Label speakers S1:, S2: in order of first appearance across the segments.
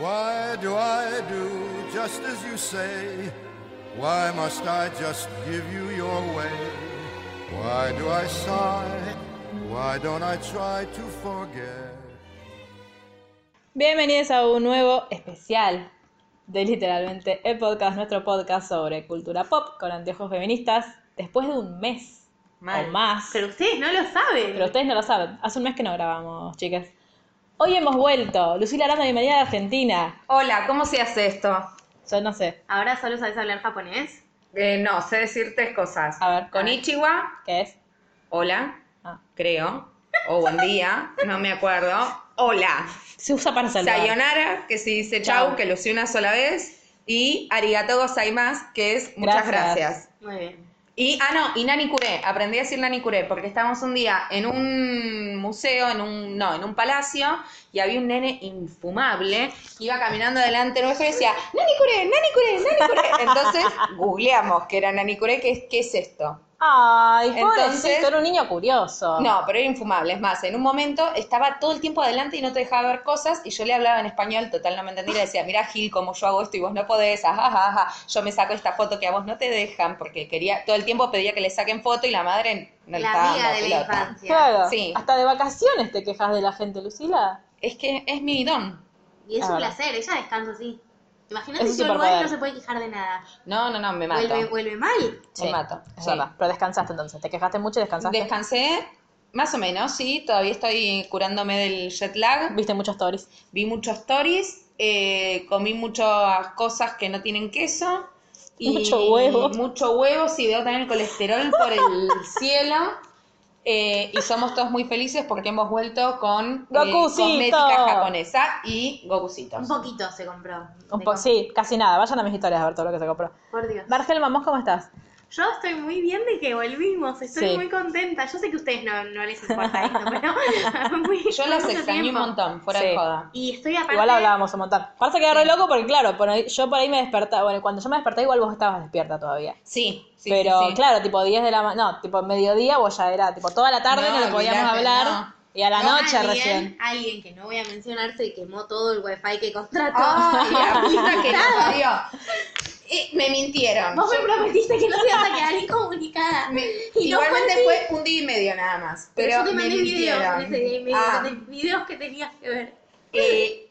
S1: Why do I do just as you say? Why must I just give you your way? Why do I sigh? Why don't I try to forget?
S2: Bienvenidos a un nuevo especial de literalmente el podcast, nuestro podcast sobre cultura pop con anteojos feministas, después de un mes
S3: Mal.
S2: o más.
S3: Pero ustedes no lo saben.
S2: Pero ustedes no lo saben, hace un mes que no grabamos, chicas. Hoy hemos vuelto. Lucila Aranda, bienvenida a Argentina.
S4: Hola, ¿cómo se hace esto?
S2: Yo no sé,
S3: Ahora solo sabes hablar japonés.
S4: Eh, no, sé decir tres cosas.
S2: A ver.
S4: Con
S2: ¿qué es?
S4: hola,
S2: Ah.
S4: creo. O buen día, no me acuerdo. Hola.
S2: Se usa para saludar.
S4: Sayonara, que se dice chau,
S2: Chau.
S4: que lo usé una sola vez. Y arigato gozaimasu, que es muchas
S2: Gracias.
S4: gracias.
S3: Muy bien.
S4: Y, ah, no, y nanicuré. Aprendí a decir nanicuré porque estábamos un día en un museo, en un, no, en un palacio, y había un nene infumable que iba caminando delante nuestro y decía, nanicuré, nanicuré, nanicuré. Entonces googleamos que era nanicuré, que es, ¿qué es esto?
S2: Ay,
S4: Entonces-
S2: pobrecito, era un niño curioso.
S4: No, pero era infumable. Es más, en un momento estaba todo el tiempo adelante y no te dejaba ver cosas y yo le hablaba en español, total no me entendía. Le decía, mira Gil, como yo hago esto y vos no podés, ah, ajá, ajá, ajá. Yo me saco esta foto que a vos no te dejan porque quería, todo el tiempo pedía que le saquen foto y la madre no le estaba
S3: la amiga
S4: dando
S3: de la
S4: pelota.
S3: infancia.
S2: Claro.
S4: Sí.
S2: Hasta de vacaciones te quejas de la gente, Lucila.
S4: Es que es mi don.
S3: Y es
S2: La
S3: un
S2: verdad.
S3: placer, ella descansa así. Imagínate
S2: Es un
S3: si yo lugar
S2: superpoder.
S3: no se puede quejar de nada.
S4: No, no, no, me mato.
S3: Vuelve, vuelve mal.
S4: Me mato.
S2: Es
S4: sí.
S2: verdad. Pero descansaste entonces. Te quejaste mucho y descansaste.
S4: Descansé, más o menos, sí. Todavía estoy curándome del jet lag.
S2: Viste muchos stories.
S4: Vi muchos stories, eh, comí muchas cosas que no tienen queso. Y
S2: Mucho huevo.
S4: Mucho huevo, sí, debo tener el colesterol por el cielo. Eh, y somos todos muy felices porque hemos vuelto con eh,
S2: Gokucito.
S4: cosmética japonesa y gokucitos.
S3: Un poquito se compró.
S2: Un
S3: Me
S2: po-
S3: compró.
S2: sí, casi nada. Vayan a mis historias a ver todo lo que se compró.
S3: Por Dios.
S2: Marcel Mamos, ¿cómo estás?
S3: Yo estoy muy bien de que volvimos. Estoy
S2: Sí.
S3: muy contenta. Yo sé que a ustedes no, no les importa esto, pero. muy-
S4: Yo las
S3: mucho
S4: extrañé un
S3: tiempo.
S4: montón, fuera
S2: Sí.
S4: de joda.
S3: Y estoy aparte.
S2: Igual hablábamos un montón. Pasa que era re loco porque, claro, por ahí- yo por ahí me despertaba. Bueno, cuando yo me desperté, igual vos estabas despierta todavía.
S4: Sí, sí, sí,
S2: Pero,
S4: sí.
S2: claro, tipo 10 de la mañana. No, tipo mediodía, vos ya era. Tipo toda la tarde no,
S4: No,
S2: lo podíamos
S4: olvidate,
S2: hablar.
S4: no. ¿eh?
S2: Y a la
S3: No,
S2: noche
S3: alguien,
S2: recién.
S3: Alguien que no voy a mencionar se quemó todo el wifi que contrató.
S2: Ah,
S4: Ay, la puta que nos parió. Eh, me mintieron.
S3: Vos me prometiste que no te ibas a quedar incomunicada.
S4: Me-
S3: Y no
S4: igualmente
S3: fue
S4: fue un día y medio nada más.
S3: Pero,
S4: Pero,
S3: yo te
S4: me
S3: mandé videos
S4: mintieron.
S3: en ese día y medio,
S4: Ah,
S3: de videos que tenías que ver.
S4: eh,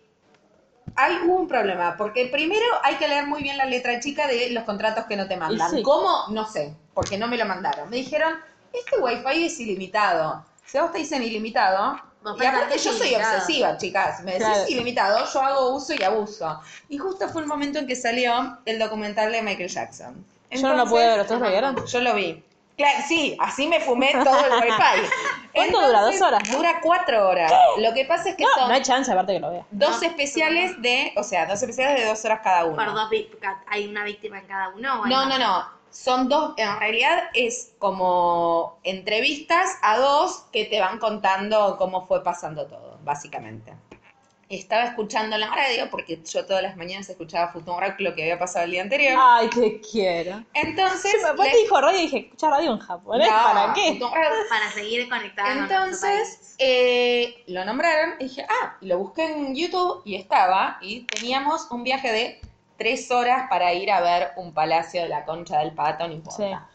S4: hay un problema, porque primero hay que leer muy bien la letra chica de los contratos que no te mandan.
S2: Y sí.
S4: ¿Cómo? No sé, porque no me lo mandaron. Me dijeron, este wifi es ilimitado. Si a vos te dicen ilimitado,
S3: Vos
S4: y
S3: pensás
S4: aparte
S3: que es
S4: yo soy
S3: ilimitado.
S4: obsesiva, chicas. Me decís
S2: Claro.
S4: ilimitado, yo hago uso y abuso. Y justo fue el momento en que salió el documental de Michael Jackson.
S2: yo no lo pude ver.
S4: Entonces-
S2: ¿Ustedes lo vieron?
S4: yo lo vi. Claro, sí, así me fumé todo el wifi.
S2: ¿Cuánto dura? ¿Dos horas?
S4: Dura cuatro horas. Lo que pasa es que
S2: No,
S4: son
S2: no hay chance, aparte que lo vea.
S4: dos
S3: No.
S4: especiales de, o sea, dos especiales de dos horas cada uno.
S3: Por dos vi- ca- hay una víctima en cada uno. ¿o hay
S4: No, no,
S3: más?
S4: no. Son dos, en realidad es como entrevistas a dos que te van contando cómo fue pasando todo, básicamente. Estaba escuchando en la radio, porque yo todas las mañanas escuchaba Futuro Rock lo que había pasado el día anterior.
S2: Ay, te quiero.
S4: Entonces,
S2: Ah. Sí, mi papá
S4: le-
S2: te dijo radio y dije, escucha radio en japonés,
S4: No,
S2: ¿para qué?
S4: Futuro Rock
S3: Para seguir conectada. con nuestro
S4: Entonces,
S3: país.
S4: eh, lo nombraron y dije, ah, y lo busqué en YouTube y estaba, y teníamos un viaje de tres horas para ir a ver un palacio de la concha del pato, no importa.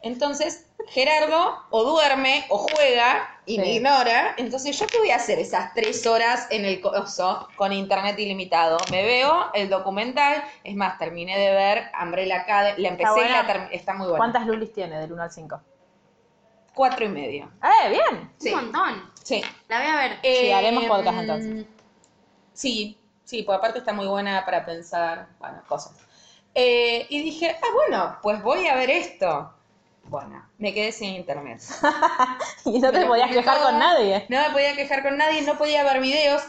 S4: Entonces, Gerardo o duerme o juega y me
S2: Sí.
S4: ignora. Entonces, ¿yo qué voy a hacer esas tres horas en el coso con internet ilimitado? Me veo el documental, es más, terminé de ver Umbrella Academy, la empecé y la
S2: buena?
S4: terminé, está muy buena.
S2: ¿Cuántas lulis tiene del 1 al 5?
S4: Cuatro y medio.
S2: ¡Eh, bien!
S4: Sí.
S3: Un montón.
S4: Sí.
S3: La voy a ver.
S2: Sí,
S4: Eh,
S2: haremos podcast entonces.
S4: Sí, sí, pues aparte está muy buena para pensar, bueno, cosas. Eh, y dije, ah, bueno, pues voy a ver esto. Bueno, me quedé sin internet.
S2: y no te
S4: Me
S2: podías
S4: fui
S2: quejar
S4: toda,
S2: con nadie.
S4: No me podía quejar con nadie, no podía ver videos.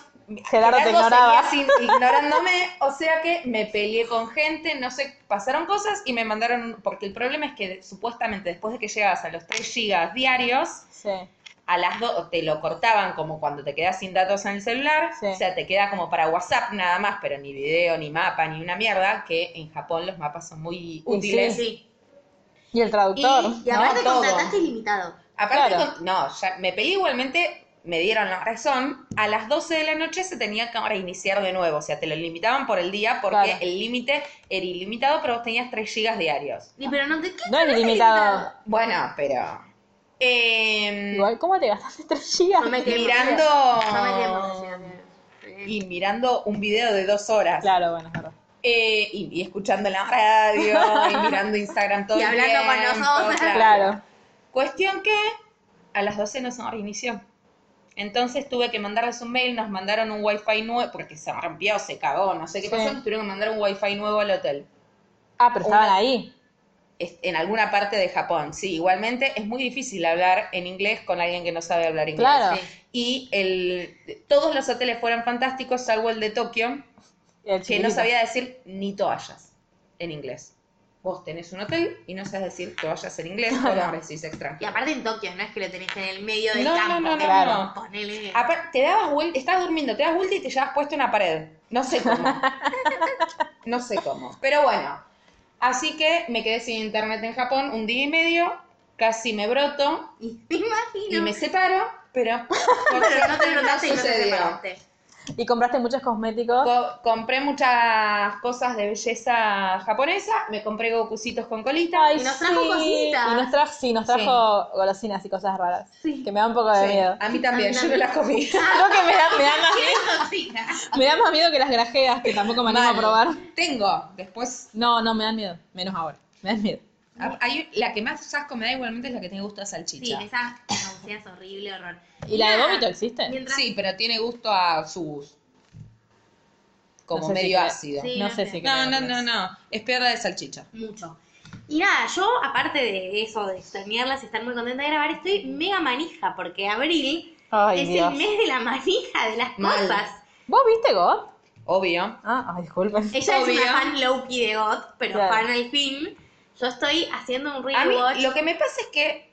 S2: Gerardo te ignoraba.
S4: seguía sin- ignorándome, o sea que me peleé con gente, no sé, pasaron cosas y me mandaron, porque el problema es que de- supuestamente después de que llegabas a los 3 gigas diarios,
S2: Sí.
S4: a las 2 te lo cortaban como cuando te quedas sin datos en el celular,
S2: Sí.
S4: o sea, te queda como para WhatsApp nada más, pero ni video, ni mapa, ni una mierda, que en Japón los mapas son muy útiles.
S3: Sí.
S2: Y el traductor.
S3: Y, y
S2: ¿no?
S3: aparte
S4: todo.
S3: contrataste ilimitado.
S4: Aparte,
S2: Claro.
S4: con- no, ya me peleé igualmente, me dieron la razón. A las 12 de la noche se tenía que ahora iniciar de nuevo, o sea, te lo limitaban por el día porque
S2: Claro.
S4: el límite era ilimitado, pero vos tenías 3 gigas diarios.
S3: Y pero no te ¿qué
S2: No es
S3: carajo
S2: ilimitado.
S4: Bueno, pero. eh,
S2: Igual, ¿cómo te gastaste 3 gigas?
S3: No me quemo,
S4: mirando.
S3: No me quemo, decía, mira.
S4: Y mirando un video de dos horas.
S2: Claro, bueno, es verdad.
S4: Eh, y, y escuchando la radio, y mirando Instagram todo
S3: Y
S4: el
S3: hablando con
S4: tiempo,
S3: nosotras.
S2: Claro.
S4: Cuestión que a las 12 no se reinició. Entonces tuve que mandarles un mail, nos mandaron un wifi nuevo, porque se rompió, se cagó, no sé qué
S2: Sí.
S4: pasó, nos tuvieron que mandar un wifi nuevo al hotel.
S2: Ah, pero estaban
S4: Una-
S2: ahí.
S4: Es- En alguna parte de Japón, sí. Igualmente es muy difícil hablar en inglés con alguien que no sabe hablar inglés.
S2: Claro.
S4: Sí. Y el, todos los hoteles fueron fantásticos, salvo el de Tokio,
S2: Y el
S4: que
S2: chiquitito.
S4: no sabía decir ni toallas en inglés. Vos tenés un hotel y no sabes decir toallas en inglés, o no decís extranjero.
S3: Y aparte en Tokio, no es que lo tenés en el medio del
S4: No, no,
S3: campo.
S4: no, no,
S3: claro.
S4: no. Ah.
S3: Ponele.
S4: Apar- te dabas vuelta, estabas durmiendo, te das vuelta y te llevas puesto una pared. No sé cómo. No sé cómo. Pero bueno. Así que me quedé sin internet en Japón un día y medio, casi me broto
S3: Y me imagino.
S4: y me separo, pero por
S3: pero no
S4: suerte
S3: te brotaste y no te
S4: sucedió.
S3: separaste.
S2: Y compraste muchos cosméticos.
S4: Co- compré muchas cosas de belleza japonesa, me compré gokucitos con colita.
S2: Ay,
S3: Y nos trajo
S2: sí.
S3: cositas.
S2: Y nos trajo, sí, nos trajo golosinas y cosas raras. Que me da un poco de
S4: Sí,
S2: miedo.
S4: a mí también, yo no las comí.
S2: Creo que me da, me da más,
S3: Cocina.
S2: me da más miedo que las grajeas, que tampoco me animo
S4: Mal.
S2: a probar.
S4: Tengo, después
S2: No, no, me dan miedo. Menos ahora. Me dan miedo.
S4: a- hay- la que más asco me da igualmente es la que tiene gusto a salchicha.
S3: Sí, esa náusea es horrible, horror.
S2: ¿Y la de
S3: Nada,
S2: vómito existe?
S3: Mientras...
S4: Sí, pero tiene gusto a sus.
S2: No
S4: como
S2: sé si
S4: medio
S2: creo.
S4: ácido.
S3: Sí,
S2: no
S3: no
S2: sé
S3: sé.
S2: si
S4: No,
S2: creo
S4: no,
S2: que
S4: no,
S2: es.
S4: no. Es peor la de salchicha.
S3: Mucho. Y nada, yo, aparte de eso, de extrañarlas y estar muy contenta de grabar, estoy mega manija, porque abril
S2: Ay,
S3: es
S2: Dios.
S3: el mes de la manija de las
S4: Mal.
S3: cosas.
S2: ¿Vos viste God?
S4: Obvio.
S2: Ah, ay, disculpen.
S3: Ella
S4: Obvio.
S3: es una fan Loki de God, pero
S2: Claro.
S3: fan al fin. Yo estoy haciendo un
S4: A mí
S3: rewatch.
S4: lo que me pasa es que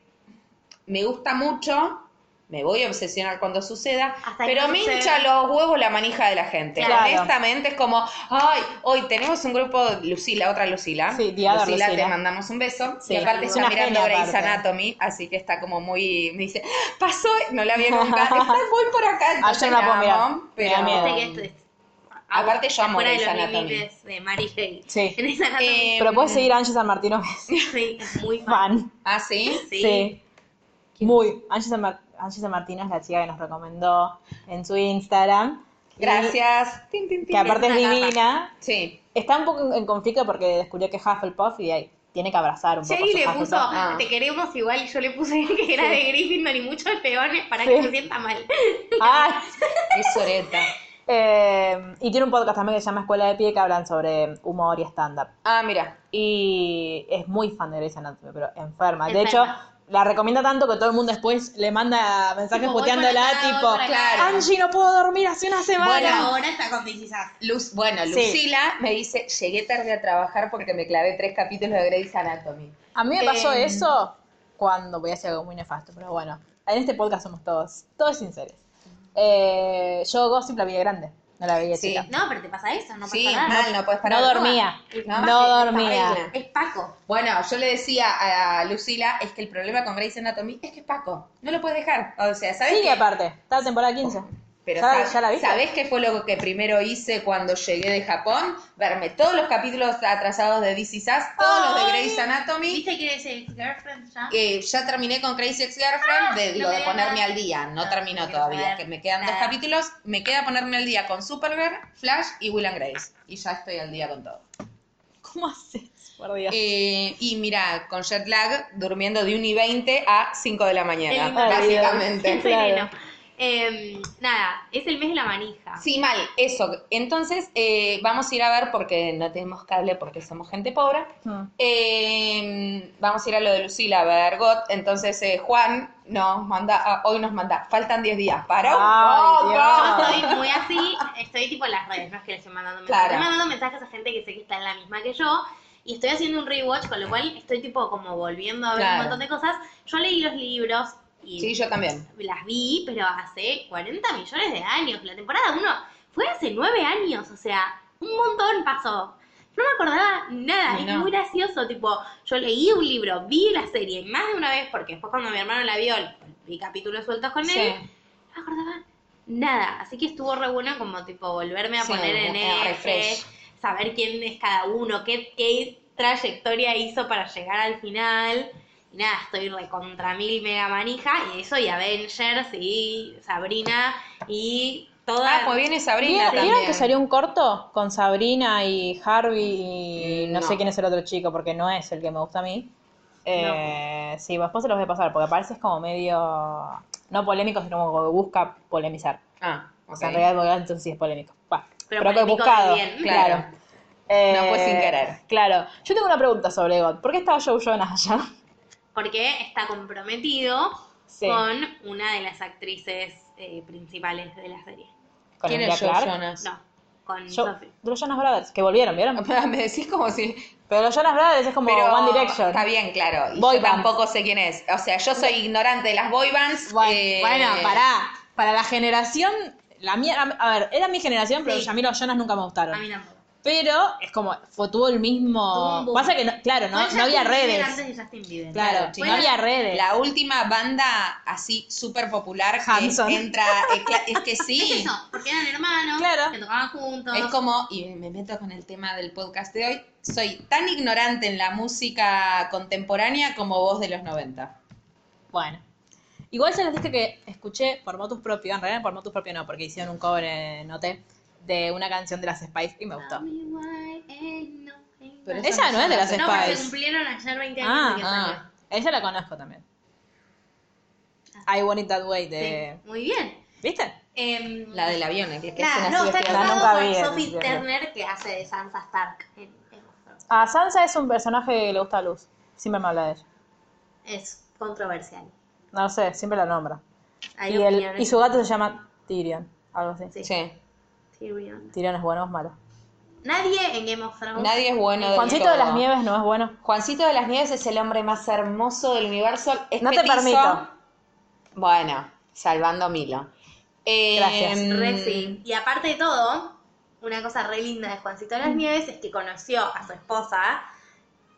S4: me gusta mucho. Me voy a obsesionar cuando suceda,
S3: Hasta que
S4: pero
S3: no
S4: me
S3: suceda.
S4: hincha los huevos la manija de la gente.
S2: Claro.
S4: Honestamente es como, ay, hoy tenemos un grupo, Lucila, otra Lucila.
S2: Sí, The Other
S4: Lucila,
S2: Lucila.
S4: te mandamos un beso.
S2: Sí,
S4: y aparte
S2: es
S4: está
S2: una
S4: mirando
S2: genia
S4: Grey's
S2: aparte.
S4: Anatomy, así que está como muy, me dice, pasó, no la vi nunca, está muy por acá. entonces
S2: Ah, no la puedo
S4: amo,
S2: mirar, me
S4: pero
S2: da miedo.
S3: Viste que esto es-
S4: Aparte yo amo
S3: fuera de
S4: Grey's
S3: los
S4: Anatomy.
S3: límites de Mary Kay.
S2: Sí.
S3: En esa Anatomy
S4: Eh,
S2: Pero puedes seguir a Angie San Martino,
S3: soy muy fan.
S2: fan.
S4: Ah, ¿sí?
S3: Sí.
S2: Sí. Muy. Angie San, Mar- Angie San Martino es la chica que nos recomendó en su Instagram.
S4: Gracias. Tin, tin, tin.
S2: Que aparte es
S3: una capa.
S2: divina.
S4: Sí.
S2: Está un poco en conflicto porque descubrió que es Hufflepuff y ahí tiene que abrazar un poco.
S3: Sherry
S2: su
S3: le
S2: Hufflepuff.
S3: puso,
S4: Ah.
S3: te queremos igual, y yo le puse que era de Gryffindor y muchos peones para
S2: Sí.
S3: que se sienta mal.
S2: Ay.
S4: Es soreta.
S2: Eh, y tiene un podcast también que se llama Escuela de Pie que hablan sobre humor y stand-up.
S4: Ah, mira.
S2: Y es muy fan de Grey's Anatomy, pero enferma. De
S3: Enferma.
S2: hecho, la recomienda tanto que todo el mundo después le manda mensajes
S3: Tipo, voy
S2: puteándola,
S3: por acá, voy
S2: tipo,
S3: por acá.
S4: Claro.
S2: Angie, no puedo dormir hace una semana.
S4: Bueno.
S3: ahora está con Dizizaz.
S4: Luz, bueno,
S2: Sí.
S4: Lucila me dice, llegué tarde a trabajar porque me clavé tres capítulos de Grey's Anatomy.
S2: a mí me pasó
S4: Eh,
S2: eso cuando voy a hacer algo muy nefasto, pero bueno, en este podcast somos todos, todos sinceros. Eh, yo Gossip la vi de grande, no la veía
S4: Sí.
S2: chica.
S3: No, pero te pasa eso, no pasa
S4: sí,
S3: nada.
S4: mal, no puedes parar.
S2: No dormía,
S4: No,
S2: no,
S4: está horrible.
S2: dormía.
S3: Es Paco.
S4: Bueno, yo le decía a Lucila, es que el problema con Grey's Anatomy es que es Paco. No lo puedes dejar. O sea, ¿sabes
S2: Sigue
S4: qué?
S2: aparte, está la temporada 15.
S4: Pero
S2: ¿Ya,
S4: sab-
S2: ya la viste?
S4: ¿sabés qué fue lo que primero hice cuando llegué de Japón? Verme todos los capítulos atrasados de DC Sass, todos los de Grey's Anatomy.
S3: ¿Viste que es el girlfriend ya?
S4: Eh, ya terminé con Crazy Ex Girlfriend,
S3: Ah,
S4: de,
S3: no
S4: digo, de
S3: quería
S4: ponerme
S3: nada.
S4: al día. No,
S3: No,
S4: terminó
S3: no quiero
S4: todavía,
S3: saber
S4: que me quedan dos
S3: nada.
S4: capítulos. Me queda ponerme al día con Supergirl, Flash y Will and Grace. Y ya estoy al día con todo.
S2: ¿Cómo haces? Por Dios.
S4: Eh, y mira, con jet lag, durmiendo de 1 y 20 a 5 de la mañana,
S3: El
S2: mismo.
S4: básicamente.
S3: El
S2: Claro.
S3: sereno. Eh, nada, es el mes de la manija.
S4: Sí, mal, eso. Entonces,
S2: Mm.
S4: eh, vamos a ir a ver, porque no tenemos cable, porque somos gente pobre,
S2: Hmm.
S4: eh, vamos a ir a lo de Lucila Bergot. Entonces eh, Juan nos manda, ah, hoy nos manda, faltan 10 días para un
S5: Ay,
S4: poco.
S5: Dios.
S3: Yo estoy muy así, estoy tipo en las redes, no es que le estoy mandando mensajes.
S4: Claro.
S3: Estoy mandando mensajes a gente que sé que está en la misma que yo. Y estoy haciendo un rewatch, con lo cual estoy tipo como volviendo a ver
S4: Claro.
S3: un montón de cosas. Yo leí los libros y
S4: Sí, yo también.
S3: las vi, pero hace 40 millones de años. La temporada 1 fue hace 9 años, o sea, un montón pasó. No me acordaba nada, es
S4: No.
S3: muy gracioso, tipo, yo leí un libro, vi la serie más de una vez, porque después cuando mi hermano la vio, vi capítulos sueltos con él,
S4: Sí.
S3: no me acordaba nada. Así que estuvo re bueno como tipo volverme a
S4: Sí,
S3: poner en
S4: como
S3: eje,
S4: refresh.
S3: saber quién es cada uno, qué, qué trayectoria hizo para llegar al final. Y nada, estoy recontra mil mega manija. Y eso, y Avengers, y Sabrina, y toda.
S4: Ah, pues viene Sabrina
S2: ¿Vieron,
S4: también.
S2: vieron que salió un corto con Sabrina y Harvey y no,
S4: No.
S2: sé quién es el otro chico porque no es el que me gusta a mí? Eh, Sí, después se los voy a pasar porque parece es como medio. No polémico, sino como que busca polemizar.
S4: Ah,
S2: O
S4: ok.
S2: sea, en realidad, porque entonces sí es polémico. Va, pero,
S3: Pero
S2: que
S3: polémico de
S2: buscado.
S3: bien.
S2: Claro.
S4: Claro.
S2: Eh,
S4: No fue sin querer.
S2: Claro. Yo tengo una pregunta sobre God. ¿Por qué estaba Joe Jonas allá?
S3: Porque está comprometido
S2: Sí.
S3: con una de las actrices eh, principales de la serie.
S2: ¿Con
S4: ¿Quién
S2: Emilia
S4: es Joe
S2: Clarke?
S4: Jonas?
S3: No, con
S2: Joe-
S3: Sophie.
S2: los Jonas Brothers, que volvieron, ¿vieron?
S4: Me decís como si...
S2: Pero los Jonas Brothers es como
S4: Pero
S2: One Direction.
S4: está bien, claro. Y
S2: Boy
S4: yo
S2: bands.
S4: tampoco sé quién es. O sea, yo soy ignorante de las boy bands.
S2: Bueno,
S4: eh,
S2: bueno, pará. Para la generación, la mía, a ver, era mi generación, pero
S3: Sí.
S2: a mí los Jonas nunca me gustaron.
S3: A mí tampoco.
S2: Pero es como, fue, tuvo el
S3: Tuvo
S2: mismo.
S3: un boom.
S2: Pasa que, no- claro, no,
S3: Fue
S2: no había
S3: Justin Bieber
S2: redes.
S3: Antes de Justin Bieber.
S2: Claro,
S4: Claro.
S2: no había redes.
S4: La última banda así súper popular
S2: Hanson.
S4: que entra... Es que, es que sí.
S3: Es eso, porque eran hermanos,
S2: Claro.
S3: que tocaban juntos.
S4: Es como, y me meto con el tema del podcast de hoy, soy tan ignorante en la música contemporánea como vos de los 90.
S2: Bueno. Igual ya les dije que escuché por motus propio, en realidad por motus propio no, porque hicieron un cover en Noté de una canción de las Spice y me
S3: Ah,
S2: gustó.
S4: Pero
S2: Esa no es de las
S3: No, porque
S2: Spice.
S3: cumplieron ayer 20 años
S2: Ah,
S3: de que salió. Ah.
S2: ah. Ella la conozco también. I Want It That Way de...
S3: Sí, muy bien.
S2: ¿Viste?
S3: Em,
S4: La del avión, el que que
S3: claro,
S4: hacen
S3: no,
S4: así
S3: está
S4: los
S2: La
S3: casado
S4: pies.
S2: nunca
S3: con
S2: vi el
S3: Sophie
S2: video.
S3: Turner, que hace de Sansa Stark. en- en Thrones.
S2: Ah, Sansa es un personaje que le gusta a Luz. Siempre me habla de ella.
S3: Es controversial.
S2: No sé, siempre la nombra.
S3: Hay
S2: Y, el-
S3: opiniones.
S2: y su gato se llama Tyrion, algo así.
S3: Sí.
S4: Sí.
S3: Tyrion.
S2: Tyrion es bueno o es malo.
S3: Nadie en Game of Thrones.
S4: Nadie es bueno del
S2: Juancito de
S4: todo.
S2: las Nieves no es bueno.
S4: Juancito de las Nieves es el hombre más hermoso del universo. Es
S2: No te
S4: petizo.
S2: permito.
S4: Bueno, salvando a Milo. Eh,
S2: Gracias.
S3: Re sí. Y aparte de todo, una cosa re linda de Juancito
S2: Mm.
S3: de las Nieves es que conoció a su esposa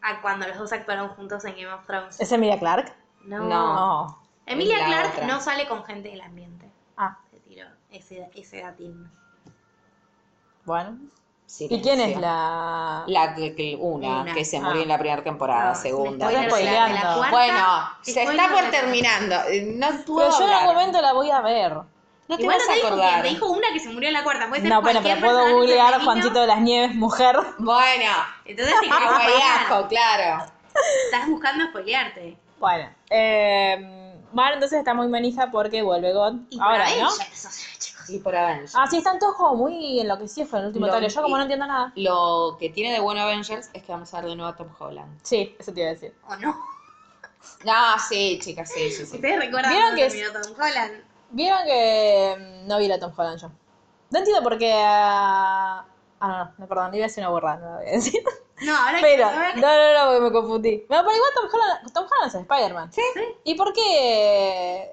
S3: a cuando los dos actuaron juntos en Game of Thrones.
S2: ¿Es Emilia Clark?
S3: No.
S4: No.
S2: No.
S3: Emilia
S4: La
S3: Clarke
S4: otra.
S3: no sale con gente del ambiente.
S2: Ah,
S3: Se tiró ese, ese datín.
S4: Ah,
S2: bueno.
S4: silencio.
S2: ¿Y quién es la...?
S4: La que, que- una,
S3: Una.
S4: que se
S2: Ah.
S4: murió en la primera temporada,
S3: No,
S4: segunda.
S3: spoiler
S2: Estás
S3: de la- de la
S2: spoileando.
S3: cuarta,
S4: Bueno, se
S3: spoiler
S4: está
S3: de
S4: por
S3: la-
S4: terminando. Eh, No puedo
S2: Pero yo en
S4: hablar.
S2: algún momento la voy a ver.
S4: No te
S3: Igual
S4: vas
S3: no
S4: a
S3: te dijo
S4: acordar.
S3: quién, te dijo una que se murió en la cuarta. Puede ser
S2: No, bueno,
S3: cualquier
S2: pero puedo
S3: personaje
S2: googlear
S3: femenino.
S2: Juancito de las Nieves, mujer.
S4: Bueno,
S3: Entonces te querés spoilear.
S4: aguayajo, claro.
S3: Estás buscando spoilearte.
S2: Bueno. Eh, Mar entonces está muy manija porque vuelve God.
S3: Y
S2: Ahora,
S3: para
S2: ¿no?
S3: Avengers, o sea, chicos.
S4: Y por Avengers.
S2: Ah, sí, están todos como muy enloquecidos con el último
S4: Lo-
S2: trailer. Yo como no entiendo nada.
S4: Lo que tiene de bueno Avengers es que vamos a ver de nuevo a Tom Holland.
S2: Sí, eso te iba a decir.
S3: O no.
S4: No, sí, chicas, sí, sí, sí.
S3: Ustedes recuerdan
S2: ¿Vieron
S3: cuando
S2: que
S3: terminó Tom Holland.
S2: Vieron que mm, no vi la Tom Holland yo. No entiendo por qué. ah, Ah, no, no, perdón, iba a decir una borrada, no la voy a decir.
S3: No, ahora
S2: Pero,
S3: quiero ver.
S2: no, no, no, porque me confundí. Bueno, pero igual Tom Holland, Tom Holland es Spider-Man.
S3: Sí.
S2: ¿Y por qué?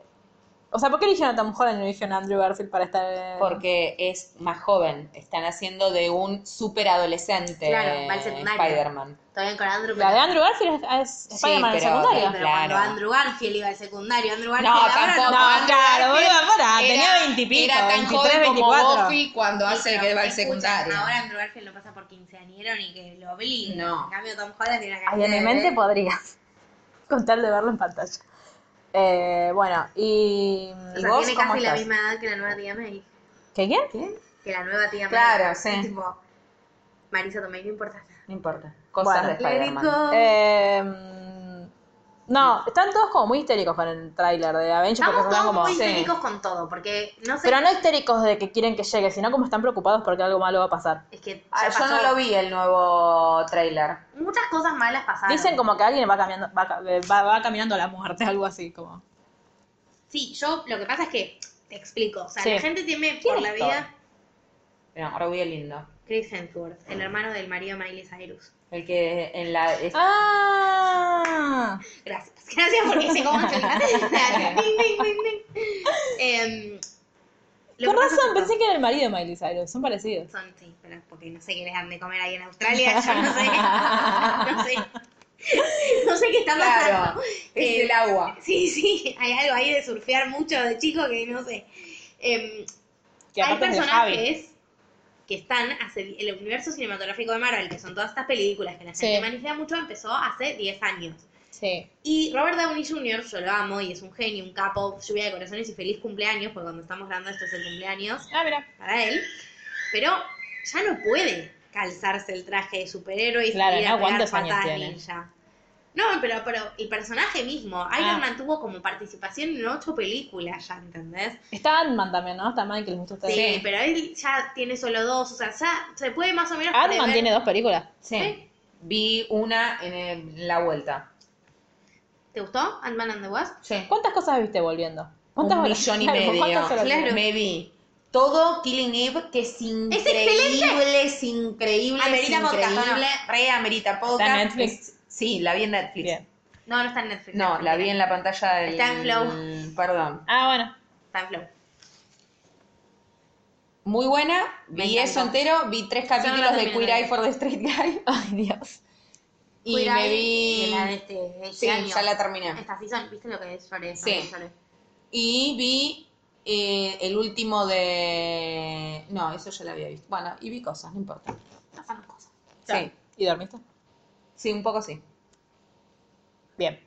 S2: O sea, ¿por qué eligieron a Tom Holland y no eligieron a Andrew Garfield para estar en-
S4: Porque es más joven. Están haciendo de un super adolescente eh,
S3: Claro, va al secundario.
S4: Spider-Man.
S3: Estoy bien con Andrew.
S2: La de
S3: pero-
S2: Andrew Garfield es, es
S4: Sí,
S2: Spider-Man en
S4: pero-
S3: Sí,
S2: secundaria.
S3: pero cuando
S4: Claro.
S3: Andrew Garfield iba al secundario, Andrew
S4: No,
S3: Garfield ahora no
S4: tampoco.
S2: No,
S4: Andrew
S2: claro,
S4: Garfield
S2: boluda, pará,
S4: era-
S2: tenía veintipico,
S4: Era tan joven
S2: 23,
S4: como
S2: 24.
S4: Buffy cuando
S3: Sí,
S4: hace
S3: pero
S4: que va al
S3: escuchan,
S4: secundario.
S3: Ahora Andrew Garfield lo pasa por quinceañero ni que lo obliguen.
S4: No.
S3: En cambio Tom Holland tiene una cara
S2: Ay, en mi mente podría. Con tal de verlo en pantalla. Eh, bueno, y.
S3: O
S4: ¿Y
S3: sea,
S4: vos
S3: tiene
S4: cómo
S3: casi la
S4: estás?
S3: misma edad que la nueva tía May.
S2: ¿Qué quién?
S3: Que la nueva tía May.
S4: Claro, sí.
S3: Es tipo, Marisa Tomei no importa nada.
S4: No importa. Cosas Eh,
S2: Bueno.
S4: de
S3: Let it
S4: Spider-Man.
S3: go.
S2: Eh, No, están todos como muy histéricos con el tráiler de Avengers. porque
S3: Estamos
S2: son
S3: todos
S2: como,
S3: muy
S2: sí.
S3: histéricos con todo, porque no sé.
S2: Pero no histéricos de que quieren que llegue, sino como están preocupados porque algo malo va a pasar.
S3: Es que ya
S4: Ah, yo
S3: pasó.
S4: no lo vi el nuevo trailer.
S3: Muchas cosas malas pasaron.
S2: Dicen como que alguien va, cambiando, va, ca- va- va caminando a la muerte, algo así como.
S3: Sí, yo lo que pasa es que te explico. O sea,
S2: Sí.
S3: la gente teme por
S2: es
S3: la
S2: Thor?
S3: vida
S4: Mira, ahora voy a lindo.
S3: Chris Hemsworth, el hermano del marido de Miley Cyrus.
S4: El que en la. es-
S3: Ah.
S2: ¡Ah!
S3: Gracias. Gracias porque sé cómo chocaste. Ding, ding, ding, ding. Em, lo
S2: Con
S3: que pasa es
S2: razón,
S3: que
S2: pensé que era el marido de Miley Cyrus, son parecidos.
S3: Son, sí, pero porque no sé qué les dan de comer ahí en Australia, yo no sé. No sé. No sé qué está
S4: claro,
S3: pasando.
S4: es
S3: Eh,
S4: el agua.
S3: Sí, sí, hay algo ahí de surfear mucho de chico que no sé. Em,
S2: Que
S3: hay
S2: aparte es de Javi.
S3: personajes que están hace el universo cinematográfico de Marvel, que son todas estas películas que la
S2: Sí.
S3: gente manifesta mucho, empezó hace 10 años.
S2: Sí.
S3: Y Robert Downey Jr., yo lo amo y es un genio, un capo, lluvia de corazones y feliz cumpleaños, porque cuando estamos grabando esto es el cumpleaños
S2: Ah, mira.
S3: para él, pero ya no puede calzarse el traje de superhéroe y
S2: Claro,
S3: salir
S2: ¿no?
S3: a pegar
S2: ¿Cuántos años
S3: patadas
S2: tiene?
S3: ninja. No, pero, pero el personaje mismo,
S4: Ah.
S3: Iron Man tuvo como participación en ocho películas ya, ¿entendés?
S2: Está Ant-Man también, ¿no? Está Ant-Man que les gusta a
S3: Sí,
S2: ustedes.
S3: pero él ya tiene solo dos, o sea, ya se puede más o menos
S2: Ant-Man
S3: prever-
S2: tiene dos películas.
S4: Sí. Vi una en, el- la vuelta.
S3: ¿Te gustó? Ant-Man and the Wasp.
S4: Sí.
S2: ¿Cuántas cosas viste volviendo? ¿Cuántas
S4: Un
S2: horas?
S4: millón y
S2: Claro,
S4: medio.
S2: ¿cuántas horas?
S3: Claro.
S4: Me vi todo Killing Eve, que es increíble,
S3: excelente.
S4: es increíble.
S3: Amerita
S4: es
S3: podcast, ¿o no?
S4: increíble. Re amerita podcast.
S2: ¿Está en Netflix?
S4: Es- sí, la vi en Netflix.
S2: Bien.
S3: No, no está en Netflix.
S4: No, la vi en la pantalla del...
S3: Está en Flow.
S4: Perdón.
S2: Ah, bueno.
S3: Está en Flow.
S4: Muy buena.
S3: Me
S4: Vi
S3: encantó.
S4: eso entero. Vi tres capítulos
S3: no
S4: de
S3: terminé
S4: Queer
S3: de
S4: Eye
S3: ver.
S4: for the Street Guy.
S2: Ay, Dios.
S4: Y
S3: Queer
S4: me
S3: Eye,
S4: vi...
S3: de la de este, de este
S4: Sí,
S3: año.
S4: ya la terminé.
S3: Esta season, ¿viste lo que es? Lloré,
S4: Sí.
S3: lloré, lloré.
S4: Y vi eh, el último de... No, eso ya lo había visto. Bueno, y vi cosas, no importa.
S3: Pasaron cosas.
S4: Sí,
S2: ¿Y dormiste?
S4: sí, un poco sí.
S2: Bien.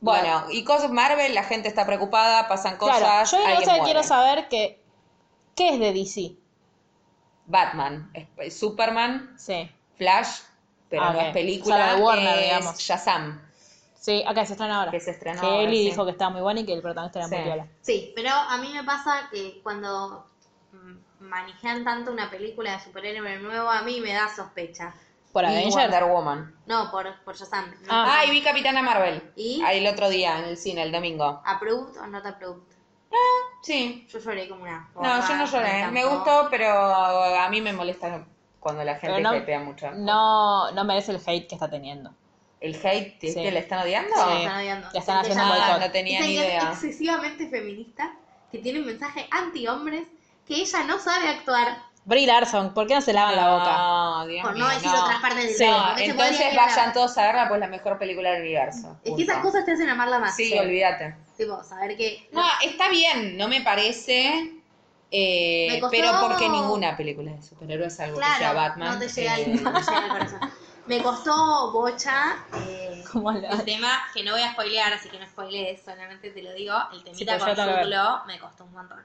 S4: Bueno, y cosas Marvel, la gente está preocupada, pasan cosas.
S2: Claro, yo hay una
S4: alguien
S2: cosa que
S4: muere.
S2: quiero saber que... ¿Qué es de DC?
S4: Batman, Sp- Superman,
S2: Sí.
S4: Flash, pero
S2: Ah,
S4: no
S2: ok.
S4: es película,
S2: O sea, la de Warner,
S4: es
S2: digamos.
S4: Shazam.
S2: Sí, acá se estrena ahora.
S4: Que se estrenó
S2: Que
S4: ahora,
S2: Eli
S4: sí.
S2: dijo que estaba muy buena y que el protagonista era
S4: Sí.
S2: muy viola.
S3: Sí, pero a mí me pasa que cuando mm, manejan tanto una película de superhéroe nuevo, a mí me da sospecha.
S2: Por
S4: y
S2: Avenger.
S4: Wonder Woman.
S3: No, por, por Shazam. No.
S2: Ah.
S4: Ah, y vi Capitana Marvel.
S3: ¿Y?
S4: Ah, El otro día, en el cine, el domingo.
S3: ¿Approved o not approved?
S4: Sí.
S3: Yo lloré como una.
S4: No, yo no lloré. ¿eh? Me gustó, pero a mí me molesta cuando la gente
S2: Pero no-
S4: hypea mucho.
S2: No, no merece el hate que está teniendo.
S4: ¿El hate es
S2: Sí.
S4: que la están odiando?
S3: No,
S2: Sí.
S3: están odiando.
S2: Le están haciendo
S3: Ella-
S4: Ah,
S2: boicot.
S4: no tenía
S3: Esa
S4: ni
S3: idea es
S4: idea.
S3: excesivamente feminista que tiene un mensaje anti-hombres que ella no sabe actuar,
S2: Brie Larson, ¿por qué no se lavan la boca?
S4: No, Dios
S3: por no
S4: mío,
S3: decir
S4: no.
S3: otras partes del
S2: Sí,
S3: mundo.
S4: No, entonces vayan todos a verla, pues la mejor película del universo.
S3: Es que
S4: Punto.
S3: esas cosas te hacen amarla más.
S4: Sí, olvídate.
S3: Tipo, saber que.
S4: No, está bien, no me parece. eh,
S3: Me costó-
S4: Pero porque ninguna película de superhéroes, algo que sea
S3: claro,
S4: Batman.
S3: no te llega
S4: eh,
S3: al, no te llega al corazón. Me costó bocha eh,
S2: Como la-
S3: el tema que no voy a spoilear, así que no spoilees, solamente te lo digo. El temita
S4: pues
S2: porque yo
S3: con
S2: tengo que ver.
S3: Jude Law me costó un montón.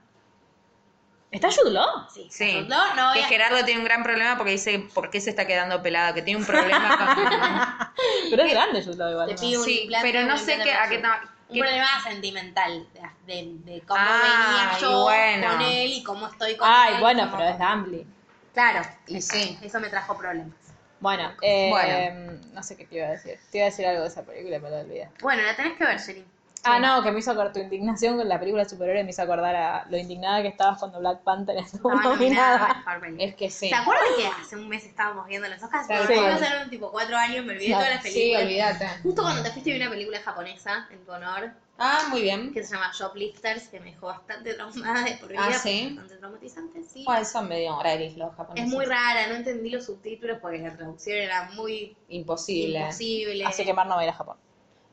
S2: ¿Está Jude Law?
S3: Sí,
S4: Sí.
S3: Jude Law, no voy
S4: que
S3: a-
S4: Gerardo tiene un gran problema porque dice por qué se está quedando pelado, que tiene un problema
S2: Pero es grande Jude Law igual.
S3: Te
S2: ¿no?
S3: pido
S4: con.
S3: un
S4: sí,
S3: implante,
S4: pero no
S3: un
S4: sé
S3: implante
S4: qué, a qué,
S3: masivo.
S4: ta-
S3: Un
S4: qué-
S3: problema sentimental de, de- de cómo
S4: Ah,
S3: venía
S4: y
S3: yo
S4: bueno.
S3: con él y cómo estoy con él.
S2: Ay,
S3: y
S2: bueno,
S3: cómo-
S2: pero es Dumbly.
S3: Claro,
S4: Y sí.
S3: eso me trajo problemas.
S2: Bueno, eh,
S4: Bueno.
S2: no sé qué te iba a decir. Te iba a decir algo de esa película y me lo olvidé.
S3: Bueno, la tenés que ver, Sherry.
S2: Ah, no, que me hizo acordar tu indignación con la película de superhéroes me hizo acordar a lo indignada que estabas cuando Black Panther estuvo
S3: Estaba nominada a
S2: nominada.
S3: mejor película.
S4: Es que sí.
S3: ¿Se acuerdan que hace un mes estábamos viendo los Oscars?
S4: Tal
S3: Porque
S2: cual.
S3: nosotros eran tipo cuatro años, me olvidé de
S2: Claro,
S3: todas las
S4: Sí,
S3: películas.
S4: olvídate.
S3: Justo cuando te fuiste vi una película japonesa en tu honor
S4: Ah, muy bien.
S3: que se llama Shoplifters, que me dejó bastante traumada de por vida.
S4: Ah, ¿sí?
S3: Bastante traumatizante, sí.
S4: Bueno, son medio horarios los japoneses.
S3: es muy rara, no entendí los subtítulos porque la traducción era muy
S4: Imposible.
S3: imposible.
S2: Así que Mar no va a ir a Japón.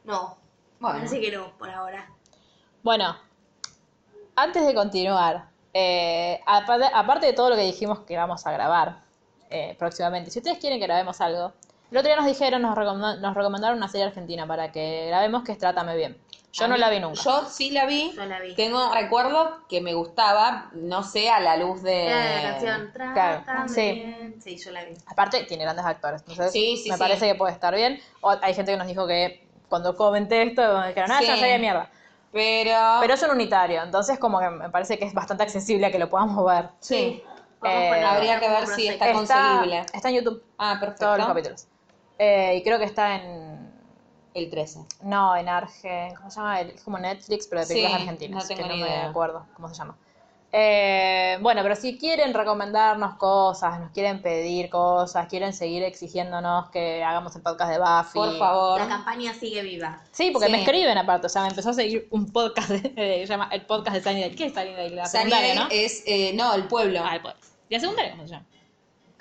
S3: No,
S4: Bueno,
S3: así que no, por ahora.
S2: Bueno, antes de continuar, eh, aparte, aparte de todo lo que dijimos que vamos a grabar eh, próximamente, si ustedes quieren que grabemos algo, el otro día nos dijeron, nos, recomenda- nos recomendaron una serie argentina para que grabemos que es Trátame Bien. Yo
S3: Ah,
S4: a
S2: no
S4: mí-
S2: la vi nunca.
S4: Yo sí la vi.
S3: Yo la vi.
S4: Tengo recuerdo que me gustaba, no sé, a la luz de.
S3: Era de la canción
S2: claro,
S3: Trátame
S2: sí.
S3: bien. Sí, yo la vi.
S2: Aparte, tiene grandes actores. Entonces,
S4: Sí, sí,
S2: me
S4: sí.
S2: parece que puede estar bien. O hay gente que nos dijo que cuando comenté esto, me dijeron, ah,
S4: Sí. Ah.
S2: ya sabía mierda.
S4: Pero,
S2: Pero es un unitario, entonces como que me parece que es bastante accesible a que lo podamos ver.
S4: sí.
S3: Vamos
S2: Eh,
S3: con la-
S4: habría que ver si está conseguible.
S2: Está en YouTube,
S4: Ah, perfecto.
S2: todos los capítulos. Eh, y creo que está en...
S4: El 13.
S2: No, en Argen... ¿Cómo se llama? El- Es como Netflix, pero de
S4: Sí,
S2: películas argentinas.
S4: no tengo
S2: que
S4: ni
S2: no
S4: idea.
S2: me acuerdo cómo se llama. Eh, bueno, pero si quieren recomendarnos cosas, nos quieren pedir cosas, quieren seguir exigiéndonos que hagamos el podcast de Buffy.
S4: Por favor.
S3: La campaña sigue viva.
S2: Sí, porque
S4: Sí.
S2: me escriben aparte. O sea, me empezó a seguir un podcast de, se llama el podcast de Sunnydale. ¿Qué es Sunnydale? La secundaria,
S4: Sunnydale
S2: ¿no?
S4: es, eh, no, el pueblo.
S2: Ah, el podcast. ¿La secundaria cómo se llama?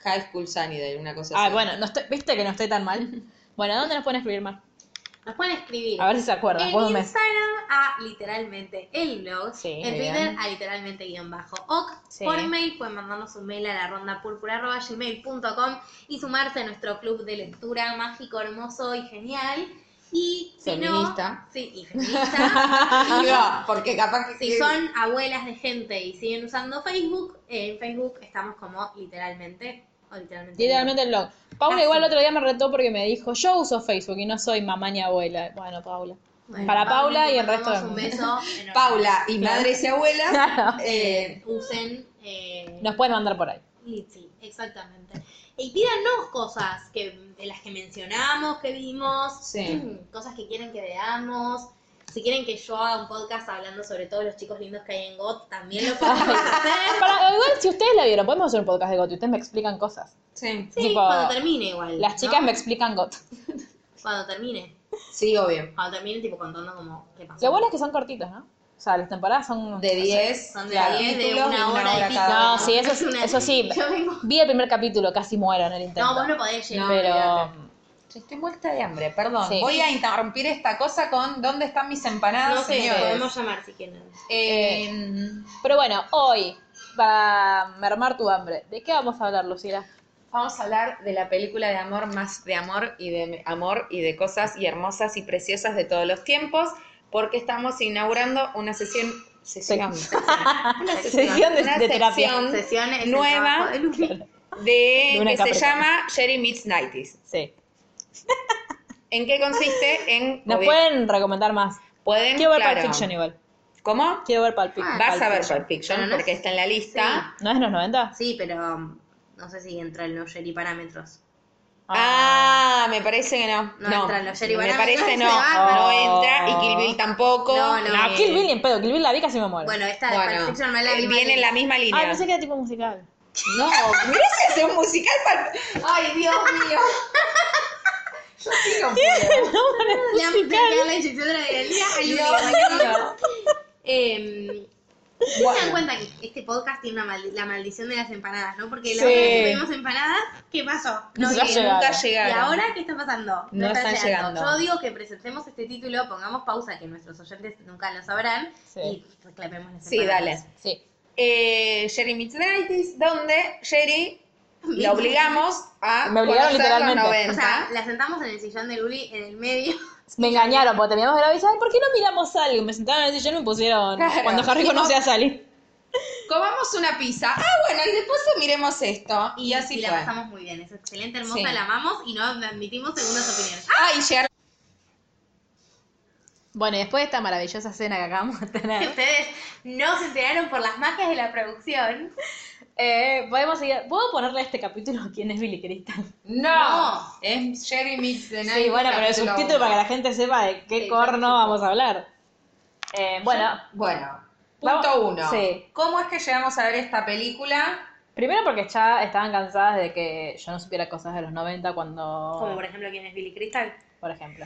S4: High School Sunnydale, una cosa
S2: Ah,
S4: así.
S2: bueno, no estoy- viste que no estoy tan mal. Bueno, ¿dónde nos pueden escribir más?
S3: Nos pueden escribir.
S2: A ver si se acuerdan.
S3: En
S2: vos me-
S3: Instagram a literalmente el blog,
S2: Sí,
S3: en
S2: muy
S3: Twitter
S2: bien.
S3: a literalmente guión bajo ok,
S2: Sí.
S3: por mail pueden mandarnos un mail a la ronda y sumarse a nuestro club de lectura mágico, hermoso y genial. Y si no-
S4: Feminista.
S3: sí, y feminista.
S4: No, porque capaz que...
S3: Si son abuelas de gente y siguen usando Facebook, en Facebook estamos como literalmente o literalmente.
S2: Literalmente el blog. Paula
S3: Casi.
S2: igual el otro día me retó porque me dijo, yo uso Facebook y no soy mamá ni abuela. Bueno, Paula.
S3: Bueno,
S2: Para Paula
S3: te
S2: y el resto del
S3: mandamos
S2: mundo.
S3: Un beso enorme.
S4: Paula y madres y abuelas,
S2: Claro.
S4: eh,
S3: Usen. eh,
S2: Nos puedes mandar por ahí.
S3: Y Sí, exactamente. Y pídanos cosas que, de las que mencionamos, que vimos,
S4: Sí.
S3: cosas que quieren que veamos. Si quieren que yo haga un podcast hablando sobre todos los chicos lindos que hay en GOT, también lo podemos hacer.
S2: Para- igual si ustedes la vieron, podemos hacer un podcast de GOT y ustedes me explican cosas.
S4: sí.
S3: Sí,
S2: Tipo,
S3: cuando termine igual.
S2: Las
S3: ¿no?
S2: chicas me explican GOT.
S3: Cuando termine.
S4: Sí, obvio.
S3: Cuando termine, tipo contando como qué pasó.
S2: Lo bueno es que son cortitos, ¿no? O sea, las temporadas son...
S4: De 10,
S3: Son de
S4: claro,
S3: 10 de
S4: capítulos
S3: una
S4: y
S3: hora y pico.
S4: cada
S2: No,
S4: uno.
S2: sí, eso, es-
S3: Una-
S2: eso sí.
S3: Yo vengo-
S2: Vi el primer capítulo, casi muero en el intento.
S3: No, vos no podés llegar.
S2: pero...
S4: Estoy muerta de hambre, perdón.
S2: Sí.
S4: Voy a interrumpir esta cosa con ¿dónde están mis empanadas,
S3: no sé,
S4: señores?
S3: podemos llamar si quieren.
S4: Eh,
S3: Em.
S2: Pero bueno, hoy, para mermar tu hambre, ¿de qué vamos a hablar, Lucila?
S4: Vamos a hablar de la película de amor más de amor y de amor y de cosas y hermosas y preciosas de todos los tiempos, porque estamos inaugurando una sesión sesión, una
S2: Sesión de-
S4: una
S2: de terapia.
S4: sección
S3: Sesión es el
S4: nueva
S3: trabajo de Luqui.
S4: de,
S2: De una
S4: que se
S2: Capricorn.
S4: llama Jerry Meets Nighties.
S2: Sí.
S4: ¿En qué consiste? En
S2: Nos
S4: obvio,
S2: pueden recomendar más.
S4: pueden,
S2: Quiero ver
S4: claro.
S2: Pulp Fiction igual.
S4: ¿Cómo?
S2: Quiero ver
S3: Ah.
S2: Pulp Fic- Pulp Fiction.
S4: Vas a ver Pulp Fiction
S3: Pero no
S4: porque
S3: es-
S4: está en la lista.
S2: ¿No es en los 90?
S3: Sí, pero um, no sé si entra en los Jerry parámetros.
S4: Ah, me parece que no.
S3: No entra en los Jerry
S4: me
S3: Bananas,
S4: parece
S3: no
S4: no.
S3: entra.
S4: No entra y Kill Bill tampoco.
S3: No, no.
S2: No, Ah, Kill Bill ni en pedo. Kill Bill la vi casi me muero.
S3: Bueno, esta de Pulp
S4: Bueno,
S3: Fiction no es la
S4: eh,
S3: misma
S4: viene en
S3: línea.
S4: la misma línea.
S2: Ay, Ah, pensé que era tipo musical.
S4: No, mira si hace un musical para... Ay, Dios mío. Yo sigo pero-
S3: Le han pegado la inyección de la viralidad al
S4: Dios
S3: único.
S4: mío.
S3: Eh, ¿Se
S4: Em, Bueno.
S3: dan cuenta que este podcast tiene una maldi- la maldición de las empanadas, no? Porque la
S2: Sí.
S3: otra vez que tuvimos empanadas, ¿qué pasó?
S4: No,
S2: Nunca
S4: sí,
S2: llegaron.
S4: nunca
S3: ¿Y
S4: llegaron.
S3: ahora qué está pasando?
S4: No están llegando.
S3: Yo digo que presentemos este título, pongamos pausa, que nuestros oyentes nunca lo sabrán,
S2: Sí.
S3: y reclamemos las
S4: Sí, dale.
S3: empanadas.
S2: Sí.
S4: Eh, Jerry Meets the 90s, donde Jerry la obligamos a
S2: Me obligaron
S4: conocer
S2: literalmente.
S4: los
S3: O
S4: 90.
S3: sea, la sentamos en el sillón de Luli, en el medio.
S2: Me engañaron porque terminamos de grabar y dije, ay, ¿por qué no miramos algo? Me sentaron en el sillón y me pusieron
S4: Claro.
S2: cuando Harry conoce a Sally.
S4: Comamos una pizza. Ah, bueno, y después miremos esto. Y, así
S3: la
S4: fue.
S3: pasamos muy bien, es excelente, hermosa,
S4: Sí.
S3: la amamos y no admitimos segundas opiniones.
S4: Ah, y llegaron.
S2: Bueno, y después de esta maravillosa cena que acabamos de
S3: Que
S2: tener,
S3: ustedes no se enteraron por las magias de la producción.
S2: eh, podemos seguir. ¿Puedo ponerle a este capítulo quién es Billy Crystal?
S3: No.
S4: Es Jerry Meets the 90s.
S2: Sí, bueno, pero el
S4: capítulo
S2: subtítulo
S4: uno.
S2: para que la gente sepa de qué
S3: Sí,
S2: corno
S3: claro.
S2: vamos a hablar. Eh, bueno,
S4: Bueno, punto
S2: Vamos-
S4: uno.
S2: sí.
S4: ¿Cómo es que llegamos a ver esta película?
S2: primero porque ya estaban cansadas de que yo no supiera cosas de los 90 cuando...
S3: Como por ejemplo, ¿quién es Billy Crystal?
S2: por ejemplo.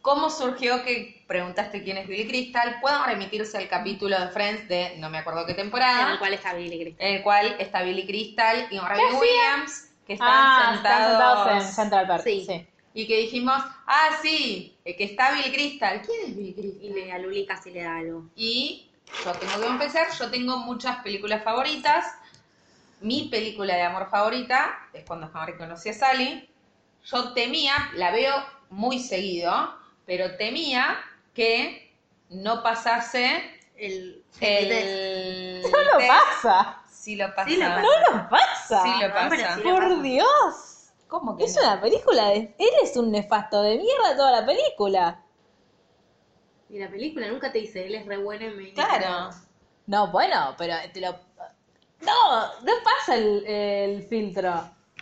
S4: ¿Cómo surgió que preguntaste quién es Billy Crystal? Puedan remitirse al capítulo de Friends de no me acuerdo qué
S3: En el
S4: temporada,
S3: cual está Billy Crystal.
S4: en el cual está Billy Crystal y Robin Williams, que están
S2: ah,
S4: sentados,
S2: están sentados en Central Park.
S3: Sí.
S2: Sí.
S4: y que dijimos, ah, sí, eh, que está Billy Crystal. ¿Quién es Billy Crystal?
S3: Y le- a Luli casi le da algo.
S4: Y yo tengo que confesar, yo tengo muchas películas favoritas. Mi película de amor favorita es cuando Harry conocí a Sally. Yo temía, la veo muy seguido, pero temía que no pasase
S3: El,
S4: el...
S2: No lo
S4: test.
S2: pasa.
S4: Sí lo pasa.
S3: Sí lo pasa.
S2: No lo pasa.
S4: Sí lo
S3: Ah, pero
S4: pasa.
S3: sí lo
S2: Por
S3: pasa.
S2: Dios.
S4: ¿Cómo que
S2: Es
S4: no?
S2: una película de... Él es un nefasto de mierda toda la película.
S3: Y la película nunca te dice, él es re bueno en Meñique".
S4: Claro.
S2: No, bueno, pero te lo... No, no pasa el, el filtro.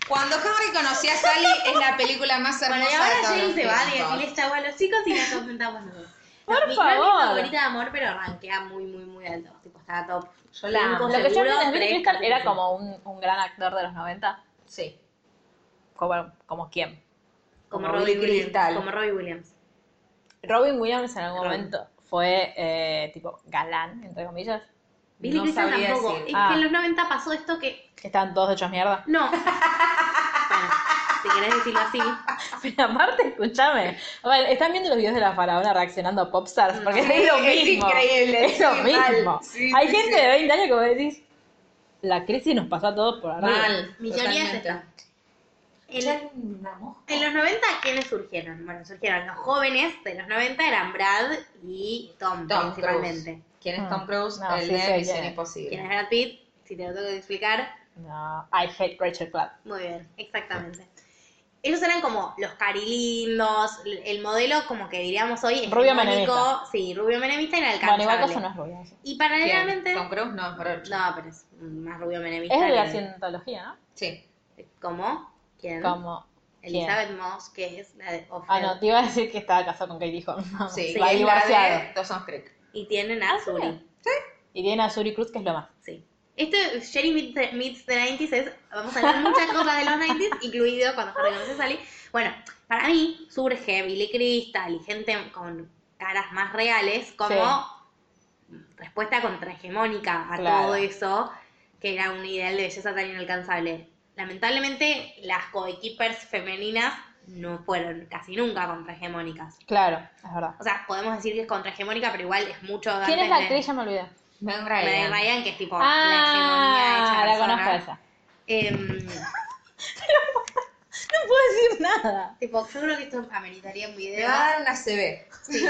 S4: Cuando Harry conocía a Sally es la película más hermosa
S3: Bueno, y
S4: de
S3: ahora
S4: todos
S3: Jane
S4: los
S3: se va de
S4: tiempos.
S3: aquí, le está a los chicos y la contentamos nosotros.
S2: Por
S3: mi, No es
S2: favor.
S3: mi favorita de amor, pero rankea muy, muy, muy alto. Tipo, estaba top. Yo la
S2: Lo
S3: amo.
S2: que yo
S3: seguro,
S2: vi de Bill
S3: tres,
S2: Crystal era
S3: sí.
S2: como un, un gran actor de los 90.
S4: Sí.
S2: Como, como quién.
S3: Como,
S4: Como
S3: Robbie
S4: Billy
S3: Williams.
S4: Crystal.
S3: Como Robbie Williams.
S2: Robin Williams en algún
S3: Robin.
S2: momento fue eh, tipo galán, entre comillas.
S3: Billy
S4: No
S3: Crystal
S4: sabría
S3: tampoco.
S4: decir.
S3: Es
S2: Ah.
S3: que en los 90 pasó esto que.
S2: Que estaban todos hechos mierda.
S3: No. bueno, si querés decirlo así.
S2: Pero aparte, escúchame. Bueno, están viendo los videos de la faraona reaccionando a popstars. Porque
S4: Sí,
S2: es lo
S4: Mm. es
S2: mismo.
S4: increíble,
S2: Es lo
S4: sí,
S2: mismo.
S4: mal. Sí,
S2: Hay
S4: sí,
S2: gente
S4: sí.
S2: de 20 años que vos decís. La crisis nos pasó a todos por arriba.
S4: Mal.
S3: Mi teoría es esta. El- En los 90, ¿quiénes surgieron? Bueno, surgieron los jóvenes de los 90, eran Brad y Tom,
S4: Tom
S3: principalmente.
S4: Cruise. ¿Quién es
S2: Ah.
S4: Tom Cruise?
S2: No,
S4: el
S2: sí,
S4: de
S2: sé
S4: Misión
S2: quién es.
S3: ¿Quién es
S4: Imposible.
S3: Brad Pitt? Si te lo tengo que explicar.
S2: No, I hate Rachel Platt.
S3: Muy bien, exactamente. Ellos eran como los carilindos, l- el modelo como que diríamos hoy es
S2: Rubio menemista.
S3: Sí, rubio menemista y
S2: Bueno,
S3: inalcanzable.
S2: igual que eso no es rubia. eso.
S3: Y
S4: ¿Quién?
S3: paralelamente...
S4: Tom Cruise no, por ocho.
S3: No, pero es más rubio menemista.
S2: Es de la
S3: que-
S2: cientología, ¿no?
S4: Sí.
S3: ¿Cómo? ¿Quién?
S2: Como. ¿quién?
S3: Elizabeth Moss, que es la de Ofred.
S2: Ah, no, te iba a decir que estaba casado con Katie Holmes. No,
S4: Sí.
S2: va
S4: y es la
S2: divorciado.
S4: de Dawson's Creek.
S3: Y tienen
S2: Ah,
S3: a Zuri.
S2: Y tiene a Suri Cruz, que es lo más.
S3: Sí. Este Sherry meets the, meets the 90s es, vamos a hablar muchas cosas de los 90s, incluido cuando Harry conoce a Sally. Bueno, para mí surge Billy Crystal y gente con caras más reales como respuesta contrahegemónica a
S2: Claro.
S3: todo eso, que era un ideal de belleza tan inalcanzable. Lamentablemente, las coequippers femeninas no fueron casi nunca contrahegemónicas.
S2: Claro, es verdad.
S3: O sea, podemos decir que es contrahegemónica, pero igual es mucho
S2: ¿Quién
S3: antes
S2: es la
S3: de-
S2: actriz? Ya me olvidé.
S4: Ben
S3: Meg
S4: Ryan.
S3: Ryan, que es tipo
S2: Ah,
S3: la
S2: la
S3: hegemonía hecha persona.
S2: conozco esa.
S3: Em,
S2: No puedo decir nada.
S3: tipo, yo creo que esto ameritaría un
S4: Te
S3: video.
S4: va a dar una CB.
S3: Sí,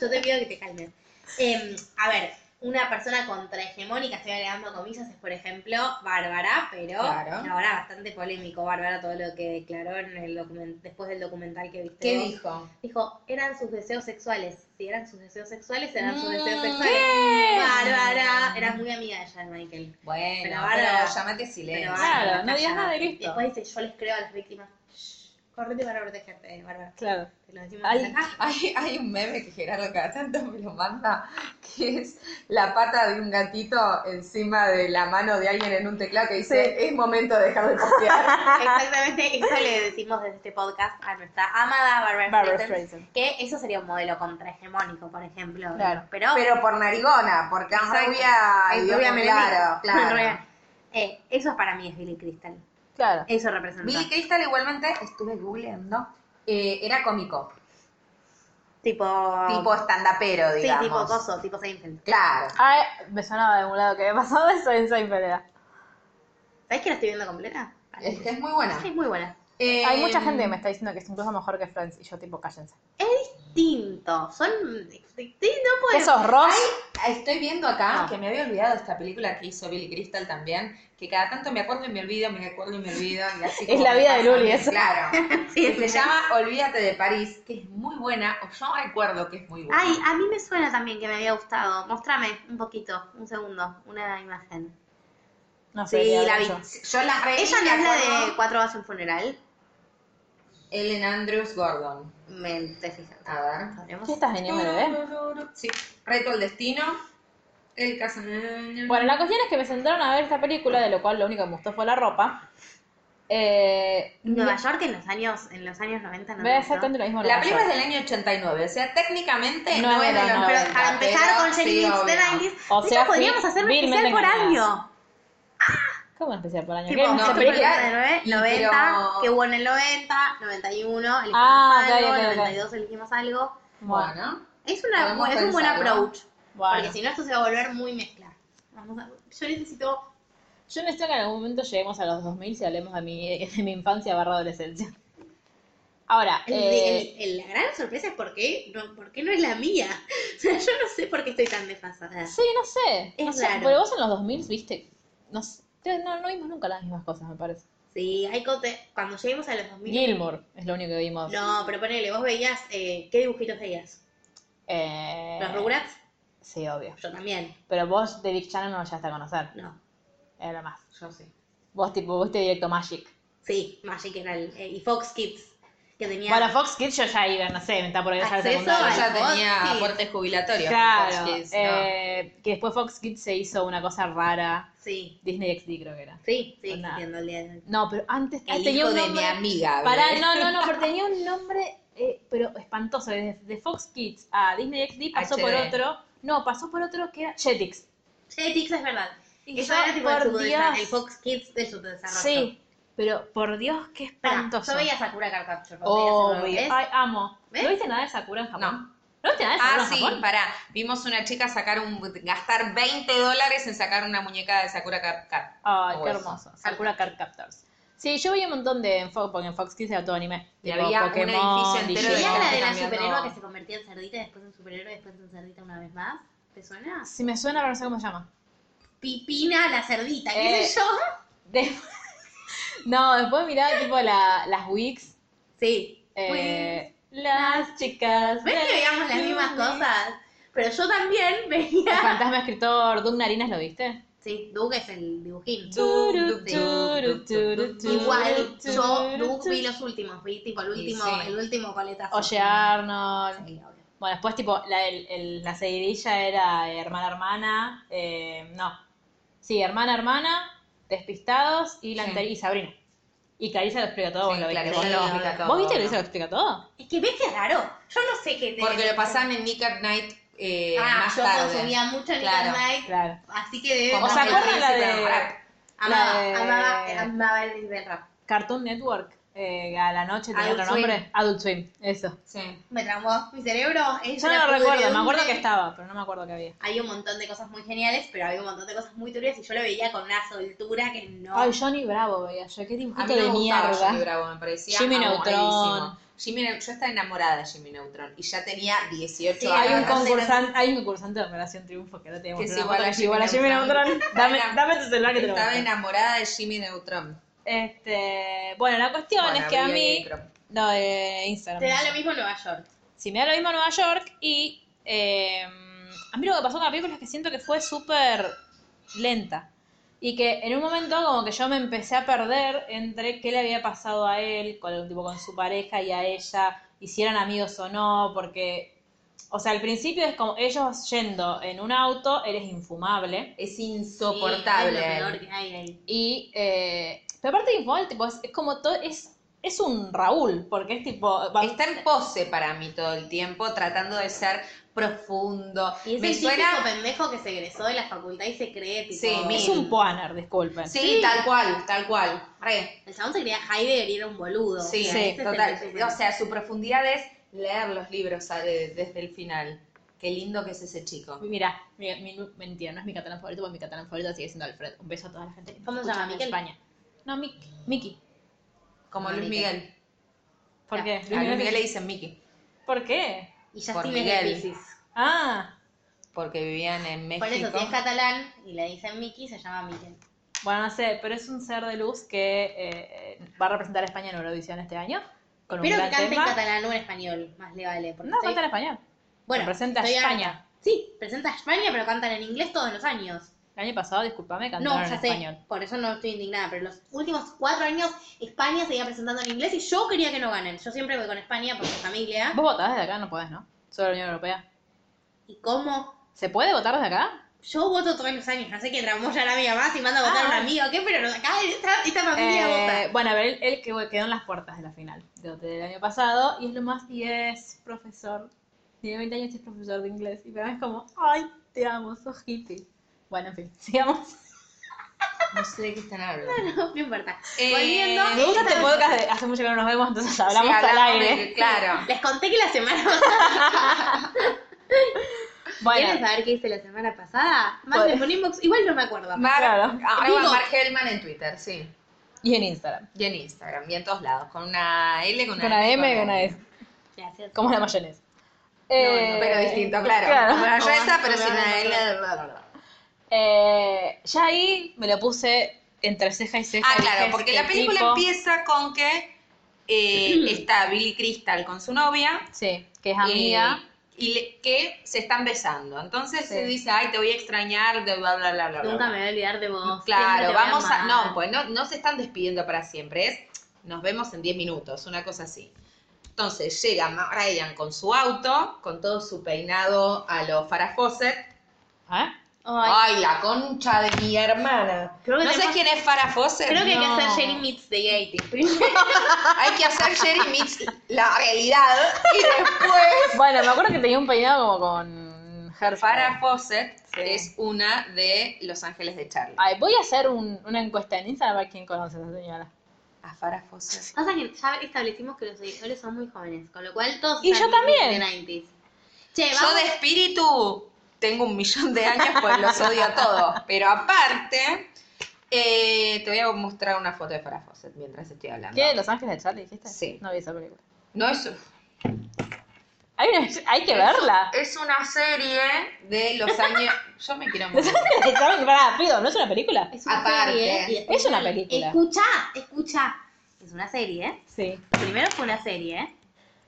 S3: yo te pido que te calmes. Em, a ver, una persona contrahegemónica, estoy agregando comillas, es por ejemplo Bárbara, pero
S4: Claro.
S3: ahora bastante polémico Bárbara todo lo que declaró en el document- después del documental que viste.
S4: ¿Qué
S3: vos.
S4: dijo?
S3: Dijo, eran sus deseos sexuales. Si eran sus deseos sexuales, eran sus
S4: Mm,
S3: deseos sexuales.
S2: ¿qué?
S3: Bárbara, era muy amiga de ella de Michael.
S4: Bueno,
S3: Pero
S4: pero,
S3: ahora-
S4: llámate
S3: Pero
S4: silencio.
S2: Claro,
S3: Bárbara,
S2: no digas
S3: callada.
S2: nada y listo.
S3: Después dice, yo les creo a las víctimas. Shh, correte para protegerte, eh, Bárbara.
S2: Claro.
S3: Te lo decimos
S4: Hay,
S3: desde acá.
S4: hay, hay un meme que Gerardo cada tanto me lo manda, que es la pata de un gatito encima de la mano de alguien en un teclado que dice, es momento de dejar de postear.
S3: Exactamente, eso le decimos desde este podcast a nuestra amada Barbara,
S2: Barbara
S3: Streisand,
S2: Streisand.
S3: Que eso sería un modelo contrahegemónico, por ejemplo.
S2: Claro.
S3: Pero,
S4: Pero por narigona, porque es
S3: Exacto.
S4: rubia
S3: Ay,
S4: y
S3: rubia
S4: ojos
S3: menemista.
S4: claros, claro.
S3: Rubia. Eh, eso para mí es Billy Crystal.
S2: Claro.
S3: Eso representa.
S4: Billy Crystal igualmente estuve googleando, eh, era cómico,
S3: tipo.
S4: tipo estandapero,
S3: Ah. Sí,
S4: digamos.
S3: tipo coso, tipo Seinfeld.
S4: Claro.
S2: Ay, me sonaba de algún lado que había pasado eso en Seinfeld. era.
S3: ¿Sabes que la estoy viendo completa? Vale.
S4: Es que es muy buena.
S3: Sí, es muy buena.
S4: Eh,
S2: Hay mucha gente que me está diciendo que es incluso mejor que Friends y yo tipo, cállense.
S3: Es distinto. Son. sí, No puedes.
S2: Esos Ross.
S4: Estoy viendo acá
S3: Ah.
S4: que me había olvidado esta película que hizo Billy Crystal también, que cada tanto me acuerdo y me olvido, me acuerdo y me olvido. Y así como
S2: la
S4: me
S2: vida de
S4: pasa a
S2: Luli,
S4: mí,
S2: eso.
S4: Claro.
S3: Sí,
S4: Que se
S3: sí.
S4: llama Olvídate de París, que es muy buena, o yo recuerdo que es muy buena.
S3: Ay, a mí me suena también que me había gustado. Mostrame un poquito, un segundo, una imagen.
S2: No sé.
S3: Sí,
S2: qué
S3: la vi.
S2: hablan yo.
S4: yo la veía.
S3: Ella no es la de Cuatro Vas en Funeral.
S4: Ellen Andrews Gordon.
S3: Me estoy fijando.
S4: A ver.
S3: Podríamos-
S2: ¿Qué estás veniendo, bebé?
S4: Sí. Reto al destino. El caso. Bueno,
S2: Bueno, la cuestión es que me sentaron a ver esta película, de lo cual lo único que me gustó fue la ropa. Eh,
S3: Nueva York en los años, en los años 90 no
S2: Voy a
S3: tanto.
S2: hacer tanto lo mismo. en
S4: la
S2: Nueva
S4: película es
S2: York.
S4: del año 89, o sea, técnicamente
S2: No
S4: no, es de
S2: era,
S4: los
S2: no
S3: Pero
S4: 90,
S3: para empezar
S4: pero
S3: con Jerry
S4: sí,
S3: Mix de
S4: obvio.
S3: 90s,
S2: O
S3: de
S2: sea,
S3: hecho podríamos
S2: fui
S3: hacer un
S2: Bill
S3: especial por
S2: Mendenhall.
S3: año.
S2: ¿Cómo en especial por año?
S3: Tipo,
S2: ¿Qué
S3: no,
S2: no,
S4: mucha
S3: película
S4: película.
S3: de 9,
S4: Y
S3: 90,
S4: pero-
S3: ¿eh? que hubo en el 90, 91, elegimos
S2: Ah, ok,
S3: algo,
S2: ok, ok.
S3: 92 elegimos algo.
S4: Bueno.
S3: Es, una,
S4: Podemos
S3: es un buen
S4: pensarlo.
S3: approach, porque
S2: Bueno.
S3: si no esto se va a volver muy mezcla. Vamos a- yo necesito
S2: Yo necesito que en algún momento lleguemos a los 2000 si hablemos de mi, de mi infancia barra adolescencia. Ahora,
S3: El-
S2: eh,
S3: el- el- la gran sorpresa es por qué no, por qué no es la mía. O sea, yo no sé por qué estoy tan desfasada.
S2: sí, no sé.
S3: Es
S2: no sé,
S3: raro.
S2: Pero vos en los 2000 viste. No, sé, no, no vimos nunca las mismas cosas, me parece.
S3: Sí, hay cote- cuando lleguemos a los 2000.
S2: Gilmore es lo único que vimos.
S3: No, pero ponele, vos veías, eh, ¿qué dibujitos veías?
S2: Eh,
S3: ¿Los Rugrats?
S2: Sí, obvio.
S3: Yo también.
S2: Pero vos de Big Channel no lo llegaste a conocer.
S3: No,
S2: Era más.
S3: yo sí.
S2: Vos tipo, viste directo Magic.
S3: Sí, Magic era el... eh, y Fox Kids, que tenía...
S2: Bueno, Fox Kids yo ya iba, no sé, me está por ahí
S3: Acceso
S4: Yo
S3: al
S4: ya
S3: Fox
S4: tenía
S3: Kids.
S4: aportes jubilatorios.
S2: Claro.
S4: Fox Kids, no.
S2: eh, Que después Fox Kids se hizo una cosa rara.
S3: Sí,
S2: Disney XD creo que era.
S3: sí, sí,
S2: Onda.
S3: existiendo el día de hoy.
S2: No, pero antes
S4: El
S2: tenía
S4: hijo
S2: un
S4: de
S2: nombre-
S4: mi amiga.
S2: Pará,
S4: hablé.
S2: no, no, no, pero tenía un nombre, eh, pero espantoso. De, de Fox Kids a Disney XD pasó por
S4: HD.
S2: otro. No, pasó por otro que era Jetix.
S3: Jetix es verdad.
S2: Y
S3: Eso
S2: yo,
S3: era tipo de
S2: por
S3: su desa-
S2: Dios.
S3: el Fox Kids de su desarrollo.
S2: Sí, pero por Dios, qué
S3: Pará,
S2: espantoso.
S3: yo veía Sakura Card Capture. cuando veía
S2: Obvio.
S3: Sakura.
S2: Ay, amo.
S3: ¿Ves?
S2: ¿No viste nada de Sakura en Japón? No. viste nada de Sakura
S4: Ah,
S2: en
S4: sí,
S2: Japón?
S4: pará. Vimos una chica sacar un, gastar 20 dólares en sacar una muñeca de Sakura Card Captor.
S2: Ay,
S4: O
S2: qué
S4: eso.
S2: hermoso. Sakura Card Captors. Sí, yo veía un montón de en Fox, porque en Fox Kids era todo anime.
S4: Y
S2: Tipo
S4: había un edificio
S3: ¿Y
S2: Digimon.
S4: entero de
S3: veías la de la
S4: cambiando-
S3: superhéroe que se convertía en cerdita, después en superhéroe, después en cerdita una vez más? ¿Te suena?
S2: Si me suena, pero no sé cómo se llama.
S3: Pipina la cerdita, qué
S2: Eh.
S3: sé yo.
S2: De- no, después miraba tipo la- las Wix.
S3: Sí.
S2: eh, las chicas.
S3: Pues, ¿Ves que veíamos las mismas cosas? Pero yo también
S2: El
S3: veía...
S2: fantasma escritor Doug Narinas, ¿lo viste?
S3: Sí, Doug es el dibujín.
S2: Turu,
S3: Sí.
S2: turu, turu, turu,
S3: Igual, yo
S2: turu,
S3: Doug vi
S2: turu.
S3: los últimos, vi tipo el
S4: Y
S3: último,
S4: sí.
S3: el último coletazo.
S2: Oye Arnold.
S3: Sí, obvio.
S2: Bueno, después tipo, la, el- el- la seguidilla era eh, hermana, hermana, eh, no. Sí, hermana, hermana, despistados y, la
S4: Sí.
S2: anteri- y Sabrina. Y Clarisa lo explica todo,
S4: Sí,
S2: vos lo viste.
S4: Clarisa
S2: vos
S4: lo
S2: lo-
S4: explica todo,
S2: ¿Vos viste que
S4: ¿no?
S2: Clarisa lo explica todo?
S3: Es que ves que es raro. Yo no sé qué te-
S4: Porque lo pasaban en Nick at Night eh,
S3: Ah,
S4: más
S3: yo
S4: tarde.
S3: consumía mucho Nick
S4: Claro,
S3: at Night,
S2: Claro.
S3: así que de
S4: Como
S2: ¿O se
S4: que
S2: acuerdan la
S4: parece, pero
S2: de
S4: rap.
S3: amaba,
S2: la de-
S3: amaba, amaba el del rap.
S2: Cartoon Network? Eh, a la noche tenía
S3: Adult
S2: otro nombre. Adult Swim, eso.
S4: Sí.
S3: Me traumó mi cerebro. es
S2: Yo
S3: una
S2: no lo recuerdo,
S3: pudredumbre.
S2: me acuerdo que estaba, pero no me acuerdo que había.
S3: Hay un montón de cosas muy geniales, pero había un montón de cosas muy turbias y yo lo veía con una soltura que no.
S2: Ay, Johnny Bravo, veía yo, qué dibujito
S4: A mí
S2: de
S4: no me gustaba
S2: mierda.
S4: Jimmy Bravo, me parecía
S2: Jimmy
S4: aburridísimo.
S2: Neutron.
S4: Jimmy Neu- yo estaba enamorada de Jimmy Neutron y ya tenía 18
S3: Sí,
S4: años.
S2: hay un
S3: Ahora,
S2: concursante, hay un concursante de Operación Triunfo que no tenemos
S4: Que es
S2: una
S4: igual
S2: foto
S4: a
S2: que es igual a
S4: Jimmy
S2: Jimmy
S4: Neutron.
S2: Neutron. Dame,
S4: Estaba-
S2: dame tu celular que te lo
S4: Estaba
S2: muestro.
S4: enamorada de Jimmy Neutron.
S2: Este, bueno, la cuestión
S4: Bueno,
S2: es que a
S4: habría
S2: mí
S4: micro.
S2: lo de Instagram.
S3: Te da lo mismo Nueva York.
S2: Si me da lo mismo Nueva York y eh, a mí lo que pasó con la película es que siento que fue súper lenta y que en un momento como que yo me empecé a perder entre qué le había pasado a él con tipo con su pareja y a ella, y si eran amigos o no, porque o sea, al principio es como ellos yendo en un auto, eres infumable.
S4: Es
S3: Sí,
S4: insoportable.
S3: es lo peor que hay ahí.
S2: Y, eh, pero aparte de Infobalt, tipo, es, es como todo, es, es un Raúl, porque es tipo, va-
S4: Está en pose para mí todo el tiempo, tratando de ser profundo.
S3: Y es
S4: Me
S3: el típico
S4: suena.
S3: pendejo que se egresó de la facultad y se cree tipo.
S4: Sí,
S2: es
S4: mil.
S2: un Poaner, disculpen.
S4: Sí, tal cual, tal cual. Re.
S3: El chabón se creía Heidegger y era un boludo.
S4: Sí,
S3: O sea,
S2: sí,
S3: ese Este es el
S4: total.
S3: resumen.
S4: O sea, su profundidad es leer los libros ¿sabe? desde el final. Qué lindo que es ese chico.
S2: Mira, mi, mi- mentira, no es mi catalán favorito, porque mi catalán favorito sigue siendo Alfred. Un beso a toda la gente. que nos
S3: ¿Cómo se
S2: escucha
S3: llama,
S2: en
S3: Miquel?
S2: España. No, Miki. Miki.
S4: Como
S3: No,
S4: Luis
S3: Miguel.
S4: Miguel.
S2: ¿Por
S3: Ya,
S2: qué?
S4: A Luis Miguel le dicen Mickey.
S2: ¿Por qué?
S3: y
S4: por
S3: Justin es de
S4: Miguel.
S3: Pisces.
S2: Ah,
S4: Porque vivían en México.
S3: Por eso, si es catalán y le dicen Mickey, se llama Miquel.
S2: bueno, no sé, pero es un ser de luz que eh, va a representar a España en Eurovisión este año. Con
S3: Espero
S2: un
S3: que
S2: gran
S3: cante
S2: tema.
S3: en catalán o en español, más le vale. Porque
S2: No,
S3: estoy-
S2: canta en español.
S3: Bueno,
S2: representa a
S3: estoy harta.
S2: España.
S3: Sí, presenta a España, pero cantan en inglés todos los años.
S2: El año pasado, discúlpame, cantaron
S3: no, ya
S2: en
S3: sé,
S2: español.
S3: por eso no estoy indignada, pero los últimos cuatro años España seguía presentando en inglés y yo quería que no ganen. Yo siempre voy con España por mi familia.
S2: Vos votás desde acá, no podés, ¿no? Solo la Unión Europea.
S3: ¿Y cómo?
S2: ¿Se puede votar desde acá?
S3: Yo voto todos los años, no sé qué tramó ya la mía más y manda a votar a un
S2: Ah.
S3: amigo, ¿qué? Pero nos- acá esta, esta familia
S2: Eh,
S3: vota.
S2: bueno, a ver, él, él que- quedó en las puertas de la final de- del año pasado y es lo más, y es profesor. Tiene 20 años y es profesor de inglés. Y para mí es como, ay, te amo, sos hippie. Bueno, en fin, sigamos.
S4: No sé de qué están hablando.
S3: No, importa.
S4: Eh,
S3: Volviendo.
S2: Me gusta este
S3: entonces-
S2: podcast de hace mucho que no nos vemos, entonces hablamos,
S4: Sí,
S2: al
S4: hablamos de-
S2: aire.
S4: claro.
S3: Les conté que la semana pasada. ¿Quieren
S2: Bueno,
S3: saber qué hice la semana pasada? Mándenme un inbox. Igual no me acuerdo.
S4: Mar, ah,
S2: Claro.
S4: arroba
S3: Digo-
S4: Mark Hellman en Twitter, sí.
S2: y en Instagram.
S4: Y en Instagram, y en todos lados. Con una L, con una,
S2: Con la
S4: N,
S2: M y con la S.
S3: Gracias.
S2: Como la mayonesa.
S3: no,
S4: Pero
S2: Eh,
S4: distinto, claro.
S2: claro.
S4: Como la mayonesa, pero
S3: Como
S4: sin
S3: la-
S4: la L. bla, bla, bla.
S2: Eh, ya ahí me lo puse entre ceja y ceja.
S4: Ah,
S2: Dije,
S4: claro, porque la
S2: el
S4: película
S2: tipo-
S4: empieza con que eh, está Billy Crystal con su novia.
S2: Sí, que es
S4: y-
S2: amiga.
S4: Y, y le- que se están besando. Entonces
S3: Sí.
S4: se dice, ay, te voy a extrañar, de bla, bla, bla, bla. bla,
S3: Nunca
S4: bla".
S3: me voy a olvidar de vos. siempre
S4: Claro,
S3: te voy
S4: vamos a...
S3: amar.
S4: No, pues no, no se están despidiendo para siempre, es nos vemos en 10 minutos, una cosa así. Entonces llega Brian con su auto, con todo su peinado a los Farah Fawcett.
S2: ¿Eh?
S3: Ay,
S4: Ay, la concha de mi hermana.
S3: Creo que
S4: ¿No sé
S3: tenemos-
S4: quién es Farah Fawcett?
S3: Creo que hay que
S4: No.
S3: hacer Jenny Meets the 80 primero.
S4: Hay que hacer Jerry Meets la realidad y después...
S2: Bueno, me acuerdo que tenía un peinado como con
S4: Farah
S2: Herfara.
S4: Fawcett
S2: Sí.
S4: es una de Los Ángeles de Charlie.
S2: Ay, voy a hacer un- una encuesta en Instagram a ver quién conoce a esa señora.
S4: A Farah Fawcett.
S3: Pasa que ya establecimos que los seguidores son muy jóvenes, con lo cual todos
S2: Y yo
S3: están
S2: también.
S3: de 90s. Che,
S4: Yo
S3: vamos.
S4: de espíritu tengo un millón de años, pues los odio a todos. Pero aparte, eh, te voy a mostrar una foto de Farah Fawcett mientras estoy hablando.
S2: ¿Tiene Los Ángeles de Charlie, dijiste?
S4: Sí.
S2: No vi esa película.
S4: No es,
S2: Hay, una- hay que verla.
S4: es una serie de los años... Yo me quiero
S2: Los
S4: morir.
S2: Ángeles de Charlie, pará, pido, ¿no es una película?
S3: Es una
S4: Aparte.
S3: serie. y después
S2: Es una
S3: sale-
S2: película.
S3: Escucha, escucha. Es una serie.
S2: Sí.
S3: Primero fue una serie.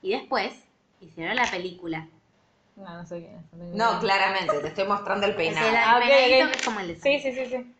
S3: Y después hicieron la película.
S2: No, no sé quién es.
S4: No, claramente, te estoy mostrando el
S3: Es el
S4: peinado.
S2: Ah, ok,
S3: peinadito
S2: ok.
S3: que es como el de
S2: Sí,
S3: Sonic.
S2: sí, sí, sí.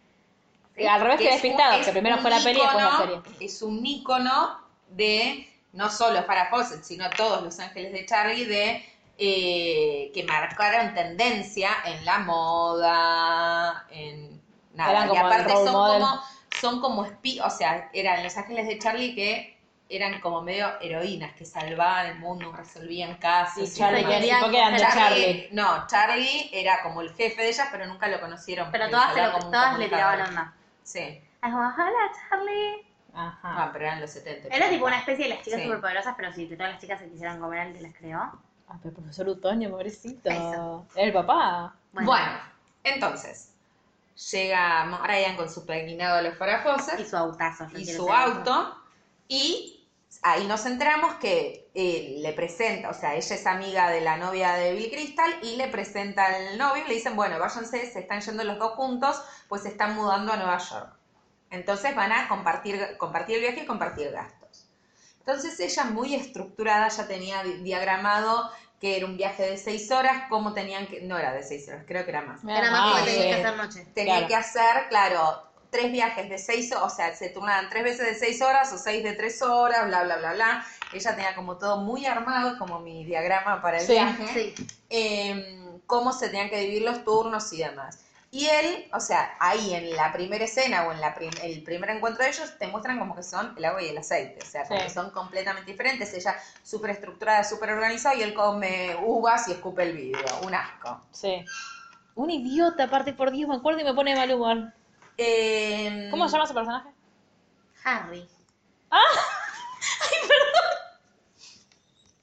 S2: Y Eh, al revés que despistados,
S4: es
S2: que primero
S4: un
S2: fue la peli y después la
S4: ícono- Es un ícono de, no solo Farah Fawcett, sino todos los ángeles de Charlie, de eh, que marcaron tendencia en la moda, en nada.
S2: Eran
S4: y
S2: como el
S4: aparte
S2: role
S4: son
S2: model.
S4: como, son como espi, o sea, eran los ángeles de Charlie que eran como medio heroínas, que salvaban el mundo, resolvían casos.
S2: Y
S4: y
S2: Charlie,
S4: demás.
S2: que
S3: querían
S2: porque eran de
S3: coger-
S2: Charlie.
S4: No, Charlie era como el jefe de ellas, pero nunca lo conocieron.
S3: Pero
S4: porque
S3: todas, se
S4: hablaba
S3: lo-
S4: como un
S3: todas le
S4: comunicador.
S3: tiraban onda.
S4: Sí.
S3: Es como, hola Charlie.
S4: Ah,
S2: Ajá.
S4: pero eran los 70.
S3: Era tipo una especie de las chicas
S4: Sí.
S3: superpoderosas, pero si todas las chicas se quisieran comer, alguien las creó.
S2: Ah, pero profesor Utoño, pobrecito.
S3: Eso.
S2: Era el papá.
S4: Bueno, entonces, llega Brian con su peinado a los Farafosas
S3: Y su autazo. yo
S4: y
S3: quiero
S4: su
S3: ser
S4: auto, y ahí nos entramos que él le presenta, o sea, ella es amiga de la novia de Bill Crystal y le presenta al novio y le dicen, bueno, váyanse, se están yendo los dos juntos, pues se están mudando a Nueva York. Entonces van a compartir, compartir el viaje y compartir gastos. Entonces ella muy estructurada ya tenía di- diagramado que era un viaje de seis horas, cómo tenían que, no era de seis horas, creo que era más.
S3: Era más
S4: Ah,
S3: como tenías que
S4: sí.
S3: hacer noche.
S4: Tenía
S2: Claro.
S4: que hacer, claro, tres viajes de seis horas, o sea, se turnaban tres veces de seis horas o seis de tres horas, bla, bla, bla, bla. Ella tenía como todo muy armado, como mi diagrama para el
S2: Sí.
S4: viaje,
S3: Sí.
S4: em, cómo se tenían que dividir los turnos y demás. Y él, o sea, ahí en la primera escena o en la prim- el primer encuentro de ellos, te muestran como que son el agua y el aceite, o sea, como
S2: Sí.
S4: que son completamente diferentes. Ella súper estructurada, súper organizada y él come uvas y escupe el vidrio. Un asco.
S2: Sí. Un idiota, aparte, por Dios, me acuerdo y me pone de mal humor.
S4: Em,
S2: ¿Cómo se llama ese personaje?
S3: Harry.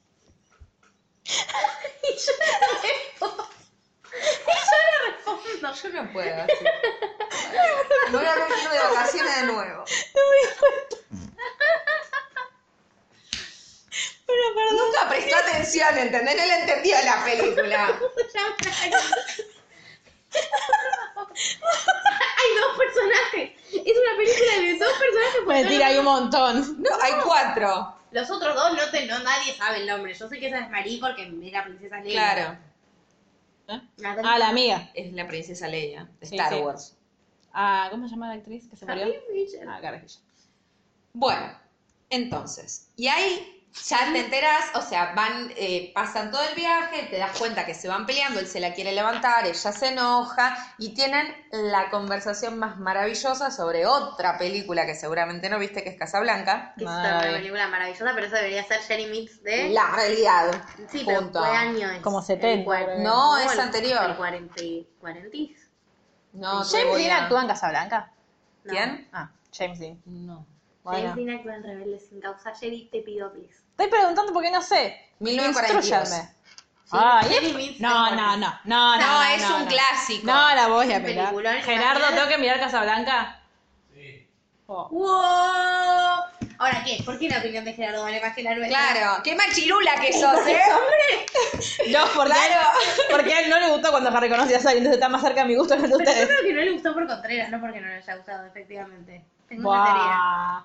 S4: No, yo no puedo. así. Me voy a venir de vacaciones de nuevo. Nunca prestó atención, ¿entendés? Él entendía la película.
S3: Hay dos personajes. Es una película de dos personajes.
S4: Pues
S3: porque
S2: Mentira,
S3: no-
S2: hay un montón.
S4: No, hay cuatro.
S3: Los otros dos no, te, no nadie sabe el nombre. Yo sé que esa es Marie porque era princesa Leia.
S4: Claro.
S2: Ah, la amiga.
S4: Es la princesa Leia de
S2: Sí,
S4: Star
S2: sí.
S4: Wars.
S2: Ah, ¿cómo se llama la actriz que se murió? Ah, Carajillo.
S4: Bueno, entonces, y ahí ya te enterás, o sea, van, eh, pasan todo el viaje, te das cuenta que se van peleando, él se la quiere levantar, ella se enoja, y tienen la conversación más maravillosa sobre otra película que seguramente no viste, que es Casablanca.
S3: Que es ¿eh?
S2: Ay.
S3: una película maravillosa, pero eso debería ser Jerry Mix de.
S4: La realidad.
S3: sí, pero
S4: punto.
S3: ¿qué año es?
S2: Como 70,
S3: El cuar-
S2: creo.
S4: No, es
S3: el-
S4: anterior.
S3: El 40 y 40.
S4: No, te
S2: ¿James
S4: voy
S2: Dean
S4: a-
S2: actúa en Casablanca?
S3: No.
S4: ¿Quién?
S2: Ah, James Dean.
S4: No.
S2: Bueno.
S3: Valentina actúa en Rebeldes sin causa. Jerry, te pido, please.
S2: Estoy preguntando porque no sé.
S4: 1942.
S2: Instrúyanme. Ah,
S3: Jerry
S2: y-
S3: Means
S2: no,
S3: the
S2: no,
S3: Morning.
S2: no, no, no,
S4: No,
S2: no,
S4: es
S2: no,
S4: un
S2: no.
S4: clásico.
S2: No, la voy a
S3: Un
S2: mirar.
S3: peliculón
S2: Gerardo,
S3: español.
S2: ¿tengo que mirar Casablanca? Oh.
S3: ¡Wow! Ahora, ¿qué? ¿Por qué la opinión de Gerardo vale más que la nuestra?
S4: Claro, qué machirula que sos, ¿eh?
S2: No, porque,
S4: Claro.
S2: porque a él no le gustó cuando Harry conocía a Sally, entonces está más cerca de mi gusto que el de
S3: Pero yo
S2: ustedes.
S3: creo que no le gustó por Contreras, no porque no le haya gustado, efectivamente. Tengo una teoría.
S2: Buah.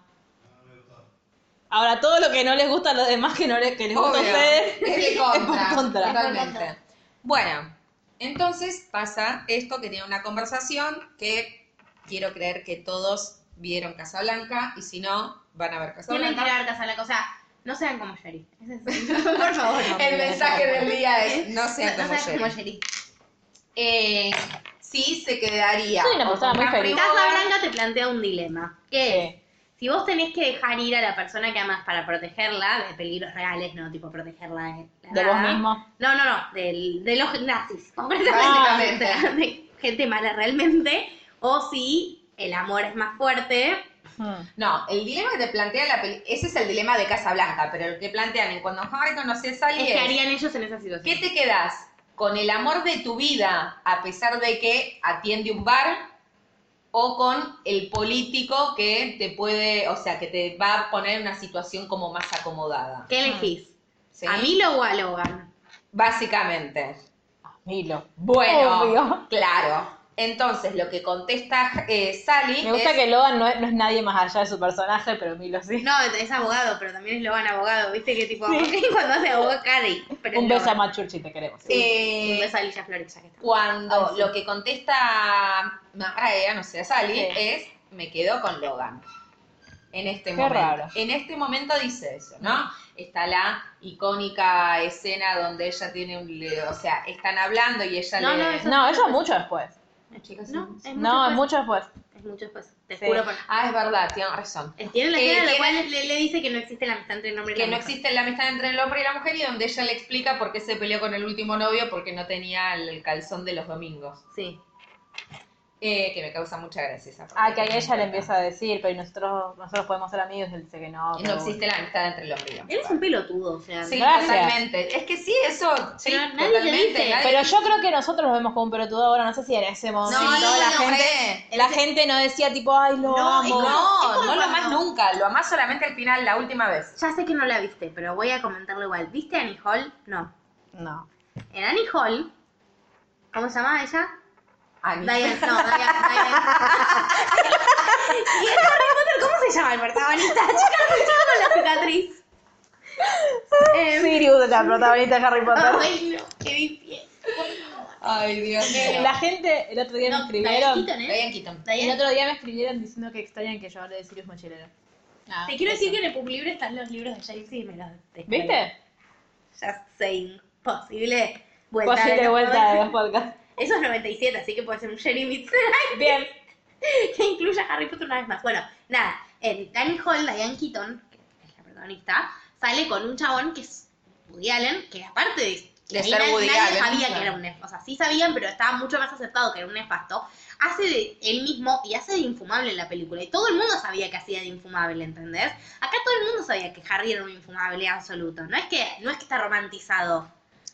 S2: Ahora, todo lo que no les gusta a los demás que, no les, que les gusta a
S4: Obvio.
S2: ustedes
S4: Es de
S2: es
S4: contra.
S2: por contra.
S4: Totalmente. Bueno, entonces pasa esto que tiene una conversación que quiero creer que todos vieron Casablanca y si no, van a ver
S3: Tienen que ir
S4: Casablanca.
S3: a ver Casablanca, o sea, no sean como Sherry. Es en serio. Por favor. no.
S4: El mensaje del día es no
S3: No,
S4: sean
S3: no
S4: como
S3: seas como
S4: Jerry.
S3: Sherry.
S4: Eh, sí se quedaría.
S2: Soy una
S4: o
S2: persona
S4: con
S2: muy
S4: Humphrey
S2: feliz.
S3: Casa
S4: Bogart.
S3: Blanca te plantea un dilema, que es, si vos tenés que dejar ir a la persona que amas para protegerla de peligros reales, no tipo protegerla de, la
S2: De vos
S3: nada.
S2: mismo.
S3: No, no, no, del- de los nazis, concretamente,
S4: Básicamente.
S3: o sea, de gente mala realmente, o si el amor es más fuerte,
S2: Hmm.
S4: No, el dilema que te plantea la peli, ese es el dilema de Casablanca, pero el que plantean en cuando Harry conoce a Sally
S3: es que
S4: es,
S3: harían ellos en esa situación.
S4: ¿Qué te quedas? ¿Con el amor de tu vida, a pesar de que atiende un bar? ¿O con el político que te puede, o sea, que te va a poner en una situación como más acomodada?
S3: ¿Qué elegís?
S4: ¿Sí?
S3: ¿A Milo o a Logan?
S4: Básicamente.
S2: Milo.
S4: Bueno,
S2: Obvio.
S4: claro. Entonces, lo que contesta eh, Sally
S2: Me gusta
S4: es...
S2: que Logan no es, no es nadie más allá de su personaje, pero Milo sí.
S3: No, es abogado, pero también es Logan abogado, ¿viste? Que tipo, cuando hace abogado, Cari. pero
S2: Un
S3: es
S2: beso a
S3: Logan.
S2: Machurchi, te queremos.
S4: eh,
S3: Un beso a Alicia Flores, ya que está.
S4: Cuando
S2: Ah, sí.
S4: lo que contesta Mariah, no sé, Sally,
S2: Sí.
S4: es me quedo con Logan. En este
S2: Qué
S4: momento.
S2: raro.
S4: En este momento dice eso, ¿no? Está la icónica escena donde ella tiene un. le- O sea, están hablando y ella
S3: No,
S4: le.
S3: no, eso-
S2: No, eso es mucho después.
S4: Chicos,
S3: No, es
S2: No, es mucho
S3: mucho
S2: después.
S3: después. Es mucho después. Te
S2: Sí.
S3: juro por
S4: Ah, es verdad, tienen razón.
S3: Tiene la
S4: Eh,
S3: escena en la
S4: tiene-
S3: cual le, le dice que no existe la amistad entre el hombre y
S4: Que
S3: la
S4: no
S3: mujer.
S4: existe la amistad entre el hombre y la mujer y donde ella le explica por qué se peleó con el último novio porque no tenía el calzón de los domingos.
S3: Sí.
S4: Eh, que me causa mucha gracia esa parte.
S2: Ah, que ahí ella le empieza a decir, pero nosotros, nosotros podemos ser amigos y él dice que no.
S4: No
S2: pero
S4: existe la amistad entre el hombre y la mujer.
S3: Eres un pelotudo, o sea.
S4: Sí,
S2: Gracias.
S4: totalmente. Es que sí, eso. Sí,
S3: Pero nadie
S4: totalmente,
S3: te dice.
S4: nadie-
S2: Pero yo creo que nosotros lo vemos como un pelotudo ahora, no sé si en ese momento
S4: no, no,
S2: la,
S4: no,
S2: gente,
S4: re.
S2: la gente no decía tipo, ay, lo
S3: No,
S2: amo.
S3: es
S4: No,
S3: como
S4: no lo
S3: cuando-
S4: amás nunca. Lo amás solamente al final, la última vez.
S3: Ya sé que no la viste, pero voy a comentarlo igual. ¿Viste a Annie Hall? No.
S2: No.
S3: En Annie Hall, ¿cómo se llamaba ella?
S4: Ani.
S3: Diane, no, Diane, Diane. ¿Y en Harry Potter cómo se llama el protagonista? Chica, se llama con la cicatriz. Eh,
S2: Sirius es la protagonista de Harry Potter.
S3: Ay, no, qué difícil.
S4: Ay, Dios mío.
S2: La gente, el otro día me
S3: No, Diane
S2: escribieron.
S3: Keaton, ¿eh?
S4: Diane Keaton.
S2: El
S3: Diane
S2: otro día me escribieron diciendo que extrañan que yo hable de Sirius Mochilero. Ah,
S3: Te quiero decir que en el Publibre están los libros de James y me los descargué.
S2: ¿Viste?
S3: Ya sé, imposible. Vuelta
S2: Posible
S3: de los
S2: vuelta de
S3: noven-
S2: los podcasts.
S3: Eso es 97, así que puede ser un Jeremy Strike
S2: Bien.
S3: que incluya a Harry Potter una vez más. Bueno, nada, en Danny Hall, Diane Keaton, que es la protagonista, sale con un chabón que es Woody Allen, que aparte de...
S4: De
S3: ahí
S4: ser
S3: nadie-
S4: Woody
S3: nadie
S4: Allen,
S3: sabía
S4: claro.
S3: que era un nefasto. O sea, sí sabían, pero estaba mucho más aceptado que era un nefasto. Hace de él mismo y hace de infumable en la película. Y todo el mundo sabía que hacía de infumable, ¿entendés? Acá todo el mundo sabía que Harry era un infumable absoluto. No es que, no es que está romantizado.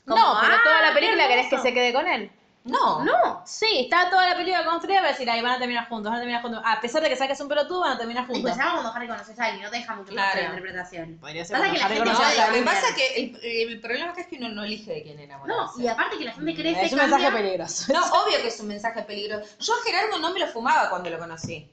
S3: Como,
S2: no, pero
S3: "Ah,
S2: toda la
S3: qué
S2: película querés que
S3: hermoso".
S2: se quede con él.
S4: No.
S3: No,
S2: Sí, está toda la película construida para decir, ahí van a terminar juntos, van a terminar juntos. A pesar de que saques un pelotudo, van a terminar
S3: Y
S2: juntos.
S3: pues ya cuando Harry conoces a alguien, no te deja mucho más
S4: Claro.
S3: la interpretación.
S2: Podría
S3: Pasa
S2: cuando
S3: que la
S2: Harry
S3: gente
S4: No,
S2: conoció
S3: ya-
S2: a
S4: lo
S2: Sally.
S4: que pasa es que el, el problema acá es que uno no elige de quién
S3: No,
S4: enamorarse.
S3: y aparte que la gente crece.
S2: Es un
S3: cambia.
S2: mensaje peligroso.
S4: No, obvio que es un mensaje peligroso. Yo a Gerardo no me lo fumaba cuando lo conocí.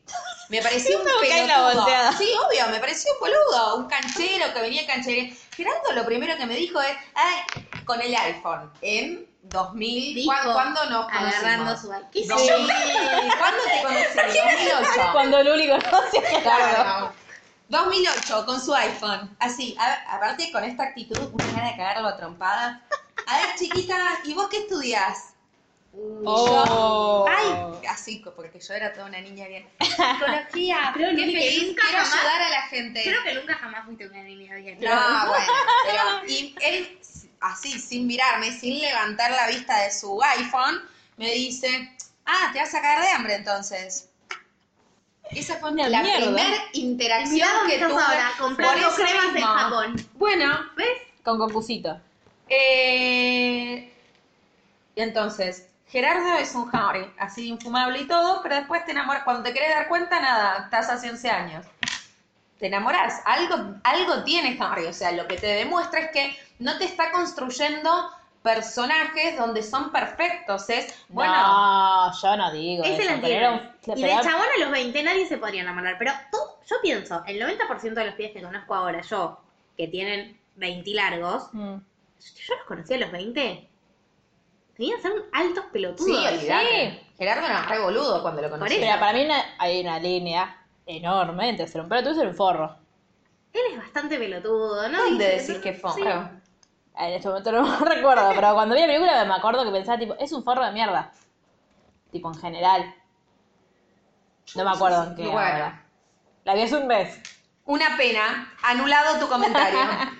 S4: Me parecía un
S2: Siempre cae la
S4: pelotudo.
S2: volteada.
S4: Sí, obvio, me pareció un boludo, un canchero que venía canchero. Gerardo lo primero que me dijo es, ay, con el iPhone, en 2000,
S3: Dijo,
S4: ¿cuá- ¿cuándo nos conocimos?
S3: Agarrando su bike. ¿Qué sé
S4: Sí,
S3: yo?
S4: ¿Cuándo te conocí? 2008.
S2: Cuando Luli conoce a Gerardo.
S4: Claro. 2008, con su iPhone. Así, a- aparte con esta actitud, una gana de cagarlo a trompada. A ver, chiquita, ¿y vos qué estudias?
S2: Oh.
S4: Ay, así, co- porque yo era toda una niña bien. Psicología,
S3: Creo,
S4: qué
S3: Luli, que
S4: feliz,
S3: nunca
S4: quiero
S3: jamás-
S4: ayudar a la gente.
S3: Creo que nunca jamás fuiste una niña bien.
S4: No, bueno, pero y él, así, sin mirarme, sin levantar la vista de su iPhone, me dice, ah, te vas a caer de hambre entonces. Esa fue
S2: Una
S4: la
S2: mierda.
S4: primera
S3: Mirá
S4: interacción
S3: dónde
S4: que
S3: estás
S4: tuve.
S3: ahora, comprando
S4: Por eso
S3: cremas de
S4: mismo.
S3: Japón.
S4: Bueno,
S3: ¿Ves?
S2: Con concusito.
S4: eh, y entonces, Gerardo es un Harry, así infumable y todo, pero después te enamoras. Cuando te querés dar cuenta, nada, estás hace 11 años. Te enamorás, algo, algo tiene Harry, o sea, lo que te demuestra es que no te está construyendo personajes donde son perfectos, es, bueno,
S2: no, yo no digo.
S3: Ese
S2: eso,
S3: la
S2: pero era un-
S3: tiene. Y de
S2: pero-
S3: chabón a los 20 nadie se podría enamorar. Pero tú, yo pienso, el 90% de los pies que conozco ahora, yo, que tienen 20 largos,
S2: Mm.
S3: yo los conocí a los 20. Tenían que ser altos
S4: Sí,
S3: pelotudos.
S4: olvidate. Gerardo era re boludo cuando lo conocí.
S3: Por
S2: Pero para mí una- hay una línea enorme entre ser un pelotudo y ser un forro.
S3: Él es bastante pelotudo, ¿no?
S4: ¿Dónde
S3: Y-
S4: decís que fue?
S3: Sí.
S2: En este momento no me recuerdo, pero cuando vi la película me acuerdo que pensaba, tipo, es un forro de mierda. Tipo, en general. No me acuerdo en qué.
S4: Bueno.
S2: ahora. La vi hace un mes.
S4: Una pena. Anulado tu comentario.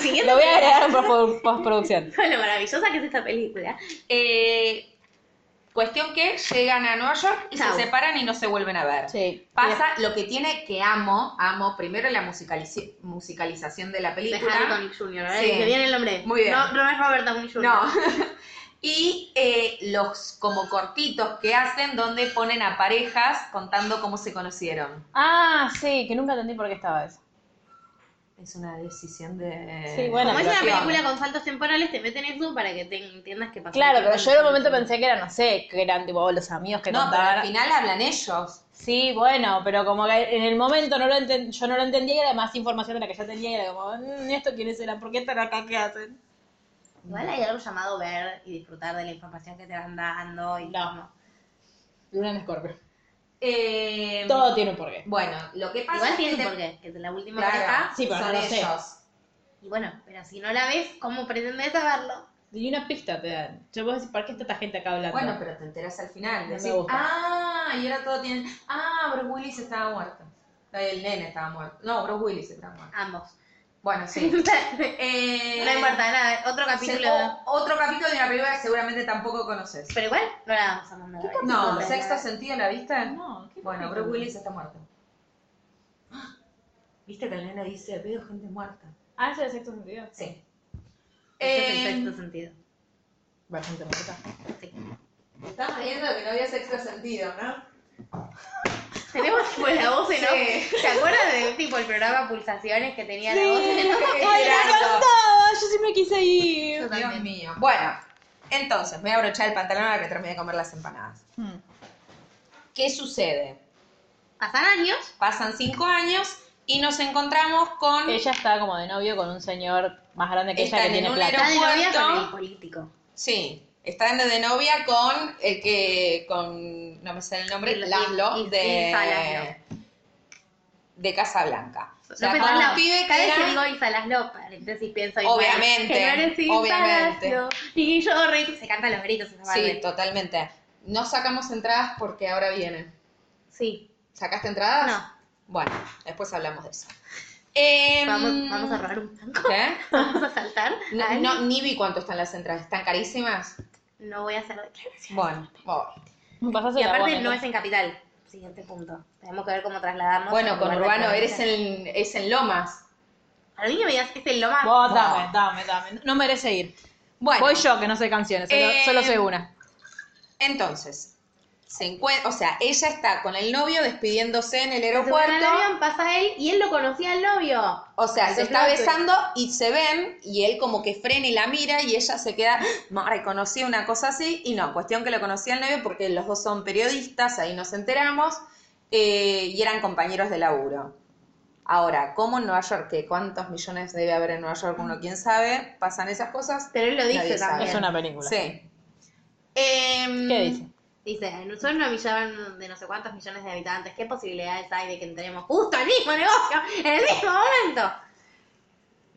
S3: Siguiente
S2: Lo voy a
S3: película.
S2: agregar en postprodu- postproducción.
S3: Con lo maravillosa que es esta película.
S4: Eh, cuestión que llegan a Nueva York y
S3: Chau.
S4: se separan y no se vuelven a ver.
S2: Sí.
S4: Pasa lo que tiene que amo, amo primero la musicalici- musicalización de la
S3: De
S4: película.
S3: Harry Connick Jr., ¿verdad?
S4: Sí.
S3: Dije bien el nombre.
S4: Muy bien.
S3: No, no es Robert Downey Jr.
S4: No. Y eh, los como cortitos que hacen donde ponen a parejas contando cómo se conocieron.
S2: Ah, sí, que nunca entendí por qué estaba eso.
S4: Es una decisión de...
S2: Sí, bueno,
S3: Como es
S2: pero
S3: una
S2: sí,
S3: película con saltos temporales, te meten eso para que te entiendas qué pasó.
S2: Claro, pero yo en un momento
S3: pensé
S2: pensé que era, no sé, que eran tipo los amigos que
S4: No, pero
S2: contaban.
S4: al final hablan ellos.
S2: Sí, bueno, pero como que en el momento no lo enten- yo no lo entendía y era más información de la que ya tenía y era como, "Mm, ¿esto quiénes eran? ¿Por qué están acá? ¿Qué hacen?
S3: Igual hay algo llamado ver y disfrutar de la información que te van dando y
S2: No.
S3: como-
S2: Luna en Escorpio.
S4: Eh,
S2: Todo tiene un porqué.
S4: Bueno, lo que pasa
S3: Igual
S4: es que...
S3: tiene
S4: te-
S3: por qué, que la última
S4: Claro,
S3: pareja.
S2: Sí, pero
S4: son
S2: no lo sé.
S4: ellos.
S3: Y bueno, pero si no la ves, ¿cómo pretendes saberlo?
S2: Y una pista te dan. Yo puedo decir, ¿para qué está esta gente acá hablando?
S4: Bueno, pero te enteras al final.
S2: No me
S4: Decís,
S2: gusta.
S4: ah, y ahora todo tienen... Ah, Bruce Willis estaba muerto. El nene estaba muerto. No, Bruce Willis estaba muerto.
S3: Ambos.
S4: Bueno, sí.
S3: no
S4: Eh,
S3: importa nada, otro capítulo.
S4: Se- o- otro capítulo de una película que seguramente tampoco conoces.
S3: Pero igual no la vamos a mandar. a ver.
S4: No,
S3: la
S4: sexto
S3: verdad.
S4: sentido la vista.
S2: No, ¿qué
S4: bueno,
S2: película?
S4: Bruce Willis está muerto. Ah, Viste que el nene dice, veo gente muerta.
S2: Ah, ¿eso es sexto sentido?
S4: Sí.
S3: Ese Este es el
S4: Eh,
S3: sexto sentido.
S2: Bastante muerta.
S3: Sí.
S4: Estamos viendo que no había sexto sentido, ¿no?
S3: Tenemos tipo la voz en off.
S4: Sí.
S3: ¿Se acuerdan de tipo el programa Pulsaciones que tenía la voz en off?
S2: ¡Ay, me
S4: Gerardo.
S2: encantaba! Yo siempre quise ir.
S3: Yo
S4: Dios
S3: también.
S4: mío. Bueno, entonces, voy a abrochar el pantalón ahora que termine de comer las empanadas.
S5: Hmm.
S4: ¿Qué sucede?
S3: Pasan años,
S4: Pasan cinco años y nos encontramos con...
S2: Ella está como de novio con un señor más grande que
S4: Están
S2: ella que
S4: en
S2: tiene
S4: un
S2: plata.
S3: está de novia
S4: Aeropuerto.
S3: con el político.
S4: Sí, están de novia con el que, con, no me sale el nombre,
S3: Il-
S4: Laszlo
S3: Il-
S4: de,
S3: Laszlo.
S4: de Casablanca. O sea,
S3: Yo
S4: con
S3: pensaba,
S4: un
S3: no,
S4: pibe
S3: cada
S4: que
S3: vez que
S4: era,
S3: digo Isa Laszlo, paréntesis pienso en
S4: Obviamente,
S3: que no eres Isa
S4: obviamente.
S3: Laszlo. Y yo re- se cantan los gritos esa
S4: sí,
S3: parte.
S4: totalmente. No sacamos entradas porque ahora viene.
S3: Sí,
S4: ¿Sacaste entradas?
S3: No.
S4: Bueno, después hablamos de eso. Em,
S3: vamos, vamos a robar un banco,
S4: ¿Qué?
S3: vamos a saltar.
S4: No,
S3: Ay,
S4: no, ni vi cuánto están las entradas. ¿Están carísimas?
S3: no voy a hacer declaraciones.
S4: Bueno, voy.
S2: Pasásela
S3: Y aparte
S2: vos,
S3: no
S2: Nelu.
S3: es en capital. Siguiente punto. Tenemos que ver cómo trasladarnos. a
S4: bueno
S3: un
S4: con
S3: lugar de
S4: Urbano
S3: provincia.
S4: eres en, es en Lomas.
S3: A mí me veías que es el Loma.
S2: Vos dame, dame, dame. No merece ir.
S4: Bueno,
S2: Voy yo, que no sé canciones, solo,
S4: Eh,
S2: solo sé una.
S4: Entonces, se encuentra, o sea, ella está con el novio despidiéndose en el
S3: Se suben al
S4: aeropuerto.
S3: avión, pasa él y él lo conocía al novio.
S4: O sea, se está
S3: Entonces,
S4: besando y se ven y él como que frena y la mira y ella se queda, no, reconocí una cosa así y no, cuestión que lo conocía el novio porque los dos son periodistas, ahí nos enteramos eh, y eran compañeros de laburo. Ahora, ¿cómo en Nueva York? Que cuántos millones debe haber en Nueva York, uno quién sabe, pasan esas cosas.
S3: Pero él lo
S4: Nadie
S3: dice
S4: sabe.
S3: también.
S2: Es una película.
S4: Sí. Em,
S2: ¿Qué dice?
S3: Dice, en un solo millón de no sé cuántos millones de habitantes, ¿qué posibilidades hay de que entremos justo al mismo negocio en el mismo momento?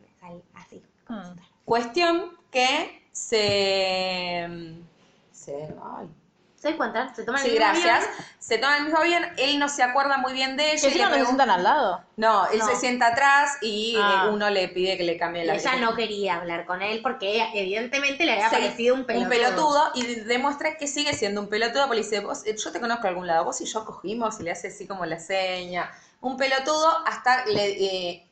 S3: Me sale así.
S2: Mm.
S4: Cuestión que se. se ay.
S3: ¿Se encuentran? ¿Se toman
S4: Sí,
S3: el mismo
S4: gracias.
S3: avión?
S4: Se toma el mismo avión, él no se acuerda muy bien de
S2: Que
S4: ella. y le
S2: encima no se
S4: pregun-
S2: sientan al lado.
S4: No, él
S3: No.
S4: se sienta atrás y eh,
S2: Ah.
S4: uno le pide que le cambie
S3: Y
S4: la
S3: ella no quería hablar con él porque ella, evidentemente le había
S4: Sí,
S3: parecido un pelotudo.
S4: y de- demuestra que sigue siendo un pelotudo porque le dice, vos, eh, yo te conozco de algún lado, vos y yo cogimos y le hace así como la seña. Un pelotudo hasta le, eh,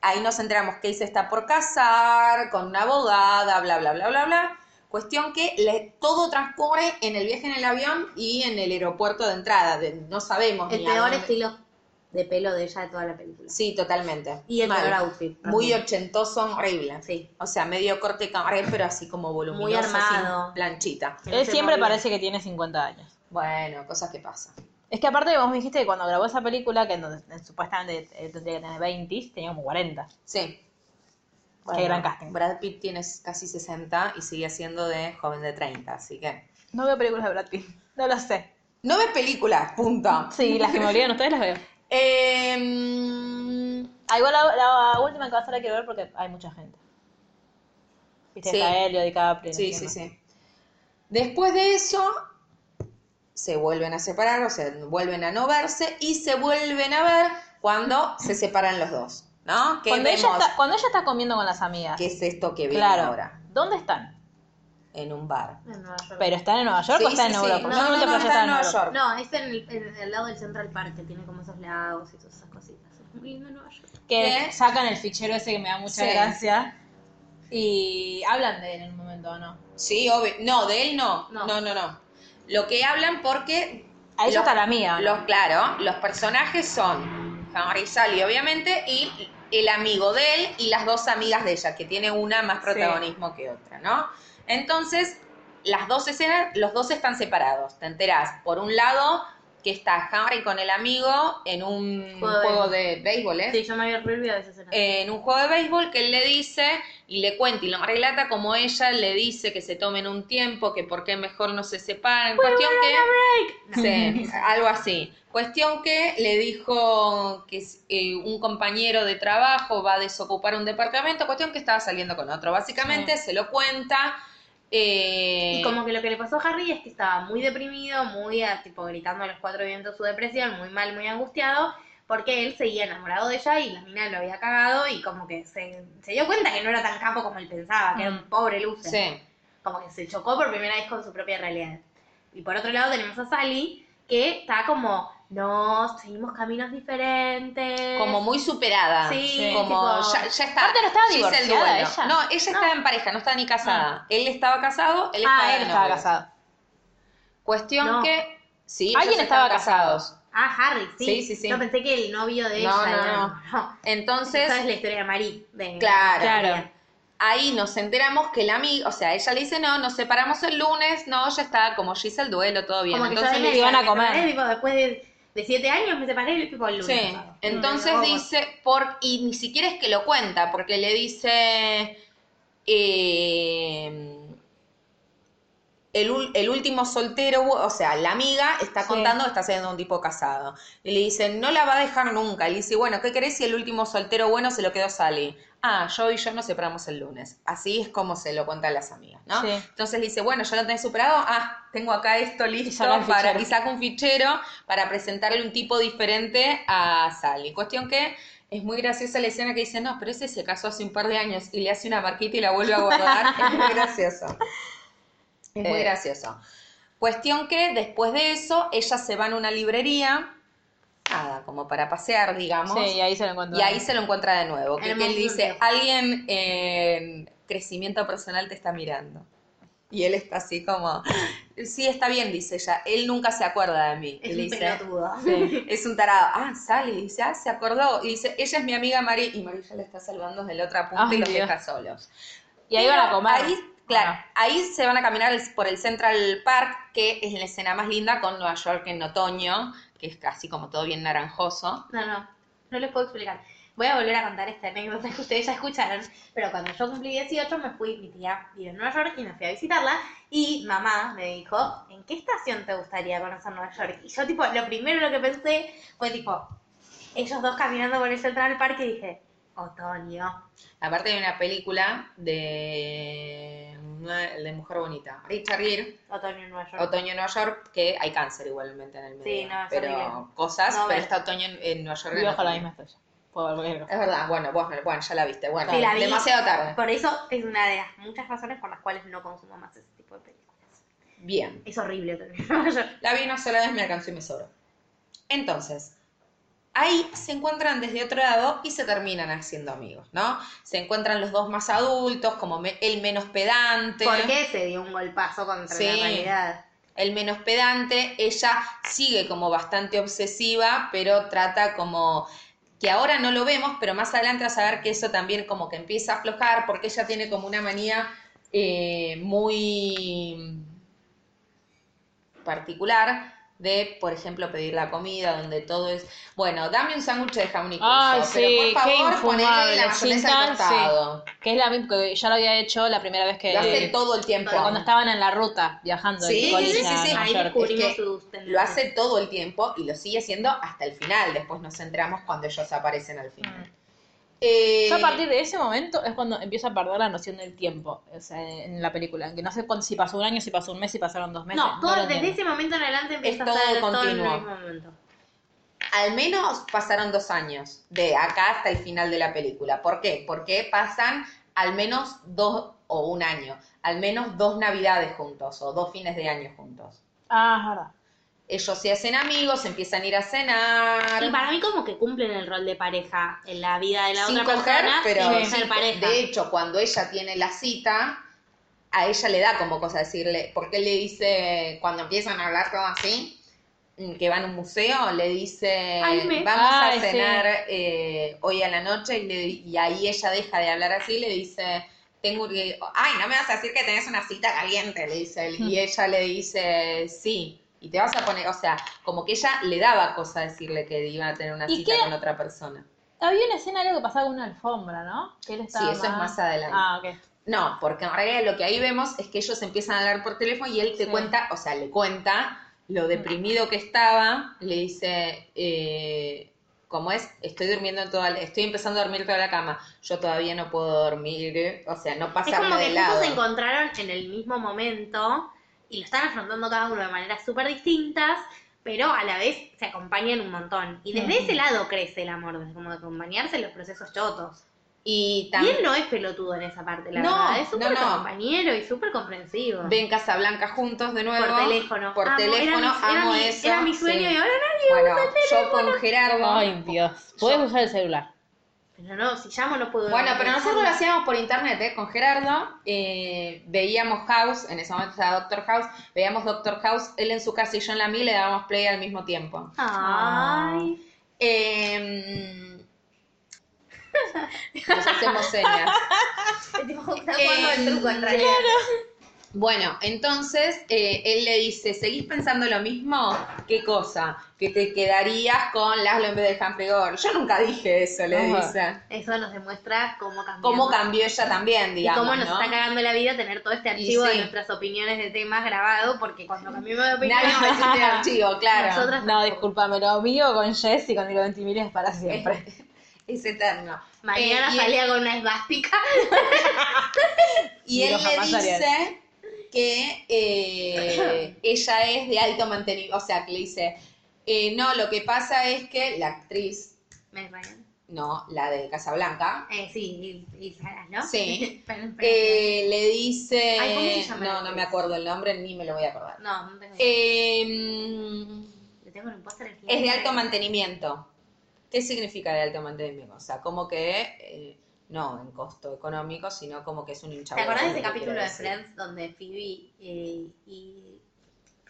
S4: ahí nos enteramos que se está por casar, con una abogada, bla, bla, bla, bla, bla. Cuestión que le- todo transcurre en el viaje en el avión y en el aeropuerto de entrada. de- no sabemos.
S3: El
S4: ni a
S3: peor
S4: dónde-
S3: estilo de pelo de ella de toda la película.
S4: Sí, totalmente.
S3: Y el
S4: Mal.
S3: peor outfit.
S4: Muy
S3: también.
S4: ochentoso, horrible.
S3: Sí.
S4: O sea, medio corte camaré, pero así como voluminoso,
S3: armado.
S4: sin planchita.
S3: Que no
S2: Él
S3: se
S2: siempre
S3: movía.
S2: parece que tiene 50 años.
S4: Bueno, cosas que pasan.
S2: Es que aparte vos me dijiste que cuando grabó esa película, que en donde, en- supuestamente él tendría que tener 20, tenía como 40.
S4: Sí.
S2: Qué gran casting.
S4: Brad Pitt tiene casi 60 y sigue siendo de joven de 30, así que.
S2: No veo películas de Brad Pitt. No lo sé.
S4: No ves películas, punto.
S2: Sí, las que me olvidan ustedes las veo.
S4: Em,
S2: Ah, igual la, la última que va a estar la quiero ver porque hay mucha gente. Viste,
S4: Sí.
S2: está Helio, DiCaprio. no
S4: sí,
S2: sé
S4: sí,
S2: más.
S4: sí. Después de eso, se vuelven a separar, o sea, vuelven a no verse y se vuelven a ver cuando se separan los dos, ¿no? Que
S2: Cuando ella,
S4: vemos
S2: está, cuando ella está comiendo con las amigas.
S4: qué es esto que viene
S2: claro.
S4: ahora
S2: ¿Dónde están?
S4: en un bar.
S2: ¿Pero están en Nueva York o
S4: Sí,
S2: están
S4: sí,
S2: en
S4: sí.
S2: Europa?
S4: No,
S2: Yo me
S4: no, no,
S2: pregunto si
S4: está
S2: están
S4: en Nueva York.
S3: No, es en el, en el lado del Central Park que tiene como esos lagos y todas esas cositas. Es muy lindo Nueva York.
S2: Que
S4: ¿Eh?
S2: sacan el fichero ese que me da mucha
S4: Sí.
S2: gracia. Y hablan de él en un momento, ¿o no?
S4: Sí, obvio. No, de él no. No,
S3: No.
S4: no, no. Lo que hablan porque.
S2: Ahí ya
S4: los-
S2: está la mía. ¿o no?
S4: Los, claro, los personajes son Henry Sally, obviamente, y el amigo de él y las dos amigas de ella, que tiene una más protagonismo que otra, ¿no? Entonces, las dos escenas, los dos están separados, te enterás. Por un lado, que está Henry con el amigo en un
S3: Juego de
S4: juego de béisbol, ¿eh?
S3: Sí, yo me había reolvidado esa escena.
S4: en un juego de béisbol que él le dice y le cuenta y lo relata como ella le dice que se tomen un tiempo, que por qué mejor no se separan. Cuestión que... Sí, algo así. Cuestión que le dijo que eh, un compañero de trabajo va a desocupar un departamento, cuestión que estaba saliendo con otro. Básicamente se lo cuenta. eh,
S3: Y como que lo que le pasó a Harry es que estaba muy deprimido, muy ah, tipo gritando a los cuatro vientos su depresión, muy mal, muy angustiado, porque él seguía enamorado de ella y la mina lo había cagado y como que se, se dio cuenta que no era tan capo como él pensaba, que era un pobre loser.
S4: Mm. sí.
S3: Como que se chocó por primera vez con su propia realidad. Y por otro lado tenemos a Sally, que está como, no, seguimos caminos diferentes.
S4: Como muy superada.
S3: Sí,
S4: como
S3: tipo-
S4: ya, ya está.
S2: Aparte no estaba
S4: ya hice el
S2: divorciada
S4: duelo.
S2: ella.
S4: No, ella estaba en pareja, no estaba ni casada. Él estaba casado, él estaba,
S2: ah, él
S4: de
S2: estaba
S4: novio.
S2: casado.
S4: Cuestión
S3: No.
S4: que. Sí,
S2: Alguien
S4: ellos
S2: estaba
S4: estaban
S2: casado.
S3: Ah, Harry, sí.
S4: Sí, sí, sí.
S3: Yo pensé que el novio de
S4: No,
S3: ella.
S4: no,
S3: era-
S4: no. Entonces,
S3: Esa es la historia de Marie. de-
S4: Claro.
S3: de la
S2: Claro.
S3: tía.
S4: ahí nos enteramos que la amiga, o sea, ella le dice, no, nos separamos el lunes, no, ya está, como ya hice el duelo, todo bien.
S3: Como que
S4: Entonces
S3: yo
S4: le
S3: me-
S2: le iban a
S3: me
S2: comer.
S3: separé, tipo, después de, de siete años me separé y tipo el lunes. Mm,
S4: Sí,
S3: pasado.
S4: entonces
S3: Como-
S4: dice, por, y ni siquiera es que lo cuenta, porque le dice, eh, el, ul- el último soltero, o sea, la amiga está contando que está siendo un tipo casado. Y le dice, no la va a dejar nunca. Y le dice, bueno, ¿qué querés si el último soltero bueno se lo quedó Sally? Ah, yo y yo nos separamos el lunes. Así es como se lo cuentan las amigas, ¿no?
S2: Sí.
S4: Entonces le dice, bueno, ya lo tenés superado, ah, tengo acá esto listo
S2: saca el
S4: para,
S2: fichero.
S4: y saca un fichero para presentarle un tipo diferente a Sally. Cuestión que es muy graciosa la escena que dice, no, pero ese se casó hace un par de años y le hace una marquita y la vuelve a guardar. es muy gracioso. Es muy
S2: Eh.
S4: gracioso. Cuestión que después de eso, ella se va a una librería, nada, como para pasear, digamos.
S2: Sí, y ahí se lo encuentro.
S4: Y ahí se lo encuentra de nuevo. Que, que él
S3: Hermoso
S4: dice,
S3: viejo.
S4: alguien en crecimiento personal te está mirando. Y él está así como, sí, está bien, dice ella. Él nunca se acuerda de mí. Y
S3: Es
S4: le
S3: un
S4: dice,
S3: pelotudo.
S4: es un tarado. Ah, sale, y dice, ah, se acordó. Y dice, ella es mi amiga Mari. Y Mari ya la está salvando desde la otra punta
S2: Ay,
S4: y los
S2: Dios.
S4: deja solos.
S2: Y ahí
S4: Pero
S2: van a comer.
S4: Ahí, claro,
S2: Ah.
S4: ahí se van a caminar el- por el Central Park, que es la escena más linda con Nueva York en otoño, que es casi como todo bien naranjoso.
S3: No, no, no les puedo explicar. Voy a volver a contar esta anécdota que ustedes ya escucharon, pero cuando yo cumplí 18 me fui, mi tía vive en Nueva York y me fui a visitarla y mamá me dijo, ¿en qué estación te gustaría conocer Nueva York? Y yo tipo, lo primero lo que pensé fue tipo, ellos dos caminando por el Central Park y dije, otoño.
S4: Aparte de una película de, de Mujer Bonita, Richard Gere,
S3: Otoño en Nueva York.
S4: Otoño en Nueva York, que hay cáncer igualmente en el medio.
S3: Ah. Sí, no, es
S4: pero
S3: horrible.
S4: cosas,
S3: No,
S4: pero
S3: bueno.
S4: está Otoño en, en Nueva York.
S2: Y
S4: en
S2: ojo a la
S4: otoño.
S2: misma estrella. Puedo volverlo.
S4: Es verdad, bueno, vos, bueno, ya la viste, bueno,
S3: Sí, la vi.
S4: demasiado tarde.
S3: Por eso es una de las muchas razones por las cuales no consumo más ese tipo de películas.
S4: Bien.
S3: Es horrible Otoño en Nueva York.
S4: La vi una sola vez, me alcanzó y me sobró. Entonces, ahí se encuentran desde otro lado y se terminan haciendo amigos, ¿no? Se encuentran los dos más adultos, como me- el menos pedante.
S3: ¿Por qué se dio un golpazo contra la
S4: Sí.
S3: realidad?
S4: el menos pedante, ella sigue como bastante obsesiva, pero trata como que ahora no lo vemos, pero más adelante vas a ver que eso también como que empieza a aflojar, porque ella tiene como una manía eh, muy particular de, por ejemplo, pedir la comida, donde todo es, bueno, dame un sándwich de jamón y queso,
S2: Ay,
S4: pero
S2: sí,
S4: por
S2: qué
S4: favor ponele
S2: infumable.
S4: la
S2: sin
S4: mayonesa al
S2: tan, sí.
S4: costado.
S2: Que es la misma que ya lo había hecho la primera vez que.
S4: Lo hace todo el tiempo.
S2: Eh, Cuando estaban en la ruta viajando.
S4: Sí,
S2: de
S4: sí,
S2: Colina
S4: sí,
S2: a
S4: sí,
S2: Nueva
S3: ahí
S2: York.
S3: descubrimos
S4: Es que
S3: sus tendencias.
S4: Lo hace todo el tiempo y lo sigue haciendo hasta el final. Después nos centramos cuando ellos aparecen al final. Eh,
S2: Yo a partir de ese momento es cuando empiezo a perder la noción del tiempo, o sea, en la película, que no sé cuándo- si pasó un año, si pasó un mes, si pasaron dos meses.
S3: No, todo-
S2: lo
S3: desde
S2: entiendo.
S3: ese momento en adelante empieza
S4: todo
S3: a ser todo en el
S4: continuo.
S3: mismo momento.
S4: Al menos pasaron dos años, de acá hasta el final de la película. ¿Por qué? Porque pasan al menos dos o un año, al menos dos navidades juntos o dos fines de año juntos.
S2: Ah, es verdad.
S4: Ellos se hacen amigos, empiezan a ir a cenar.
S3: Y para mí como que cumplen el rol de pareja en la vida de la
S4: sin
S3: otra
S4: coger,
S3: persona
S4: pero
S3: sin ser
S4: sí,
S3: pareja.
S4: de hecho, cuando ella tiene la cita, a ella le da como cosa decirle, porque él le dice, cuando empiezan a hablar todo así, mm, que van a un museo, le dice,
S3: Ay, me-
S4: vamos
S2: Ay,
S4: a
S2: sí.
S4: cenar eh, hoy a la noche, y, le- y ahí ella deja de hablar así, le dice, tengo que, ay, no me vas a decir que tenés una cita caliente, le dice él,
S3: Mm.
S4: y ella le dice, sí. Y te vas a poner, o sea, como que ella le daba cosa decirle que iba a tener una
S2: ¿Y
S4: cita
S2: qué?
S4: con otra persona.
S2: Había una escena algo que pasaba con una alfombra, ¿no? Que él estaba
S4: Sí, eso es más adelante.
S2: Ah, ok.
S4: No, porque en realidad lo que ahí vemos es que ellos empiezan a hablar por teléfono y él te
S2: Sí.
S4: cuenta, o sea, le cuenta lo deprimido que estaba, le dice, eh, ¿cómo es? Estoy durmiendo en toda, la- estoy empezando a dormir toda la cama, yo todavía no puedo dormir, eh, o sea, no
S3: es como
S4: pasarme
S3: que
S4: de
S3: juntos
S4: lado.
S3: se encontraron en el mismo momento y lo están afrontando cada uno de maneras súper distintas, pero a la vez se acompañan un montón. Y desde ese lado crece el amor, desde como de acompañarse en los procesos chotos.
S4: Y
S3: Y él
S4: también
S3: no es pelotudo en esa parte, la
S4: No,
S3: verdad. Es
S4: no,
S3: súper
S4: no.
S3: compañero y súper comprensivo.
S4: ven Casablanca juntos de nuevo.
S3: por teléfono.
S4: Por
S3: Amo, era
S4: teléfono,
S3: mi- era
S4: amo
S3: mi-
S4: eso.
S3: Era mi sueño
S4: sí.
S3: y ahora nadie
S4: Bueno,
S3: usa el
S4: yo
S3: teléfono.
S4: con Gerardo.
S2: Ay, Dios. Puedes usar el celular.
S3: Pero no, si llamo no puedo.
S4: Bueno, pero nosotros lo
S3: lo
S4: hacíamos por internet, ¿eh? Con Gerardo eh, veíamos House, en ese momento estaba Doctor House, veíamos Doctor House, él en su casa y yo en la mía, y le dábamos play al mismo tiempo.
S3: Ay.
S4: Eh, nos hacemos señas.
S3: El tipo está
S4: Eh,
S3: jugando el truco en realidad.
S4: Bueno, entonces eh, él le dice, ¿seguís pensando lo mismo? ¿Qué cosa? Que te quedarías con Laszlo en vez de Humphrey Gore. Yo nunca dije eso, le
S2: Ajá.
S4: dice.
S3: Eso nos demuestra cómo cambió.
S4: Cómo cambió ella también,
S3: Y
S4: digamos,
S3: cómo nos
S4: ¿no?
S3: está cagando la vida tener todo este
S4: Y
S3: archivo
S4: sí.
S3: de nuestras opiniones de temas grabado, porque cuando cambiamos de opinión,
S4: Nadie me dice archivo, claro.
S3: nosotras
S2: No, discúlpame, lo mío con Jess y con Milo Ventimiglia es para siempre.
S4: Es eterno.
S3: mañana
S4: Eh, y él-
S3: salía con una esvástica.
S4: Y
S2: Digo,
S4: él le
S2: jamás haría
S4: dice que eh, ella es de alto mantenimiento. O sea, que le dice, eh, no, lo que pasa es que la actriz,
S3: Me desmayé.
S4: no, la de Casablanca,
S3: Eh, sí, y, y Saras, ¿no?
S4: Sí.
S3: Perdón, perdón.
S4: eh, le dice...
S3: Ay, ¿cómo se llama la
S4: no, no
S3: actriz?
S4: me acuerdo el nombre, ni me lo voy a acordar.
S3: no, no tengo idea.
S4: Eh,
S3: Lo tengo en un póster aquí.
S4: es de alto mantenimiento. ¿Qué significa de alto mantenimiento? O sea, como que... eh, no en costo económico, sino como que es un hincha.
S3: ¿Te acordás de
S4: huevos,
S3: ese
S4: lo que
S3: capítulo
S4: quiero
S3: de
S4: decir.
S3: Friends donde Phoebe eh, y,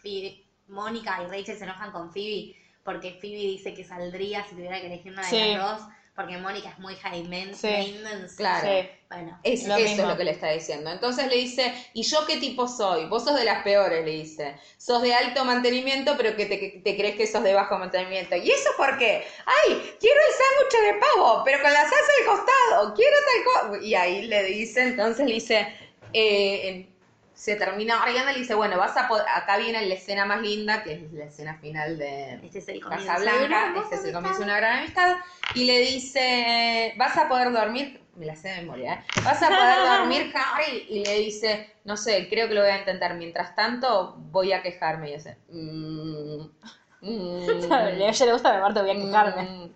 S3: y Mónica y Rachel se enojan con Phoebe porque Phoebe dice que saldría si tuviera que elegir una de
S2: Sí.
S3: las dos porque Mónica es muy high main-
S2: Sí.
S3: maintenance.
S4: Claro.
S2: Sí.
S3: Bueno,
S4: Es,
S2: Lo
S4: eso
S2: mismo.
S4: es lo que le está diciendo. Entonces le dice, ¿y yo qué tipo soy? Vos sos de las peores, le dice. Sos de alto mantenimiento, pero que te, que te crees que sos de bajo mantenimiento. ¿Y eso por qué? ¡Ay! Quiero el sándwich de pavo, pero con la salsa al costado. Quiero tal cosa. Y ahí le dice, entonces le dice, eh, en- se termina riendo y le dice, bueno, vas a po- acá viene la escena más linda, que es la escena final de,
S3: este es el comienzo.
S4: Casablanca,
S3: Bueno,
S4: este es el
S3: ¿cómo
S4: comienzo de
S3: estás?
S4: una gran amistad, y le dice, vas a poder dormir, me la sé de memoria, ¿eh? vas a poder dormir, Harry, y le dice, no sé, creo que lo voy a intentar, mientras tanto voy a quejarme, y dice, mmm,
S2: a ella le gusta la parte, voy a quejarme.
S4: mm,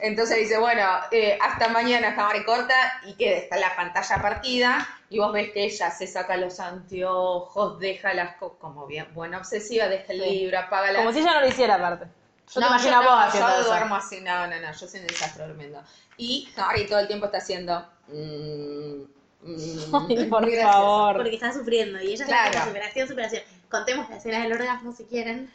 S4: Entonces dice, bueno, eh, hasta mañana, Harry corta, y que está la pantalla partida, y vos ves que ella se saca los anteojos, deja las, co- como bien, buena obsesiva, deja el
S2: Sí.
S4: libro, apaga la
S2: Como si ella no lo hiciera aparte. Yo
S4: no,
S2: te imagino a
S4: yo
S2: vos
S4: no,
S2: haciendo
S4: yo
S2: eso.
S4: duermo así, no, no, no, yo soy un desastre durmiendo. Y Harry todo el tiempo está haciendo... mm, mm,
S2: Ay,
S4: es
S2: por
S4: muy gracioso.
S2: favor.
S3: Porque está sufriendo y ella
S4: Claro.
S3: está en superación, superación. Contemos las escenas del orgasmo si quieren.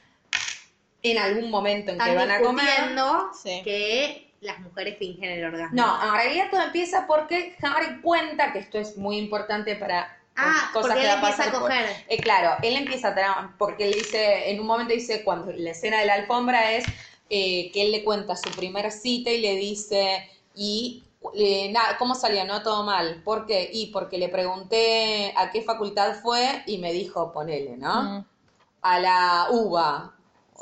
S4: En algún momento en que
S3: Están
S4: van a comer...
S3: discutiendo
S2: Sí.
S3: que las mujeres fingen el orgasmo.
S4: No, en realidad todo empieza porque Harry cuenta, que esto es muy importante para
S3: Ah,
S4: cosas
S3: porque
S4: que
S3: él
S4: va a
S3: empieza
S4: pasar
S3: a
S4: por-
S3: coger.
S4: Eh, claro, él empieza a tra- porque él dice, en un momento dice, cuando la escena de la alfombra es eh, que él le cuenta su primera cita y le dice, y eh, nada, ¿cómo salió? No todo mal. ¿Por qué? Y porque le pregunté a qué facultad fue y me dijo, ponele, ¿no?
S2: Mm.
S4: a la UBA,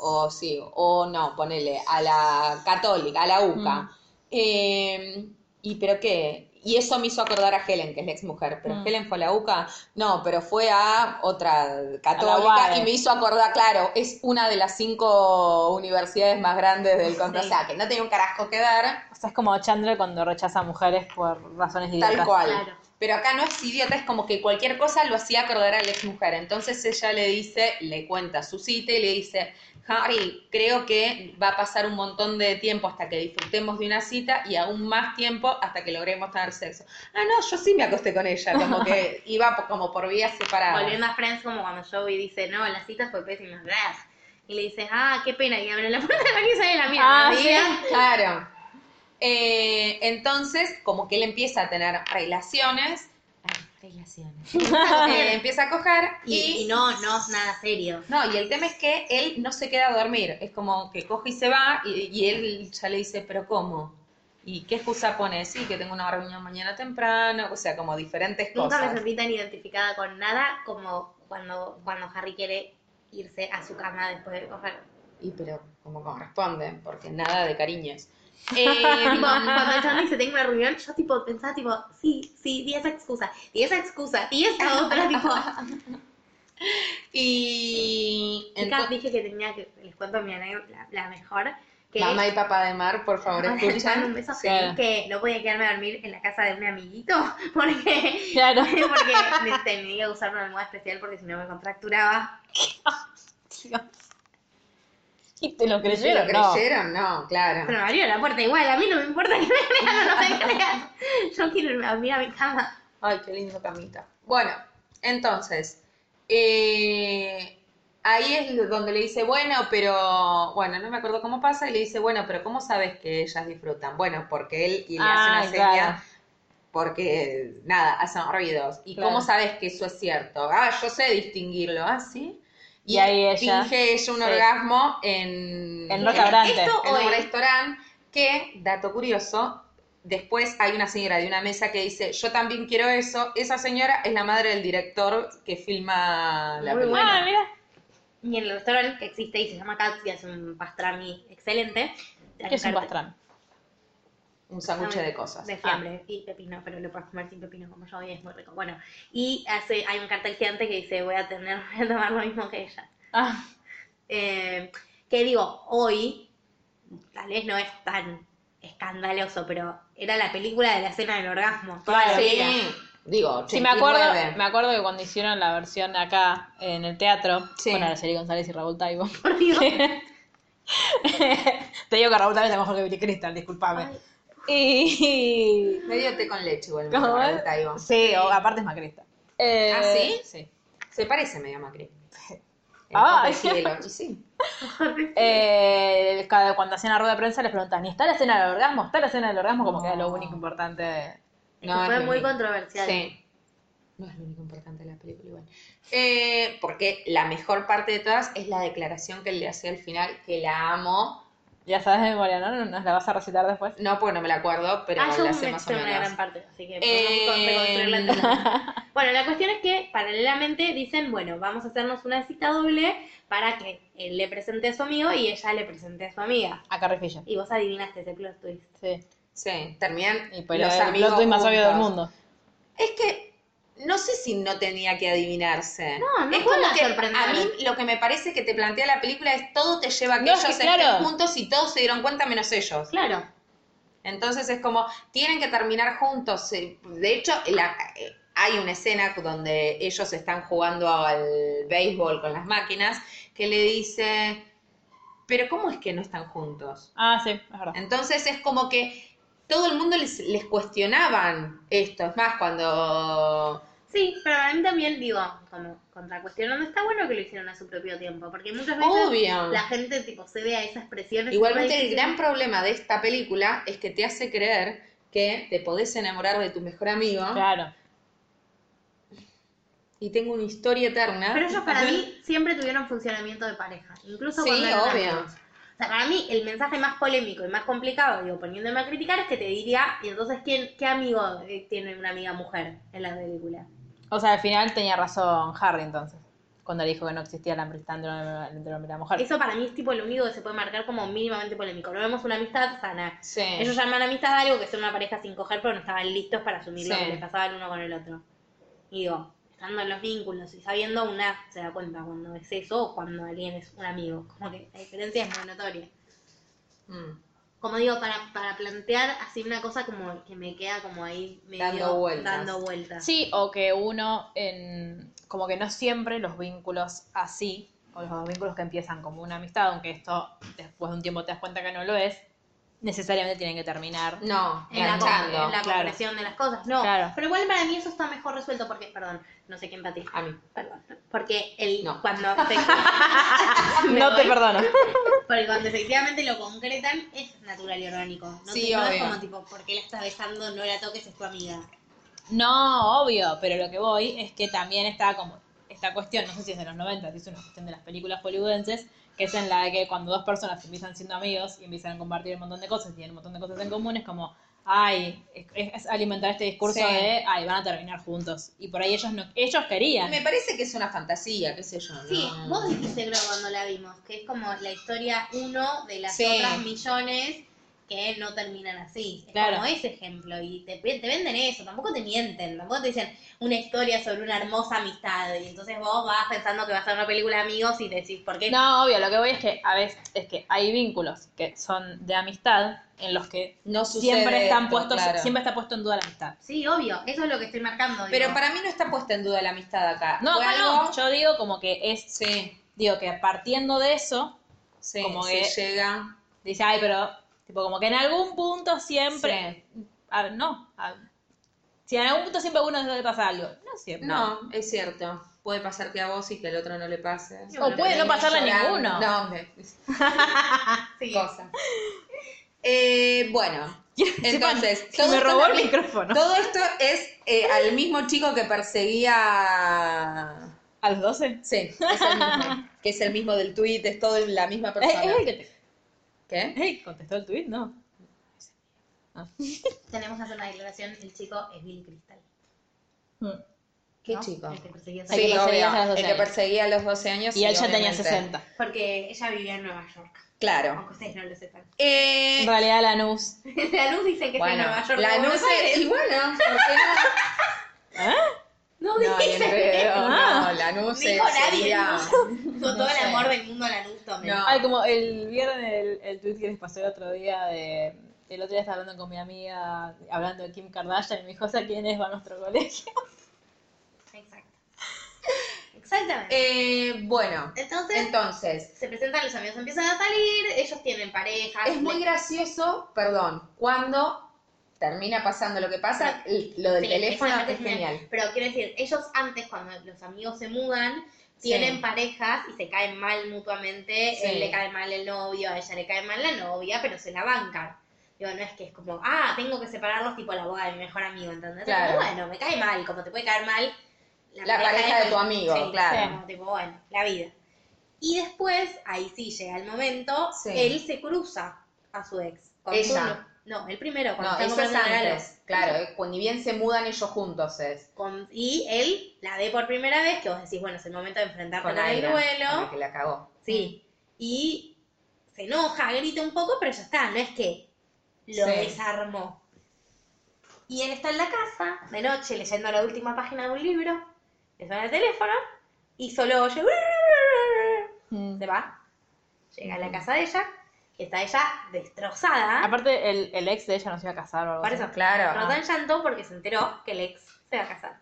S4: o sí, o no, ponele, a la católica, a la UCA. Eh, ¿Y pero qué? Y eso me hizo acordar a Helen, que es la ex mujer. ¿Pero
S2: Mm.
S4: Helen fue a la UCA? No, pero fue a otra católica
S2: UAE.
S4: y me hizo acordar, claro, es una de las cinco universidades más grandes del contra. O sea, que no tenía un carajo que ver,
S2: O sea, es como Chandler cuando rechaza a mujeres por razones idiotas.
S4: tal cual.
S3: Claro.
S4: Pero acá no es idiota, es como que cualquier cosa lo hacía acordar a la ex mujer. Entonces ella le dice, le cuenta su cita y le dice, Harry, creo que va a pasar un montón de tiempo hasta que disfrutemos de una cita y aún más tiempo hasta que logremos tener sexo. Ah, no, yo sí me acosté con ella, como que iba por- como por vías separadas.
S3: Volviendo a Friends, como cuando Joey dice, no, la cita fue pésima, gracias. Y le dice, ah, qué pena, y abre la puerta de la y sale la mía.
S2: Ah,
S3: ¿no?
S2: sí.
S3: Diga.
S4: Claro. Eh, entonces, como que él empieza a tener relaciones,
S3: Relaciones.
S4: eh, empieza a coger
S3: Y, y no, no es nada serio.
S4: No, y el tema es que él no se queda a dormir. Es como que coge y se va, y, y él ya le dice, ¿pero cómo? ¿Y qué excusa pone? Sí, que tengo una reunión mañana temprano, o sea, como diferentes
S3: Nunca me
S4: cosas.
S3: sentí tan identificada con nada como cuando, cuando Harry quiere irse a su cama después de coger.
S4: Y pero, como corresponde, porque nada de cariños. Eh,
S3: Tipo, cuando el chabón dice tengo una reunión, yo tipo pensaba tipo, sí, sí, di esa excusa, di esa excusa, di esa otra, tipo,
S4: y
S3: Chicas,
S4: entonces,
S3: dije que tenía que, les cuento mi anécdota, la, la mejor, que
S4: mamá y papá de Mar, por favor,
S3: Hola, les mando un
S4: escuchan.
S3: beso,
S2: Sí.
S3: que no podía quedarme a dormir en la casa de un amiguito, porque,
S2: Claro.
S3: porque me tenía que usar una almohada especial porque si no me contracturaba.
S2: ¿Y te lo
S4: ¿Se lo
S2: creyeron? No.
S4: creyeron? No,
S3: Pero
S4: claro.
S3: me abrió la puerta igual, a mí no me importa que me crean o no me crean. Yo quiero irme a dormir a mi cama.
S4: Ay, qué lindo camita. Bueno, entonces, eh, ahí es lo- donde le dice, bueno, pero, bueno, no me acuerdo cómo pasa, y le dice, bueno, pero ¿cómo sabes que ellas disfrutan? Bueno, porque él y le
S2: Ah,
S4: hace una seña,
S2: claro.
S4: porque nada, hacen ruidos. ¿Y
S2: Claro.
S4: cómo sabes que eso es cierto? Ah, yo sé distinguirlo, ah, sí.
S2: Y ahí
S4: él
S2: ella-
S4: finge ella un
S2: sí.
S4: orgasmo en,
S2: En restaurante.
S3: Esto
S4: en un
S3: hoy.
S4: restaurante que, dato curioso, después hay una señora de una mesa que dice, yo también quiero eso. Esa señora es la madre del director que filma la
S3: Muy
S4: película.
S2: Ah, mira.
S3: Y en el restaurante que existe y se llama Katz, que es un pastrami excelente. hay
S2: ¿Qué es un
S3: cartel-
S2: pastrán?
S4: Un sándwich de cosas. Ah,
S3: De fiambre y pepino, pero lo puedes comer sin pepino como yo y es muy rico. Bueno, y hace, hay un cartel gigante que dice voy a tener, voy a tomar lo mismo que ella.
S2: Ah,
S3: Eh, que digo, hoy, tal vez no es tan escandaloso, pero era la película de la escena del orgasmo. toda la
S2: Claro.
S3: vida.
S4: Sí, digo,
S2: sí, me acuerdo,
S4: 89.
S2: me acuerdo que cuando hicieron la versión acá en el teatro,
S4: Sí.
S2: con Araceli González y Raúl Taibo.
S3: Por Dios.
S2: Te digo que Raúl Taibo es mejor que Billy Crystal, disculpame. Y.
S4: Medio té con leche igual. me
S2: ¿Cómo
S4: acuerdo,
S2: es?
S4: Taibo.
S2: Sí, o, aparte es macrista. Eh,
S4: ¿Ah, sí?
S2: Sí.
S4: Se parece medio a Macri. El
S2: Ah.
S4: pobre cielo. Y sí.
S2: Eh, cada- cuando hacían la rueda de prensa les preguntan, ¿y está la escena del orgasmo? ¿Está la escena del orgasmo? Como que era lo único importante. de-
S4: No,
S3: fue
S4: es lo
S3: muy
S4: único.
S3: controversial.
S4: Sí. No es lo único importante de la película igual. Eh, porque la mejor parte de todas es la declaración que le hace al final, que la amo.
S2: Ya sabes de memoria, ¿no? ¿Nos la vas a recitar después?
S4: No, pues no me la acuerdo, pero
S3: ah, yo
S4: la
S3: me
S4: sé más o
S3: sé una gran
S4: menos.
S3: parte, así que
S4: Eh,
S3: podemos reconstruirla entonces. Bueno, la cuestión es que paralelamente dicen, bueno, vamos a hacernos una cita doble para que él le presente a su amigo y ella le presente a su amiga.
S2: A Carrie Fisher.
S3: Y vos adivinaste ese plot twist.
S2: Sí.
S4: Sí, terminan
S2: Y pero
S4: los
S2: el
S4: amigos
S2: plot twist más obvio del
S4: juntos.
S2: mundo.
S4: Es que no sé si no tenía que adivinarse.
S3: No, no
S4: es como
S3: puede
S4: que
S3: sorprender.
S4: a mí lo que me parece que te plantea la película es todo te lleva a que
S2: No, es
S4: ellos
S2: que
S4: estén
S2: claro.
S4: juntos y todos se dieron cuenta menos ellos.
S3: Claro.
S4: Entonces es como, tienen que terminar juntos. eh, De hecho, la- eh, hay una escena donde ellos están jugando al béisbol con las máquinas que le dice, pero ¿cómo es que no están juntos?
S2: Ah, sí, es verdad.
S4: Entonces es como que todo el mundo les, les cuestionaban esto. Es más, cuando...
S3: Sí, pero a mí también digo, como contracuestionando, está bueno que lo hicieron a su propio tiempo, porque muchas veces
S4: Obvio.
S3: la gente tipo se ve a esas presiones.
S4: Igualmente
S3: y
S4: el
S3: dice,
S4: gran problema de esta película es que te hace creer que te podés enamorar de tu mejor amigo.
S2: Claro.
S4: y tengo una historia eterna.
S3: Pero ellos para mí siempre tuvieron funcionamiento de pareja, incluso
S4: Sí,
S3: cuando eran
S4: obvio.
S3: amigos. O sea, para mí el mensaje más polémico y más complicado, digo, poniéndome a criticar, es que te diría, y entonces, ¿quién, ¿qué amigo eh, tiene una amiga mujer en la película?
S2: O sea, al final tenía razón Harry entonces, cuando le dijo que no existía la amistad entre el entre el hombre y la mujer.
S3: Eso para mí es tipo lo único que se puede marcar como mínimamente polémico. No vemos una amistad sana.
S2: Sí.
S3: Ellos llaman amistad algo que son una pareja sin coger, pero no estaban listos para asumir lo
S2: Sí.
S3: que les pasaba el uno con el otro. Y digo, estando en los vínculos y sabiendo, una se da cuenta cuando es eso o cuando alguien es un amigo. Como que la diferencia es muy notoria.
S4: Mm.
S3: Como digo, para, para plantear así una cosa como que me queda como ahí medio
S4: Dando vueltas.
S3: dando vueltas.
S2: Sí, o que uno, en, como que no siempre los vínculos así, o los vínculos que empiezan como una amistad, aunque esto después de un tiempo te das cuenta que no lo es, necesariamente tienen que terminar.
S4: No,
S3: en la,
S4: enganchando.
S3: en la
S2: claro.
S3: comprensión de las cosas. No,
S2: Claro.
S3: pero igual para mí eso está mejor resuelto porque, perdón, no sé quién batí.
S4: A mí.
S3: Perdón. Porque el,
S4: No.
S3: cuando, te- Me
S2: No te
S3: voy.
S2: perdono.
S3: porque cuando efectivamente lo concretan es natural y orgánico. No,
S4: Sí,
S3: te- no es
S4: obvio.
S3: como tipo, porque la estás besando? No la toques, es tu amiga.
S2: No, obvio, pero lo que voy es que también está como esta cuestión, no sé si es de los 90, si es una cuestión de las películas hollywoodenses, que es en la que cuando dos personas empiezan siendo amigos y empiezan a compartir un montón de cosas y tienen un montón de cosas en común, es como, ay, es, es alimentar este discurso
S4: Sí.
S2: de, ay, van a terminar juntos. Y por ahí ellos no, ellos querían.
S4: Me parece que es una fantasía, qué sé yo.
S3: Sí,
S4: no.
S3: vos dijiste creo cuando la vimos, que es como la historia uno de las
S4: Sí.
S3: otras millones que no terminan así. Es
S2: Claro.
S3: como ese ejemplo. Y te, te venden eso, tampoco te mienten, tampoco te dicen una historia sobre una hermosa amistad. Y entonces vos vas pensando que vas a ver una película de amigos y decís, ¿por qué?
S2: No, obvio, lo que voy es que a veces es que hay vínculos que son de amistad en los que
S4: No sucede
S2: siempre están
S4: esto,
S2: puestos,
S4: claro.
S2: siempre está puesto en duda la amistad.
S3: Sí, obvio, eso es lo que estoy marcando.
S4: Pero
S3: digo.
S4: para mí no está puesta en duda la amistad acá.
S2: No,
S4: Fue
S2: acá no,
S4: algo-
S2: yo digo como que es
S4: Sí,
S2: Digo que partiendo de eso,
S4: sí,
S2: Como
S4: se
S2: que-
S4: llega.
S2: dice, ay, pero, tipo, como que en algún punto siempre. A ver, no. a- si en algún punto siempre a uno le pasa algo. No siempre.
S4: No, es cierto. Puede pasar que a vos y que al otro no le pase.
S3: O puede
S4: termine
S2: no pasarle a
S4: llorando.
S2: ninguno.
S4: No, hombre.
S3: Sí.
S4: Cosa. Eh, bueno, entonces.
S2: Que me
S4: esto
S2: robó el
S4: también-
S2: micrófono.
S4: Todo esto es eh, al mismo chico que perseguía.
S2: A los 12.
S4: Sí, es el mismo. que es el mismo del tweet, es todo la misma
S2: Es,
S4: persona.
S2: es el que te.
S4: ¿Qué?
S2: es el que contestó el tweet, ¿no?
S3: Tenemos que hacer una declaración, el chico es Bill Crystal.
S2: Mm.
S4: ¿Qué
S3: ¿no?
S4: chico?
S3: El que perseguía a
S2: El que
S4: Sí,
S2: perseguía a los
S4: obvio.
S2: 12
S4: El que
S2: años.
S4: perseguía a los 12 años.
S2: Y él ya tenía
S4: obviamente.
S2: 60.
S3: Porque ella vivía en Nueva York,
S4: Claro.
S3: aunque ustedes no lo sepan.
S4: Eh,
S2: En realidad, Lanús.
S3: La luz dice que está en
S4: bueno,
S3: Nueva York.
S4: la
S3: como
S4: luz
S3: Buenos Aires.
S4: es... Y bueno, ¿por qué no?
S3: No,
S4: No, ni en pedo,
S2: Ah.
S4: no, la luz
S3: Dijo
S4: es-
S3: nadie,
S4: sería-
S3: Con todo
S4: sé.
S3: el amor del mundo a la luz también.
S4: No.
S2: Ay, como el viernes, el, el tweet que les pasó el otro día de. El otro día estaba hablando con mi amiga, hablando de Kim Kardashian, y me dijo, ¿a quién es? Va a nuestro colegio.
S3: Exacto. Exactamente.
S4: Eh, em- bueno,
S3: entonces,
S4: entonces,
S3: se presentan los amigos, empiezan a salir, ellos tienen pareja.
S4: es muy gracioso, perdón, cuando termina pasando lo que pasa, l- lo del
S3: Sí,
S4: teléfono
S3: esa parte
S4: es genial.
S3: Pero quiero decir, ellos antes, cuando los amigos se mudan, tienen
S4: Sí.
S3: parejas y se caen mal mutuamente.
S4: Sí.
S3: Él le cae mal el novio, a ella le cae mal la novia, pero se la bancan. Digo, no es que es como, ah, tengo que separarlos tipo la boda de mi mejor amigo, ¿entendés? Es
S4: Claro.
S3: Como, bueno, me cae mal, como te puede caer mal
S4: La pareja de tu amigo, claro.
S3: como tipo, bueno, la vida. Y después, ahí sí llega el momento,
S4: Sí.
S3: él se cruza a su ex. con
S4: Ella.
S3: turno. No, el primero, cuando
S4: No,
S3: están
S4: eso es
S3: comprando regalos.
S4: antes, claro, eh, cuando ni bien se mudan ellos juntos es.
S3: Con- y él la ve por primera vez, que vos decís, bueno, es el momento de enfrentarte con, el
S4: Aira, con la
S3: duelo.
S4: que la cagó.
S3: Sí. Y se enoja, grita un poco, pero ya está, no es que lo
S4: Sí.
S3: desarmó. Y él está en la casa, de noche, leyendo la última página de un libro, le suena el teléfono, y solo oye,
S4: Mm.
S3: se va, llega a la casa de ella, que está ella destrozada.
S2: Aparte, el, el ex de ella no se iba a casar o algo
S3: Por
S2: así. Ah.
S3: eso,
S4: Claro.
S3: Rota en llanto porque se enteró que el ex se va a casar.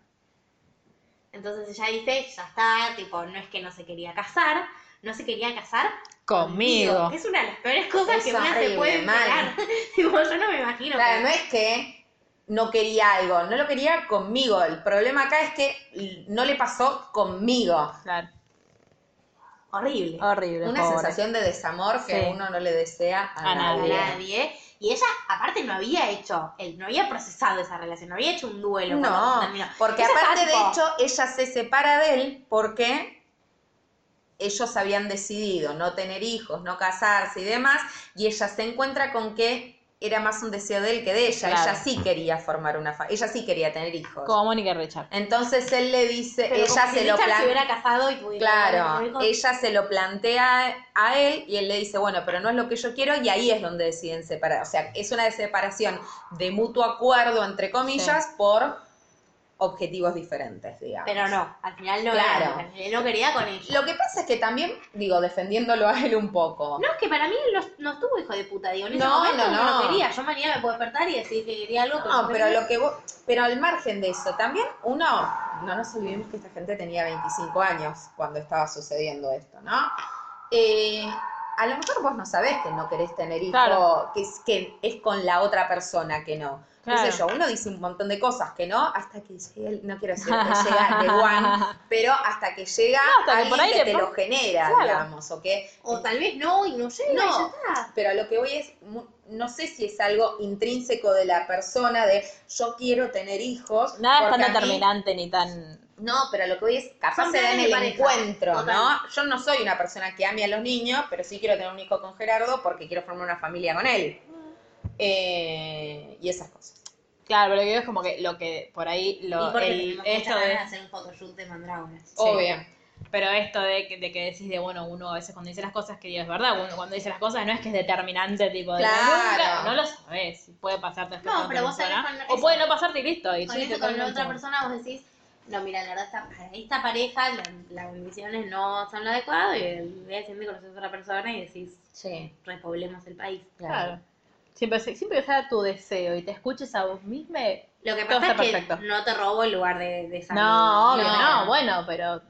S3: Entonces ella dice, ya está, tipo, no es que no se quería casar, no se quería casar
S2: Conmigo.
S3: que Es una de las peores cosas
S4: Es
S3: que una
S4: horrible,
S3: se puede
S4: mal.
S3: enterar. tipo, yo no me imagino.
S4: Claro,
S3: que-
S4: no es que no quería algo, no lo quería conmigo. El problema acá es que l- no le pasó conmigo.
S2: Claro.
S3: horrible.
S2: Horrible,
S4: Una
S2: pobre.
S4: sensación de desamor que
S2: Sí.
S4: uno no le desea a,
S2: A
S3: a
S4: nadie.
S3: nadie. ¿eh? Y ella, aparte, no había hecho, él no había procesado esa relación, no había hecho un duelo. cuando
S4: No,
S3: se terminó.
S4: porque
S3: Ella
S4: aparte de
S3: estaba tipo,
S4: hecho, ella se separa de él porque ellos habían decidido no tener hijos, no casarse y demás, y ella se encuentra con que era más un deseo de él que de ella.
S2: Claro.
S4: Ella sí quería formar una familia, ella sí quería tener hijos.
S2: Como Mónica Richard.
S4: Entonces él le dice,
S3: pero
S4: ella
S3: como si
S4: se lo
S3: Richard se
S4: plantea.
S3: hubiera casado y pudiera tener
S4: Claro,
S3: hijos.
S4: ella se lo plantea a él y él le dice, bueno, pero no es lo que yo quiero y ahí es donde deciden separar. O sea, es una separación de mutuo acuerdo, entre comillas, por objetivos diferentes, digamos.
S3: Pero no, al final no
S4: Claro.
S3: era, al final no quería con ella.
S4: Lo que pasa es que también, digo, defendiéndolo a él un poco.
S3: No, es que para mí él no, no estuvo hijo de puta, digo, en ese
S4: No,
S3: momento
S4: no,
S3: uno
S4: no.
S3: quería, yo mañana me puedo despertar y decir que quería algo.
S4: No, pero lo que vos- pero al margen de eso, también uno, no nos olvidemos que esta gente tenía 25 años cuando estaba sucediendo esto, ¿no? Eh, a lo mejor vos no sabés que no querés tener hijo,
S2: Claro.
S4: que, es, que es con la otra persona que no. No
S2: Claro.
S4: sé yo, uno dice un montón de cosas que no, hasta que llega, el- no quiero decir que llega de Juan, pero hasta que llega
S2: No, hasta que
S4: alguien
S2: por ahí
S4: que te
S2: le
S4: lo
S2: pon-
S4: genera,
S2: Claro.
S4: digamos, o que
S3: O tal vez no, y no llega,
S4: No.
S3: y ya está.
S4: pero a lo que voy es, mu- no sé si es algo intrínseco de la persona, de yo quiero tener hijos.
S2: Nada es
S4: porque
S2: tan
S4: a mí-
S2: determinante ni tan.
S4: No, pero a lo que voy es, capaz
S3: Son
S4: se da
S3: planes
S4: en el
S3: de pareja,
S4: encuentro,
S3: total.
S4: ¿no? Yo no soy una persona que ame a los niños, pero sí quiero tener un hijo con Gerardo porque quiero formar una familia con él. Eh, y esas cosas.
S2: Claro, pero lo que veo es como que lo que por ahí
S3: y
S2: lo
S3: porque
S2: el-
S3: tenemos muchas
S2: esto
S3: ganas
S2: de,
S3: de hacer un photoshoot de mandrágoras.
S4: Obvio.
S2: pero esto de que, de que decís de bueno, uno a veces cuando dice las cosas que digo, es verdad, uno cuando dice las cosas no es que es determinante tipo de
S4: Claro.
S2: nunca, no lo sabes, puede pasarte después
S3: No,
S2: con
S3: pero
S2: otra
S3: vos sabés
S2: persona,
S3: con-
S2: o puede no pasarte y listo, y
S3: Con
S2: sí,
S3: eso,
S2: te
S3: con
S2: ponen
S3: la otra
S2: como-
S3: persona vos decís, no, mira, la verdad, esta, para esta pareja la- las bendiciones no son lo adecuado y el día de siempre conoces a otra persona y decís,
S4: Sí,
S3: repoblemos el país.
S2: Claro. Siempre, siempre que sea tu deseo y te escuches a vos misma,
S3: Lo que
S2: Todo
S3: pasa es
S2: está
S3: que
S2: perfecto.
S3: no te robo el lugar de, de esa
S2: no, obvio,
S4: no.
S2: no, bueno, pero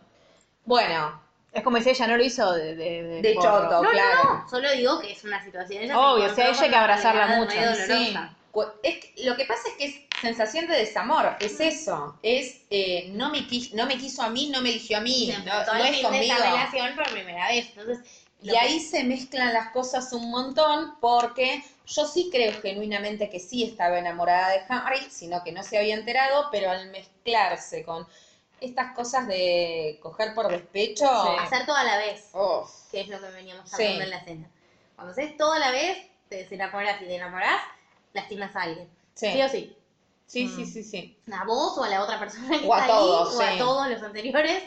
S4: Bueno,
S2: es como si ella no lo hizo de, de, de
S4: de
S2: forro.
S4: choto,
S3: No,
S4: claro.
S3: no, no, solo digo que es una situación. Ella se
S2: Obvio,
S3: encontró
S2: o sea, ella hay
S3: con
S2: que
S3: una
S2: abrazarla
S3: realidad
S2: mucho,
S3: re
S4: Sí.
S3: dolorosa.
S4: Cu- Es que- lo que pasa es que es sensación de desamor, es eso, es eh, no, me qui- no me quiso a mí, no me eligió a mí,
S3: Se
S4: no,
S3: enfrentó
S4: no
S3: al
S4: es
S3: fin de
S4: conmigo.
S3: esa relación por primera vez. Entonces, lo
S4: Y
S3: que-
S4: ahí se mezclan las cosas un montón porque yo sí creo genuinamente que sí estaba enamorada de Harry, sino que no se había enterado, pero al mezclarse con estas cosas de coger por despecho,
S2: Sí.
S3: hacer todo a la vez,
S4: oh,
S3: que es lo que veníamos
S4: Sí.
S3: hablando en la cena. Cuando haces todo a la vez, te desenamoras y te enamorás, lastimas a alguien.
S4: sí,
S3: Sí o sí.
S4: sí, sí, sí, sí.
S3: a vos o a la otra persona que
S4: O a
S3: está
S4: todos,
S3: ahí, o
S4: sí.
S3: a todos los anteriores,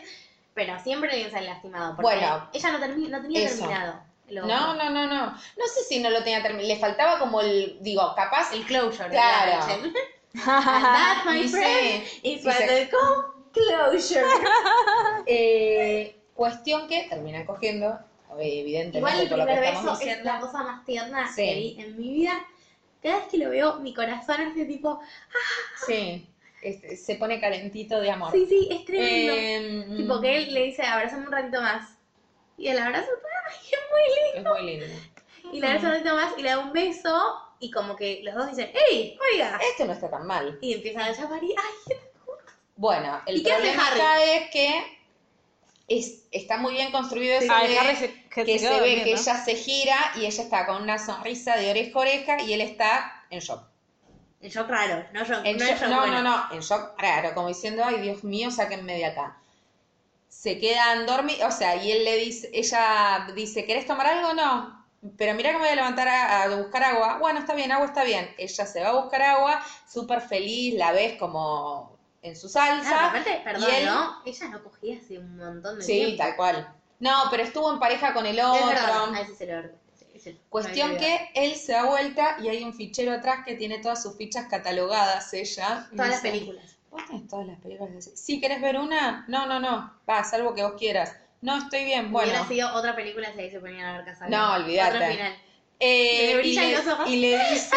S3: pero siempre alguien sale lastimado. Porque
S4: Bueno.
S3: ella no, termi- no tenía
S4: Eso.
S3: terminado. lo-
S4: No, no, no, no. No sé si no lo tenía terminado. Le faltaba como el, digo, capaz
S3: El closure.
S4: Claro.
S3: de la relación. And that, my
S4: Y sí.
S3: friend,
S4: Y
S3: is
S4: se-
S3: what they call closure.
S4: Eh, cuestión que terminan cogiendo, eh, evidentemente,
S3: Igual el
S4: por lo que
S3: primer
S4: estamos
S3: beso es
S4: diciendo.
S3: la cosa más tierna
S4: Sí.
S3: que vi en mi vida. Cada vez que lo veo, mi corazón hace tipo,
S4: Sí, Este, se pone calentito de amor.
S3: sí, sí, es tremendo.
S4: Eh,
S3: tipo que él le dice, abrázame un ratito más. Y el abrazo, ay, es muy lindo.
S4: Es muy lindo.
S3: Y le abraza un ratito más y le da un beso. Y como que los dos dicen, ¡Ey! ¡Oiga!
S4: Esto Este no está tan mal.
S3: Y empiezan a llamar y ¡ay!
S4: Bueno, el
S3: ¿Y qué hace
S4: problema
S3: Harry?
S4: acá es que es- está muy bien construido eso
S2: Ah,
S4: de
S2: Harry se- que
S4: que
S2: se
S4: se,
S2: quedó
S4: ve
S2: dormido,
S4: que
S2: ¿no?
S4: ella se gira y ella está con una sonrisa de oreja a oreja y él está en shock.
S3: El shock raro, no shock,
S4: En
S3: no
S4: shock-
S3: shock
S4: no,
S3: bueno.
S4: no, no, en shock raro, como diciendo, ay Dios mío, sáquenme de acá. Se quedan dormidos, o sea, y él le dice, ella dice, ¿querés tomar algo? No. Pero mira que me voy a levantar a, a buscar agua. Bueno, está bien, agua está bien. Ella se va a buscar agua, súper feliz, la ves como en su salsa.
S3: Claro, Ah, aparte, perdón,
S4: y él-
S3: ¿no? Ella no cogía hace un montón de
S4: Sí,
S3: tiempo.
S4: tal cual. No, pero estuvo en pareja con el
S3: Es verdad,
S4: otro.
S3: a ese se lo ese- ese- no
S4: Cuestión
S3: hay
S4: que él se da vuelta y hay un fichero atrás que tiene todas sus fichas catalogadas ella. Y
S3: Todas las
S4: dice,
S3: películas.
S4: Vos tenés todas las películas así. ¿Sí querés ver una? No, no, no. Va, salvo que vos quieras. No, estoy bien. Bueno.
S3: Hubiera sido otra película si ahí se ponían a ver casa.
S4: No, olvídate.
S3: Otro final.
S4: Eh,
S3: ¿Le
S4: y,
S3: brillan los ojos?
S4: le, y le dice,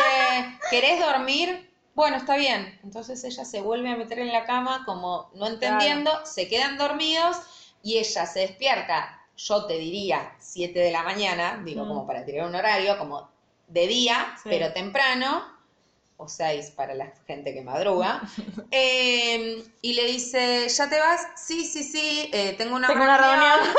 S4: ¿querés dormir? Bueno, está bien. Entonces ella se vuelve a meter en la cama como no entendiendo, se quedan dormidos y ella se despierta, yo te diría 7 de la mañana, digo
S2: Mm.
S4: como para tirar un horario, como de día,
S2: Sí.
S4: pero temprano, o 6 para la gente que madruga, eh, y le dice, ¿ya te vas? Sí, sí, sí, eh, tengo una
S2: Tengo una reunión.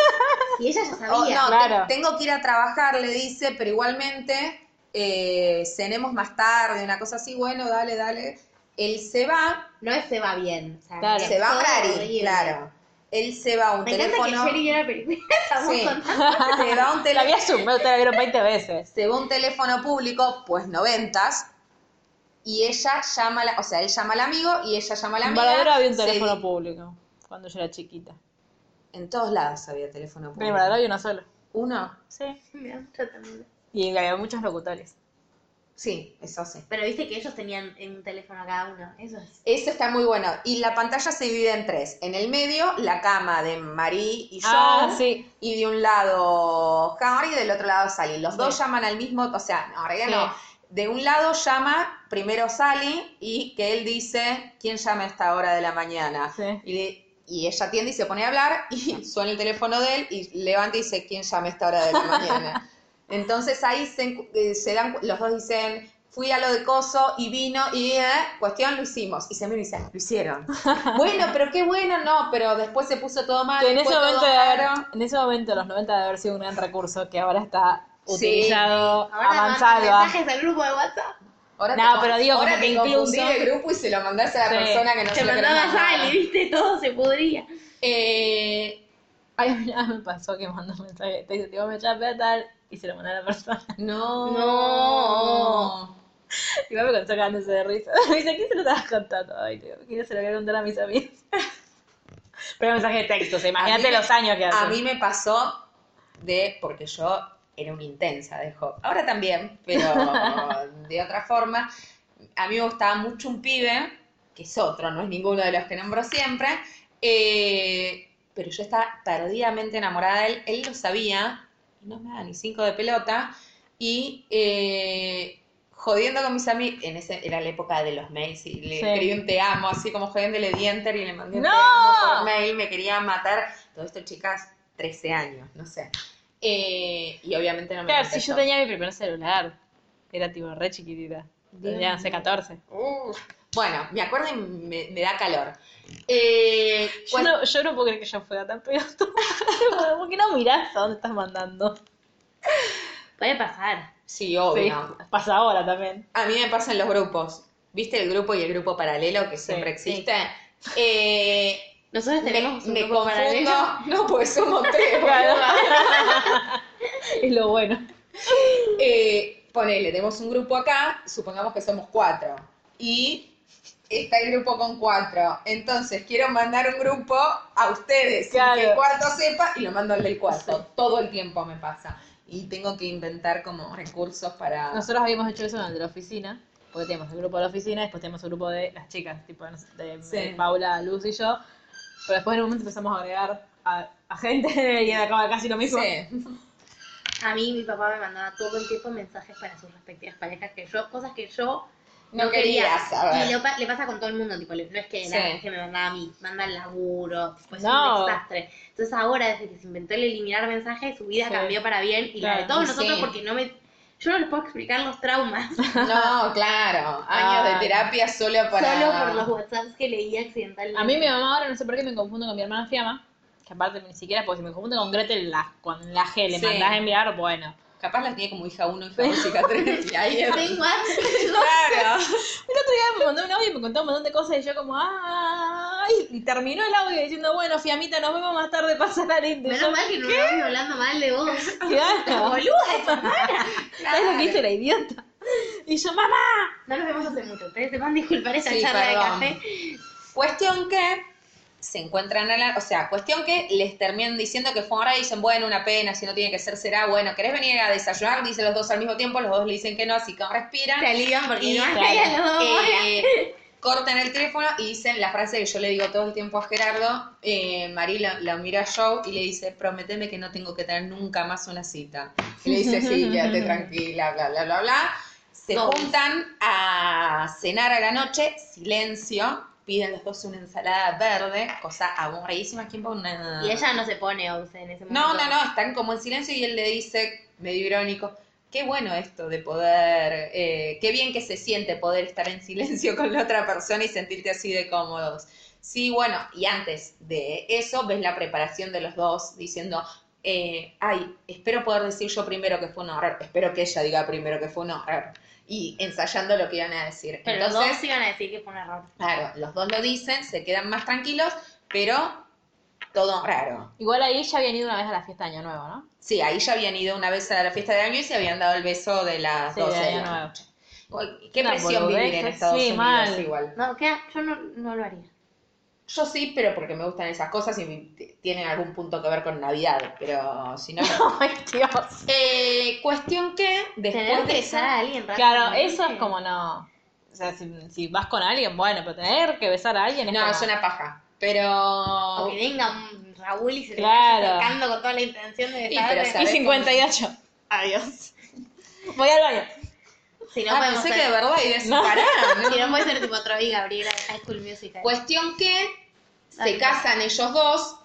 S3: Y ella ya
S4: Oh,
S3: sabía.
S4: no,
S2: Claro.
S4: te- tengo que ir a trabajar, le dice, pero igualmente eh, cenemos más tarde, una cosa así, bueno, dale, dale. Él se va,
S3: No es se va bien. o sea,
S2: Claro.
S3: es
S4: se va a
S3: todo
S4: Brari,
S3: horrible.
S4: claro. Él se va a un
S3: Me
S4: teléfono.
S3: encanta que Jerry era la primera. Estamos
S4: Sí.
S3: contando.
S4: se va a un
S2: La vi
S4: teléfono.
S2: a Zoom, te la vieron 20 veces.
S4: Se va a un teléfono público, pues noventas, y ella llama, a la- o sea, él llama al amigo y ella llama a la
S2: En
S4: amiga.
S2: Varadero había un
S4: se
S2: teléfono
S4: di-
S2: público cuando yo era chiquita.
S4: En todos lados había teléfono
S2: En
S4: público.
S2: Varadero había uno solo.
S4: Uno,
S2: Sí.
S3: Mira, yo también.
S2: Y había muchos locutores.
S4: sí, eso sí.
S3: Pero viste que ellos tenían un teléfono cada uno. Eso es.
S4: Eso está muy bueno. Y la pantalla se divide en tres. En el medio, la cama de Marie y John.
S2: Ah, sí.
S4: Y de un lado Harry y del otro lado Sally. Los dos
S2: Sí.
S4: llaman al mismo, o sea, no, en realidad
S2: Sí.
S4: no. De un lado llama primero Sally y que él dice, ¿quién llama a esta hora de la mañana?
S2: Sí.
S4: Y, le- y ella atiende y se pone a hablar y suena el teléfono de él y levanta y dice, ¿quién llama a esta hora de la mañana? Entonces ahí se, encu- eh, se dan, cu- los dos dicen, fui a lo de Coso y vino y eh, cuestión, lo hicimos. Y se me dice, lo hicieron. bueno, pero qué bueno, no, pero después se puso todo mal.
S2: Que en ese,
S4: fue todo
S2: momento de haber-
S4: raro.
S2: en ese momento, los 90, de haber sido un gran recurso que ahora está
S4: Sí.
S2: utilizado
S3: Ahora
S2: a
S3: mandan
S4: ¿ah?
S2: mansalva.
S3: mensajes al grupo de WhatsApp.
S4: Ahora
S2: No,
S4: te-
S2: pero digo,
S4: ahora
S2: como
S4: te
S2: que
S4: confundí
S2: incluso-
S4: de grupo y se lo mandás a la
S2: Sí.
S4: persona que no
S3: Te
S4: se lo querés
S3: mandaba
S4: mandar.
S3: Sally, viste, todo se pudría.
S4: Eh,
S2: Ay, a mí nada me pasó que mandó un mensaje. Te dice, te voy a echar a tal. Y se lo mandó a la persona.
S4: no.
S3: No.
S2: Y me contó cagándose de risa. Me dice, ¿a quién se lo estabas contando? Ay, digo, ¿quién se lo quería contar a mis amigos? Pero era un mensaje de texto, o sea, imagínate
S4: A mí-
S2: los años que hace.
S4: A mí me pasó de, porque yo era una intensa de joven. Ahora también, pero de otra forma. A mí me gustaba mucho un pibe, que es otro, no es ninguno de los que nombro siempre. eh, pero yo estaba perdidamente enamorada de él. Él lo sabía, y no me daba ni cinco de pelota. Y eh, jodiendo con mis amigos, en ese era la época de los mails, y le
S2: Sí.
S4: escribí un te amo, así como jodiéndole di enter y le mandé un
S2: ¡No!
S4: te amo por mail, me quería matar. Todo esto, chicas, 13 años, no sé. Eh, y obviamente no me
S2: Claro, si
S4: contestó.
S2: yo tenía mi primer celular, era tipo re chiquitita. Tenía, no sé, 14.
S4: Uh, bueno, me acuerdo y me, me da calor. Eh,
S2: Yo,
S4: cuest-
S2: no, yo no puedo creer que yo fuera tan pelotuda. Tipo, ¿Por qué no mirás a dónde estás mandando?
S3: Puede pasar.
S4: Sí, obvio.
S2: Sí, pasa ahora también.
S4: A mí me pasa en los grupos. ¿Viste el grupo y el grupo paralelo que siempre existe? Eh,
S3: Nosotros
S4: me,
S3: tenemos un
S4: me
S3: grupo paralelo.
S4: confundo. No, pues somos tres.
S2: Claro.
S4: boluda.
S2: es lo bueno.
S4: Eh, ponele, tenemos un grupo acá, supongamos que somos cuatro. Y está el grupo con cuatro. Entonces quiero mandar un grupo a ustedes
S2: Claro.
S4: sin que el cuarto sepa y lo mando al del cuarto. Todo el tiempo me pasa. Y tengo que inventar como recursos para.
S2: Nosotros habíamos hecho eso en el de la oficina, porque teníamos el grupo de la oficina, después teníamos el grupo de las chicas, tipo no sé, de,
S4: Sí.
S2: de Paula, Luz y yo. Pero después en un momento empezamos a agregar a, a gente y acaba casi lo mismo.
S4: Sí.
S3: A mí mi papá me mandaba todo el tiempo mensajes para sus respectivas parejas, que yo, cosas que yo
S4: No quería saber.
S3: Y lo pa- le pasa con todo el mundo, tipo, le- no es que, la-
S4: Sí.
S3: que me mandaba a mí, manda el laburo, después es
S2: No.
S3: un desastre. Entonces ahora, desde que se inventó el eliminar mensajes, su vida
S2: Sí.
S3: cambió para bien y la de
S2: Claro.
S3: todos
S4: Y
S3: nosotros
S4: sí.
S3: porque no me... Yo no les puedo explicar los traumas,
S4: No, claro. Años
S2: Ah.
S4: de terapia solo para.
S3: solo por los WhatsApps que leía accidentalmente.
S2: A mí mi mamá ahora no sé por qué me confundo con mi hermana Fiamma, que aparte ni siquiera, porque si me confundo con Gretel, la, con la G le
S4: Sí.
S2: mandás a enviar, bueno.
S4: Capaz las tiene como hija uno, hija dos, hija tres. Y ahí es.
S3: Tengo antes-
S4: Claro.
S2: El otro día me mandó un audio y me contó un montón de cosas y yo como, ¡ay! Y terminó el audio diciendo, bueno, Fiamita, nos vemos más tarde, pasa la lente.
S3: Menos mal que no me voy hablando mal de vos.
S2: ¿Sabes lo que hizo la idiota? Y yo, mamá.
S3: No nos vemos hace mucho. Ustedes se van a disculpar esa
S4: Sí,
S3: charla
S4: perdón.
S3: de café.
S4: Cuestión que se encuentran a la, o sea, cuestión que les terminan diciendo que fue ahora y dicen, bueno, una pena, si no tiene que ser, será, bueno, ¿querés venir a desayunar? Dicen los dos al mismo tiempo, los dos le dicen que no, así que respiran.
S3: Se alivian porque
S4: Y,
S3: no
S4: claro,
S3: hay a los dos horas.
S4: eh, cortan el teléfono y dicen la frase que yo le digo todo el tiempo a Gerardo, eh, Marí la, la mira a Joe y le dice, prometeme que no tengo que tener nunca más una cita. Y le dice, sí, quédate tranquila, bla, bla, bla, bla. Se
S3: Goals.
S4: juntan a cenar a la noche, silencio, piden los dos una ensalada verde, cosa aburridísima, ¿quién va a una...?
S3: Y ella no se pone once en ese momento.
S4: No, no, no, están como en silencio y él le dice, medio irónico, qué bueno esto de poder, eh, qué bien que se siente poder estar en silencio con la otra persona y sentirte así de cómodos. Sí, bueno, y antes de eso ves la preparación de los dos diciendo, eh, ay, espero poder decir yo primero que fue un horror, espero que ella diga primero que fue un horror, y ensayando lo que iban a decir.
S3: Pero los
S4: Entonces,
S3: dos iban a decir que fue un error.
S4: claro, los dos lo dicen, se quedan más tranquilos, pero todo raro.
S2: Igual ahí ya habían ido una vez a la fiesta de Año Nuevo, ¿no?
S4: Sí, ahí ya habían ido una vez a la fiesta de año y se habían dado el beso de las
S2: Sí,
S4: 12
S2: de
S4: de
S2: Año
S4: la
S2: Nuevo.
S4: noche. Uy, Qué
S2: Una
S4: presión vivir
S2: boludez,
S4: en Estados
S2: sí,
S4: Unidos
S2: mal.
S4: igual.
S3: No, ¿qué? yo no, no lo haría.
S4: Yo sí, pero porque me gustan esas cosas y mi- t- tienen algún punto que ver con Navidad, pero si no... no.
S2: ¡Ay, Dios!
S4: Eh, cuestión que después
S3: Tener que
S4: de
S3: besar
S4: esa...
S3: a alguien
S2: Claro,
S3: rápidamente.
S2: eso es como no. O sea, si, si vas con alguien, bueno, pero tener que besar a alguien es
S4: No,
S2: como-
S4: es una paja,
S3: O
S4: pero...
S3: que venga un Raúl y se
S2: Claro.
S3: te vaya acercando con toda la intención de
S4: Sí,
S3: besarte.
S4: pero
S2: Y
S4: sabes
S2: 58. Adiós. Voy al baño.
S3: Si no
S4: Ah,
S3: podemos ser,
S4: pensé que de verdad y de
S2: No.
S4: pará, ¿no? Pues
S3: Si no puede ser tipo Troy y Gabriela de High School Musical.
S4: Cuestión que
S3: Dale.
S4: se casan ellos dos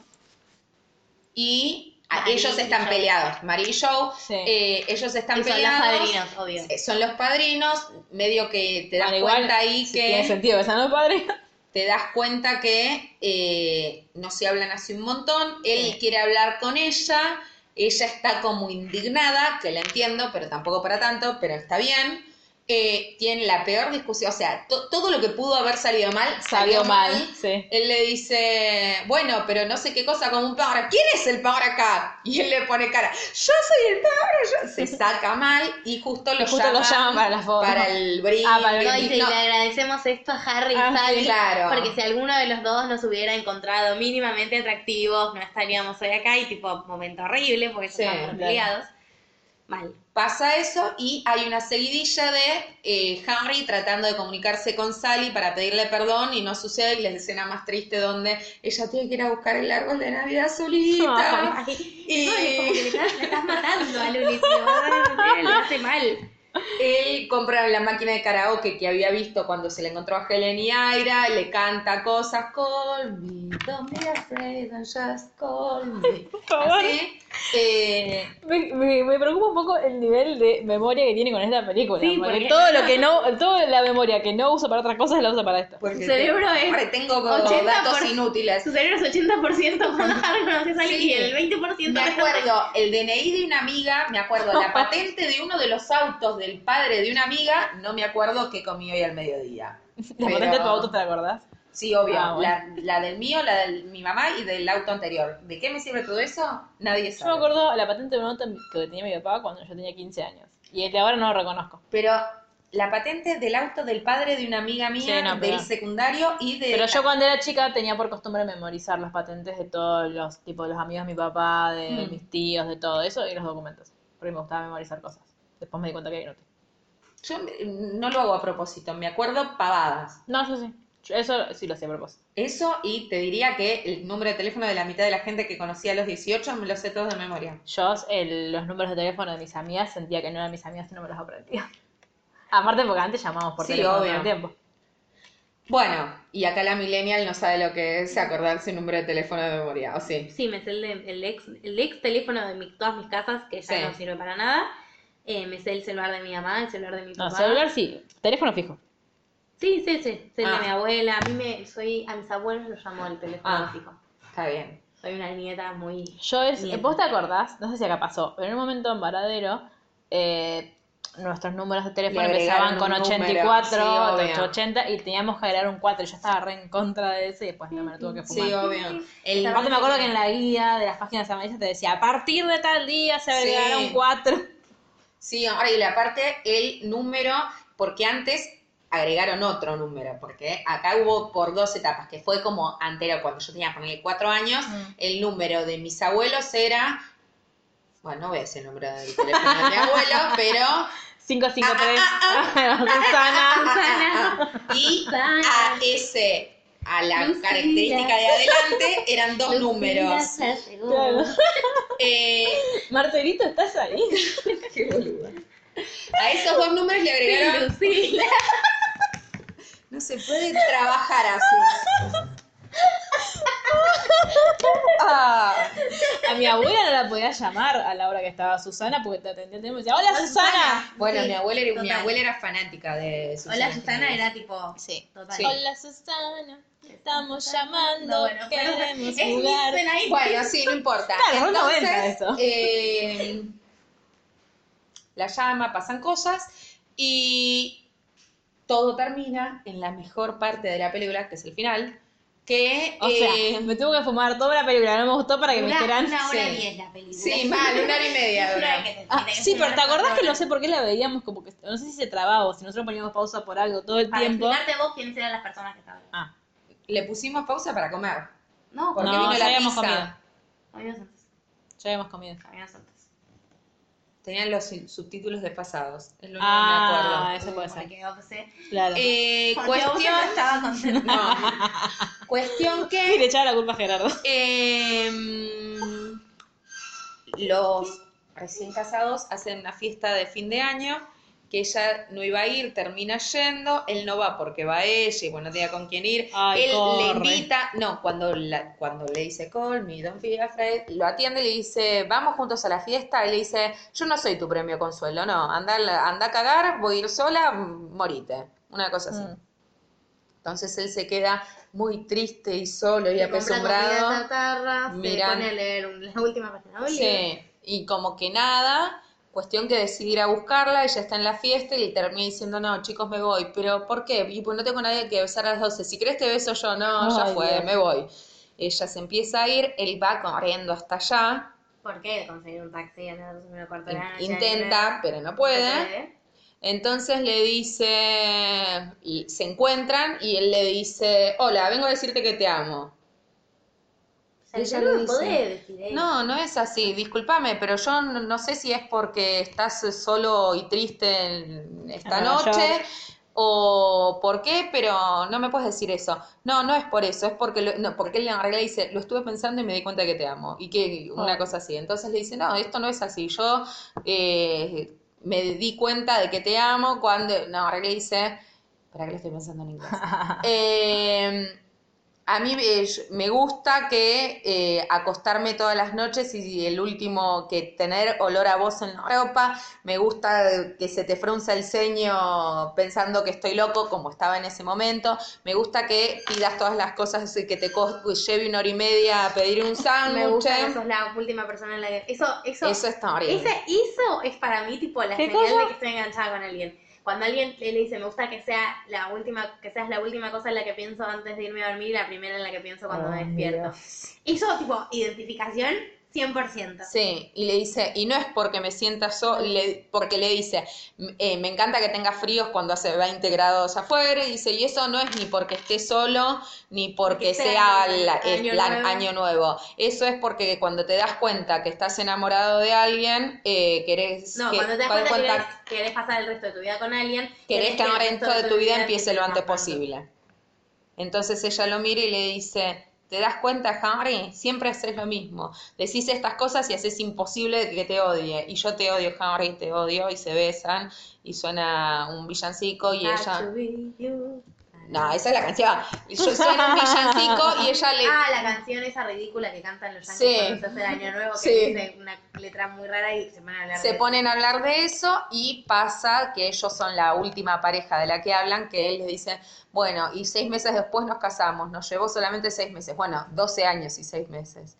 S4: y a-
S3: Mari
S4: ellos
S3: y
S4: están
S3: Joe.
S4: peleados. Mari y Joe,
S2: Sí.
S4: eh, ellos están
S3: Y son los
S4: peleados.
S3: padrinos, obvio.
S4: Eh, Son los padrinos, medio que te das
S2: Bueno, igual,
S4: cuenta ahí
S2: si
S4: que...
S2: Tiene sentido besar a los padres.
S4: te das cuenta que eh, no se hablan hace un montón, él
S2: Sí.
S4: quiere hablar con ella, ella está como indignada, que la entiendo, pero tampoco para tanto, pero está bien. Eh, tienen la peor discusión, o sea, to- todo lo que pudo haber salido mal,
S2: Salió mal, sí.
S4: Él le dice, bueno, pero no sé qué cosa como un power. ¿Quién es el power acá? Y él le pone cara, yo soy el power. yo-". Se saca mal y justo lo,
S2: Y justo
S4: llaman,
S2: lo llaman para la foto.
S4: Para el brindis.
S2: Ah, para el
S3: No, y te-
S4: no.
S3: le agradecemos esto a Harry y
S2: Ah,
S3: Sally,
S4: sí, claro.
S3: porque si alguno de los dos nos hubiera encontrado mínimamente atractivos, no estaríamos hoy acá y tipo, momento horrible, porque
S4: Sí,
S3: estamos
S2: claro.
S3: peleados. Mal.
S4: Pasa eso y hay una seguidilla de eh, Henry tratando de comunicarse con Sally para pedirle perdón y no sucede y la escena más triste donde ella tiene que ir a buscar el árbol de Navidad solita.
S3: Y... No, es como que le estás, le estás matando a Luli, tipo, ah, le hace mal.
S4: Él compra la máquina de karaoke que había visto cuando se le encontró a Helen y Aira, le canta cosas, call me, don't be afraid, and just call me.
S2: favor.
S4: Así, eh,
S2: Me, me- me preocupa un poco el nivel de memoria que tiene con esta película.
S3: Sí,
S2: porque
S3: porque-
S2: todo lo que no, toda la memoria que no uso para otras cosas la uso para esto.
S4: porque
S3: Su cerebro
S4: te-
S3: es
S4: retengo
S3: 80%
S4: datos inútiles.
S3: Su cerebro es 80% cuando Harry conoce a Sally
S4: Sí.
S3: y el 20%
S4: Me
S3: de-
S4: acuerdo el DNI de una amiga, me acuerdo la patente de uno de los autos del padre de una amiga, no me acuerdo qué comí hoy al mediodía.
S2: La
S4: Pero-
S2: patente de tu auto, ¿te la acordás?
S4: Sí, obvio,
S2: Ah, bueno.
S4: la, la del mío, la de mi mamá y del auto anterior. ¿De qué me sirve todo eso? Nadie
S2: Yo me
S4: sabe.
S2: acuerdo la patente de un auto que tenía mi papá cuando yo tenía 15 años. Y el de ahora no lo reconozco.
S4: Pero la patente del auto del padre de una amiga mía,
S2: Sí, no, pero-
S4: del secundario y de...
S2: Pero yo cuando era chica tenía por costumbre memorizar las patentes de todos los, tipo, los amigos de mi papá, de
S4: Mm.
S2: mis tíos, de todo eso y los documentos. Porque me gustaba memorizar cosas. Después me di cuenta que era inútil.
S4: Yo me- no lo hago a propósito, me acuerdo pavadas.
S2: No, yo sí. Yo eso sí lo hacía a propósito.
S4: Eso y te diría que el número de teléfono de la mitad de la gente que conocía a los 18 me lo sé todos de memoria.
S2: Yo el- los números de teléfono de mis amigas sentía que no eran mis amigas y no me los aprendía. Aparte porque antes llamábamos por
S4: Sí,
S2: teléfono
S4: obvio.
S2: todo el tiempo.
S4: Bueno, y acá la millennial no sabe lo que es acordarse un número de teléfono de memoria, ¿o sí?
S3: Sí, me sé el, de- el ex, el ex teléfono de mi- todas mis casas, que ya
S4: Sí.
S3: no sirve para nada. Eh, me sé el celular de mi mamá, el celular de mi
S4: ¿Ah,
S2: No,
S3: papá.
S2: celular sí, teléfono fijo.
S3: Sí, sí, sí. Sé el de
S4: Ah.
S3: mi abuela. A mí me, soy, a mis abuelos los llamó el teléfono
S4: Ah.
S3: fijo.
S4: Está bien.
S3: Soy una nieta muy...
S2: Yo es,
S3: Bien.
S2: vos te acordás, no sé si acá pasó, pero en un momento en Varadero, eh, nuestros números de teléfono
S4: Le agregaron
S2: empezaban con
S4: un número,
S2: 84,
S4: sí, obvio.
S2: 80 y teníamos que agregar un 4 y yo estaba re en contra de eso y después no me lo tuve que fumar.
S4: Sí, obvio. El-
S2: Aparte me acuerdo que en la guía de las páginas amarillas te decía, a partir de tal día se
S4: Sí.
S2: agregará un 4.
S4: sí, ahora y la parte, el número, porque antes agregaron otro número, porque acá hubo por dos etapas, que fue como anterior, cuando yo tenía, ponerle cuatro años, el número de mis abuelos era... Bueno, no voy a decir el número del teléfono de mi abuelo, pero...
S2: 553.
S4: Ah,
S2: Susana.
S3: Susana.
S4: Y
S3: Susana.
S4: a ese, a la
S3: Lucila.
S4: característica de adelante, eran dos números.
S3: Lucila se llegó.
S2: Claro.
S4: Eh,
S2: Marcelito, ¿estás ahí?
S4: a esos dos números le
S3: Sí,
S4: agregaron.
S3: Lucila.
S4: No se puede trabajar así. Ah,
S2: A mi abuela no la podía llamar a la hora que estaba Susana porque te atendía el teléfono y decía, ¡Hola, Susana!
S4: bueno,
S3: Sí,
S4: mi, abuela era, mi
S3: total.
S4: abuela era fanática de Susana.
S3: Hola Susana era tipo.
S2: Sí.
S3: Total.
S2: Hola, Susana. te Estamos llamando.
S3: No, bueno, pero-
S2: queremos
S3: es
S2: jugar.
S3: Nissan ahí.
S4: Bueno, sí, no importa.
S2: Claro, un 90
S4: Entonces,
S2: eso.
S4: eh, la llama, pasan cosas y todo termina en la mejor parte de la película, que es el final, que...
S2: O
S4: eh,
S2: sea, me tuve que fumar toda la película, no me gustó para que me
S3: Dura
S2: dijeran.
S3: una hora
S4: sí.
S3: diez la película.
S4: Sí, mal, una hora y media
S3: Una hora
S4: dura.
S3: que te-
S2: Ah,
S3: que te-
S2: sí, pero ¿te acordás que
S3: una
S2: no sé por qué la veíamos como que no sé si se trababa o si nosotros poníamos pausa por algo todo el
S3: Para
S2: tiempo?
S3: explicarte vos quiénes eran las personas que estaban.
S2: Ah,
S4: Le pusimos pausa para comer.
S3: No,
S4: Porque
S2: No,
S4: vino
S2: ya
S4: la
S2: habíamos
S4: pizza.
S2: comido.
S3: Amigos antes.
S2: ya habíamos comido.
S3: Amigos antes.
S4: Tenían los subtítulos desfasados. Es lo único
S2: Ah,
S4: que me acuerdo.
S2: eso puede ser.
S3: Porque Oxe-
S2: Claro.
S4: Eh,
S3: porque
S4: cuestión...
S3: Oxe no estaba contenta.
S4: No. cuestión
S2: y le
S4: que...
S2: echaba la culpa a Gerardo.
S4: em, los recién casados hacen una fiesta de fin de año que ella no iba a ir, termina yendo, él no va porque va ella y bueno, no tenía con quién ir,
S2: Ay,
S4: él
S2: corre.
S4: le invita, no, cuando, la- cuando le dice call me, don't be afraid, lo atiende y le dice, vamos juntos a la fiesta, y le dice, yo no soy tu premio consuelo, no, anda, a la- anda a cagar, voy a ir sola, mm, morite, una cosa así.
S2: Mm.
S4: Entonces él se queda muy triste y solo y
S3: Le compra comida
S4: apesumbrado.
S3: chatarra, se
S4: Mirá.
S3: pone a leer un- la última página del libro.
S4: Sí, y como que nada, cuestión que decidir a buscarla, ella está en la fiesta y le termina diciendo, no, chicos, me voy, pero ¿por qué? Y pues no tengo nadie que besar a las 12, si crees te beso yo, no, ya
S2: Ay,
S4: fue,
S2: Dios.
S4: me voy. Ella se empieza a ir, él va corriendo hasta allá,
S3: ¿Por qué conseguir un taxi en el número cuarto de
S4: in-
S3: la noche?
S4: intenta, pero no
S3: No
S4: puede. Entonces le dice, y se encuentran y él le dice, hola, vengo a decirte que te amo.
S3: O
S4: Ella
S3: sea,
S4: le
S3: no
S4: dice,
S3: podés decir eso.
S4: No, no es así, discúlpame, pero yo no, no sé si es porque estás solo y triste en- esta
S2: En Nueva
S4: noche
S2: York.
S4: o por qué, pero no me puedes decir eso. No, no es por eso, es porque, lo- no, porque él le arregla y dice, lo estuve pensando y me di cuenta que te amo, y que una
S2: Ay.
S4: cosa así. Entonces le dice, no, esto no es así, yo eh, me di cuenta de que te amo cuando, no, arregla y dice, ¿para qué lo estoy pensando en inglés? Eh, a mí eh, yo- me gusta que eh, acostarme todas las noches y el último que tener olor a vos en la ropa. Me gusta que se te frunza el ceño pensando que estoy loco, como estaba en ese momento. Me gusta que pidas todas las cosas y que te co- lleve una hora y media a pedir un
S3: Me
S4: sándwich.
S3: gusta que sos la última persona en la que... Eso, eso,
S4: Eso está horrible.
S3: ese- eso es para mí tipo la
S2: ¿Qué
S3: señal
S2: cosa?
S3: de que estoy enganchada con alguien. Cuando alguien le le dice, me gusta que sea la última, que seas la última cosa en la que pienso antes de irme a dormir y la primera en la que pienso cuando
S4: Oh,
S3: me despierto. Eso tipo, identificación 100%.
S4: Sí, y le dice, y no es porque me sienta solo, porque le dice, m- eh, me encanta que tenga fríos cuando hace 20 grados afuera, y dice, y eso no es ni porque esté solo, ni porque
S3: Porque sea
S4: sea
S3: año-
S4: la- es
S3: año
S4: la-
S3: nuevo.
S4: año nuevo, eso es porque cuando te das cuenta que estás enamorado de alguien, eh, querés
S3: No,
S4: que-
S3: cuando te das
S4: cuando
S3: cuenta que
S4: cuenta-
S3: querés, querés pasar el resto de tu vida con alguien,
S4: querés que el resto de tu vida empiece
S3: esté
S4: lo antes
S3: amando.
S4: posible. Entonces ella lo mira y le dice, ¿te das cuenta, Henry? Siempre haces lo mismo. Decís estas cosas y haces imposible que te odie. Y yo te odio, Henry, te odio. Y se besan y suena un villancico y
S3: Ah,
S4: ella...
S3: to be you.
S4: No, esa es la canción. Y yo suena un villancico y ella le...
S3: Ah, la canción esa ridícula que cantan los yankees
S4: Sí.
S3: cuando se hace el año nuevo, que
S4: Sí.
S3: dice una letra muy rara y se van a hablar
S4: Se
S3: de-
S4: ponen a hablar de eso y pasa que ellos son la última pareja de la que hablan, que él les dice, bueno, y seis meses después nos casamos, nos llevó solamente seis meses, bueno, 12 años y seis meses.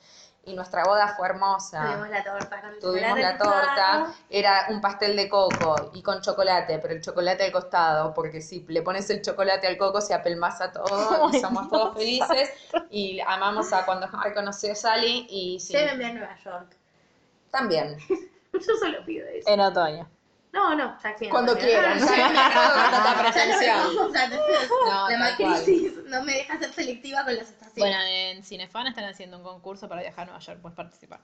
S4: Y nuestra boda fue
S3: Tuvimos
S4: hermosa.
S3: la torta con
S4: Ah. Tuvimos
S3: chocolate
S4: la
S3: rosado.
S4: torta, era un pastel de coco y con chocolate, pero el chocolate al costado, porque si le pones el chocolate al coco se apelmaza todo, y somos todos felices y amamos a cuando Harry conoció a Sally y sí,
S3: Llévenme a Nueva York.
S4: también.
S3: Yo solo pido eso.
S2: En otoño.
S3: No, no, ya quiero.
S4: Eh, Cuando quieran.
S3: No, ya me acabo de
S4: Tanta
S3: acordar. Ya no me
S4: pretensión.
S3: puedo usar.
S4: No,
S3: La
S4: tal
S3: matriz no me deja ser selectiva con las
S2: Bueno,
S3: estaciones.
S2: en Cinefan están haciendo un concurso para viajar a Nueva York, puedes participar.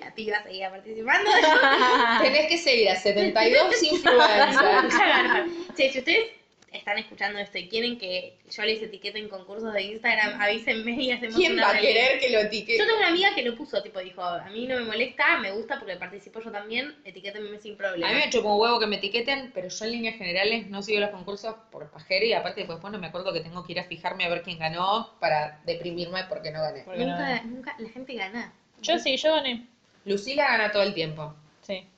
S3: La piba seguía participando.
S4: Ah. Tenés que seguir a 72 influencers.
S3: Nunca ganó. Che, si ustedes están escuchando esto y quieren que yo les etiquete en concursos de Instagram, avísenme y hacemos
S4: ¿Quién
S3: una
S4: va a
S3: reunión.
S4: querer que lo
S3: Yo
S4: etiquete?
S3: tengo una amiga que lo puso, tipo, dijo, a mí no me molesta, me gusta porque participo yo también, etiquétenme sin problema.
S4: A mí me chupa un huevo que me etiqueten, pero yo en líneas generales no sigo los concursos por pajera y aparte después no me acuerdo que tengo que ir a fijarme a ver quién ganó para deprimirme porque no gané.
S2: Porque no-
S3: Nunca, nunca, la gente gana.
S2: Yo sí, yo gané.
S4: Lucila gana todo el tiempo.
S2: Sí.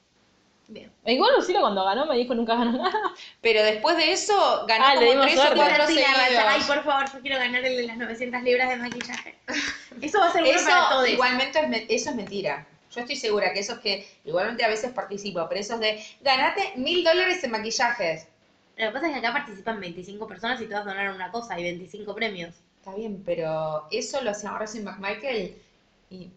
S3: Bien.
S2: E Igual Lucila cuando ganó me dijo nunca ganó nada.
S4: Pero después de eso ganó
S2: Ah, le
S4: como
S2: dimos
S4: tres o
S2: suerte.
S4: cuatro
S3: Lucila, Ay,
S4: seguidos.
S3: por favor, yo quiero ganar el de las 900 libras de maquillaje. Eso va a ser bueno para
S4: Eso
S3: todos.
S4: igualmente es, me- eso es mentira. Yo estoy segura que esos que igualmente a veces participo, pero esos de ganate mil dólares en maquillajes.
S3: Lo que pasa es que acá participan 25 personas y todas donaron una cosa, hay 25 premios.
S4: Está bien, pero eso lo hacía Rosie McMichael y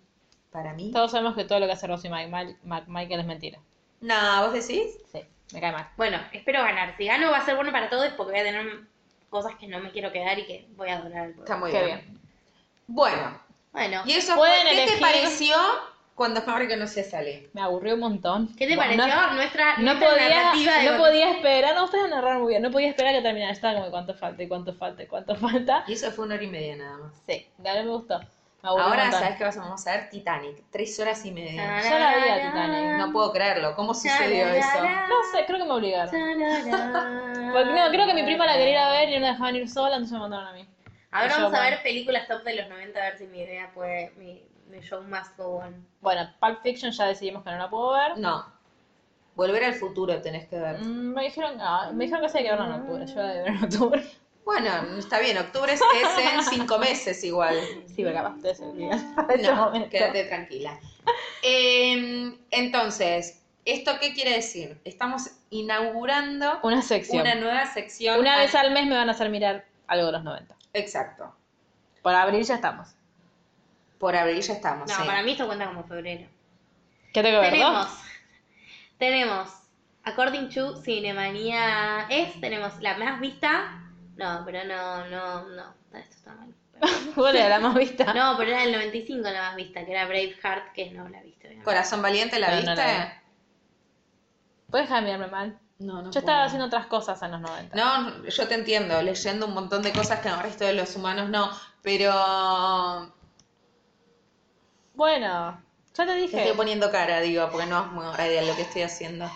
S4: para mí.
S2: Todos sabemos que todo lo que hace Rosy Mike, Michael es mentira.
S4: No, ¿vos decís?
S2: Sí, me cae mal.
S3: Bueno, espero ganar. Si gano va a ser bueno para todos porque voy a tener cosas que no me quiero quedar y que voy a donar al pueblo.
S4: Está muy
S2: Qué
S4: bien. Bueno,
S3: Bueno,
S4: y eso
S2: Pueden
S4: fue- ¿qué
S2: elegir-
S4: te pareció cuando Fabri no se sale?
S2: Me aburrió un montón.
S3: ¿qué te
S2: Bueno,
S3: pareció nuestra,
S2: No, no
S3: nuestra
S2: podía,
S3: narrativa de
S2: no podía esperar, no, ustedes narraron muy bien, no podía esperar que terminara. Estaba como, ¿cuánto falta? ¿Y cuánto falta? ¿Y cuánto falta?
S4: Y eso fue una hora y media nada más.
S2: Sí, dale, me gustó. Me aburrió un
S4: Ahora,
S2: Ah, montón.
S4: ¿sabes qué vas a- vamos a ver? Titanic. Tres horas y media.
S2: Ya la vi a Titanic.
S4: No puedo creerlo. ¿Cómo sucedió eso?
S2: No sé, creo que me obligaron. Porque no, creo que mi prima la quería ir a ver y no la dejaban ir sola, entonces me mandaron a mí.
S3: Ahora
S2: Yo,
S3: vamos a
S2: bueno.
S3: ver películas top de los 90 a ver si mi idea puede, mi, mi show must go on.
S2: Bueno, Pulp Fiction ya decidimos que no la puedo ver.
S4: No. Volver al futuro tenés que ver.
S2: Mm, Me dijeron, ah, me dijeron que se había que verla en octubre, yo la de ver en octubre.
S4: Bueno, está bien. Octubre es, es en cinco meses igual.
S2: Sí, pero capaz ustedes se olvidan.
S4: No, quédate tranquila. Eh, entonces, ¿esto qué quiere decir? Estamos inaugurando
S2: Una sección.
S4: una
S2: Una,
S4: nueva sección.
S2: vez al mes me van a hacer mirar algo de los 90.
S4: Exacto.
S2: Por abril ya estamos.
S4: Por abril ya estamos.
S3: No,
S4: sí.
S3: para mí esto cuenta como febrero.
S2: ¿Qué tengo que ver?
S3: Tenemos,
S2: dos?
S3: tenemos, according to Cinemanía es, tenemos la más vista. No, pero no, no, no, esto está mal.
S2: ¿Cuál era la más vista?
S3: No, pero era del 95 la más vista, que era Braveheart, que no la viste. obviamente.
S4: Corazón valiente, ¿la
S2: No, no
S4: viste?
S2: la Puedes dejar de mirarme mal.
S4: No, no.
S2: Yo estaba haciendo otras cosas en los 90.
S4: No, yo te entiendo, leyendo un montón de cosas que al resto de los humanos no, pero
S2: Bueno, ya te
S4: te
S2: dije.
S4: estoy poniendo cara, digo, porque no es muy radial lo que estoy haciendo.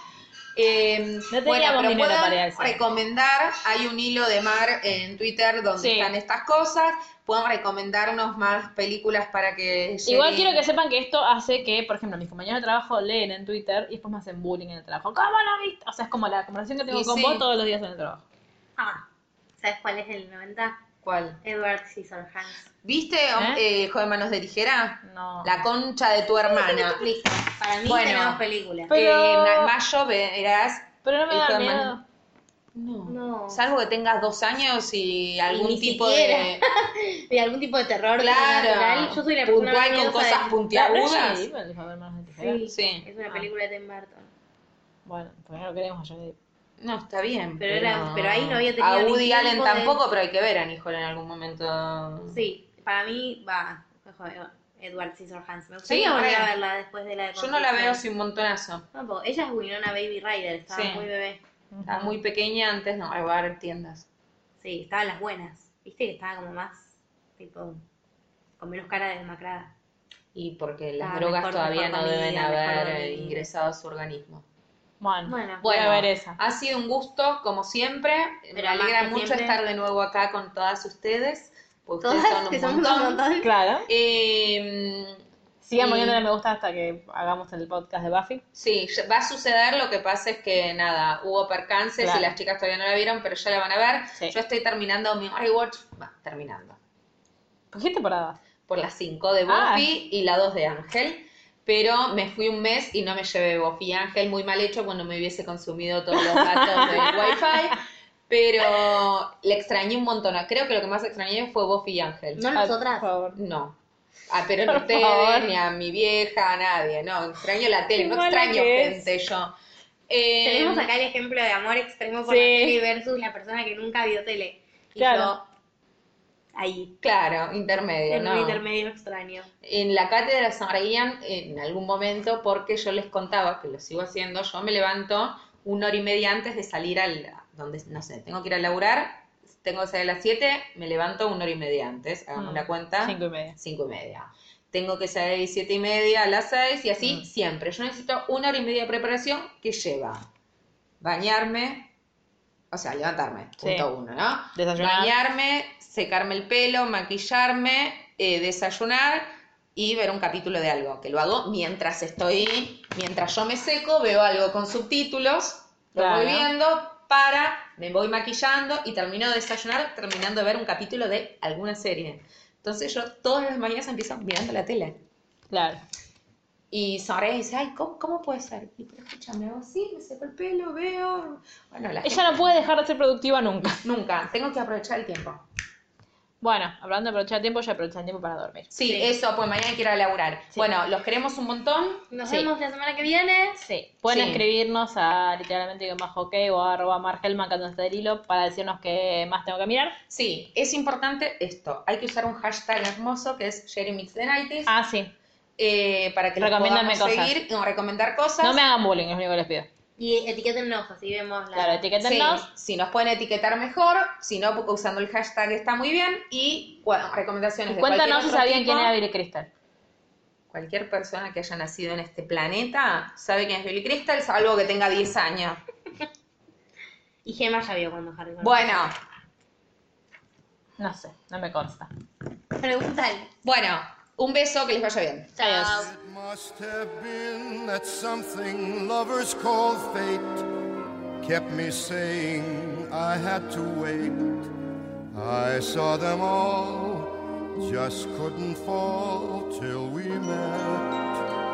S4: Eh,
S2: teníamos
S4: bueno, pero
S2: dinero
S4: puedo
S2: para ir al cine.
S4: recomendar, hay un hilo de mar en Twitter donde
S2: Sí.
S4: están estas cosas, pueden recomendarnos más películas para que
S2: Igual
S4: lleguen.
S2: quiero que sepan que esto hace que, por ejemplo, mis compañeros de trabajo leen en Twitter y después me hacen bullying en el trabajo. ¿Cómo lo viste? O sea, es como la conversación que tengo
S4: Y
S2: con
S4: sí.
S2: vos todos los días en el trabajo.
S3: Ah, ¿sabes cuál es el 90?
S4: ¿Cuál?
S3: Edward Scissorhands.
S4: ¿Viste eh, Joven Manos de Ligera?
S2: No.
S4: La concha de tu hermana.
S3: Listo, para mí
S4: Bueno.
S3: tenemos películas.
S2: Pero-
S4: Eh, en mayo verás
S2: Pero no me
S4: El
S2: da
S4: Superman.
S2: miedo.
S4: No.
S3: No.
S4: Salvo que tengas dos años y algún
S3: ni
S4: tipo
S3: siquiera.
S4: de.
S3: De algún tipo de terror
S4: Claro.
S3: sobrenatural. Yo soy la persona más
S4: puntual con
S3: miedosa
S4: cosas
S3: de-
S2: La Brenda
S4: puntiagudas.
S2: Lee, el favor, hermanos de tijera.
S3: Sí,
S4: Sí.
S3: es una
S2: Ah.
S3: película de Tim Burton.
S2: Bueno, pues no lo queremos a Johnny Depp.
S4: No, está bien.
S3: Pero era- pero ahí no había tenido
S4: A
S3: ni
S4: Woody
S3: tiempo
S4: Allen
S3: de-
S4: tampoco, pero hay que ver a Nicole en algún momento.
S3: Sí, para mí va. joder, Edward Scissorhands. Me
S4: Sí,
S3: gustaría volver
S4: re.
S3: a verla después de la de
S4: Yo no la veo
S3: Contagion.
S4: sin montonazo.
S3: Tampoco. Ella es Winona Baby Rider, estaba
S4: Sí.
S3: muy bebé.
S4: Estaba muy pequeña antes, no, va a haber tiendas.
S3: Sí, estaban las buenas. Viste que estaba como más, tipo, con menos cara de desmacrada.
S4: Y porque las
S3: Ah,
S4: drogas
S3: mejor-
S4: todavía
S3: mejor
S4: no
S3: comida,
S4: deben
S3: mejor
S4: haber
S3: comida.
S4: eh, ingresado a su organismo.
S2: Bueno,
S3: Bueno,
S2: voy a ver esa.
S4: ha sido un gusto, como siempre. Me
S3: Pero más
S4: alegra
S3: que
S4: mucho
S3: siempre-
S4: estar de nuevo acá con todas ustedes. porque
S3: Todas
S4: ustedes son un
S3: que somos un montón.
S2: Claro.
S4: Eh,
S2: Sigan
S4: Y-
S2: poniéndole me gusta hasta que hagamos el podcast de Buffy.
S4: sí, ya- va a suceder, lo que pasa es que nada, hubo percances
S2: Claro.
S4: y las chicas todavía no la vieron, pero ya la van a ver.
S2: Sí.
S4: Yo estoy terminando mi rewatch, va, terminando,
S2: ¿Por qué temporada?
S4: por las 5 de Buffy
S2: Ah.
S4: y la 2 de Ángel. Pero me fui un mes y no me llevé Buffy y Ángel, muy mal hecho cuando me hubiese consumido todos los datos del Wi-Fi. Pero le extrañé un montón. Creo que lo que más extrañé fue Buffy y Ángel.
S3: No
S2: Ah,
S3: nosotras.
S2: Por favor.
S4: No. Ah, pero ni
S2: Por
S4: ustedes,
S2: favor.
S4: ni a mi vieja, a nadie. No, extraño la tele,
S2: Qué
S4: no
S2: mala
S4: extraño
S2: que es.
S4: gente yo. Eh,
S3: Tenemos acá el ejemplo de amor extremo por
S2: Sí.
S3: la tele versus la persona que nunca vio tele. Y
S2: Claro.
S3: yo, ahí,
S4: Claro, intermedio,
S3: en
S4: ¿no?
S3: un intermedio extraño.
S4: En la cátedra se reían en algún momento porque yo les contaba, que lo sigo haciendo, yo me levanto una hora y media antes de salir al, donde, no sé, tengo que ir a laburar, tengo que salir a las 7, me levanto una hora y media antes, hagamos
S2: Mm,
S4: la cuenta.
S2: Cinco y media.
S4: Cinco y media. Tengo que salir siete y media a las seis y así
S2: Mm.
S4: siempre. Yo necesito una hora y media de preparación que lleva bañarme, o sea, levantarme,
S2: Sí.
S4: punto uno, ¿no?
S2: Desayunar.
S4: Bañarme, secarme el pelo, maquillarme, eh, desayunar y ver un capítulo de algo, que lo hago mientras estoy, mientras yo me seco, veo algo con subtítulos, lo
S2: Claro.
S4: voy viendo para, me voy maquillando y termino de desayunar terminando de ver un capítulo de alguna serie. Entonces yo todas las mañanas empiezo mirando la tele.
S2: Claro.
S4: Y Soraya dice, ay, ¿cómo, cómo puede ser? Y pero escúchame, hago así, me seco el pelo, veo. Bueno, la gente-
S2: Ella no puede dejar de ser productiva nunca.
S4: nunca, tengo que aprovechar el tiempo.
S2: Bueno, hablando de aprovechar el tiempo, ya aprovechan el tiempo para dormir.
S4: Sí, eso, pues mañana quiero laburar. Bueno, los queremos un montón.
S3: Nos
S2: Sí.
S3: vemos la semana que viene.
S2: Sí, pueden
S4: Sí.
S2: escribirnos a literalmente que más hockey o a arroba margelman que está el hilo para decirnos qué más tengo que mirar.
S4: Sí, es importante esto. Hay que usar un hashtag hermoso que es Jerry Mix the Nighties,
S2: Ah, sí.
S4: eh, para que los
S2: recomiéndame
S4: podamos
S2: cosas.
S4: seguir, no, recomendar cosas.
S2: No me hagan bullying, es lo único que les pido.
S3: Y etiquétennos, así vemos la.
S2: Claro,
S4: Sí,
S2: etiquétennos.
S4: si nos pueden etiquetar mejor, si no usando el hashtag está muy bien y bueno, recomendaciones
S2: Y
S4: de
S2: cuéntanos si
S4: cualquier otro
S2: sabían
S4: tipo.
S2: quién era Billy Crystal.
S4: Cualquier persona que haya nacido en este planeta sabe quién es Billy Crystal, salvo que tenga 10 años.
S2: Ah.
S3: Y Gemma ya vio cuando Harry.
S4: Bueno,
S2: No sé, no me consta.
S3: Pregúntale.
S4: bueno, un beso, que les vaya bien.
S3: Chao.
S1: It must have been that something lovers call fate kept me saying I had to wait. I saw them all, just couldn't fall till we met.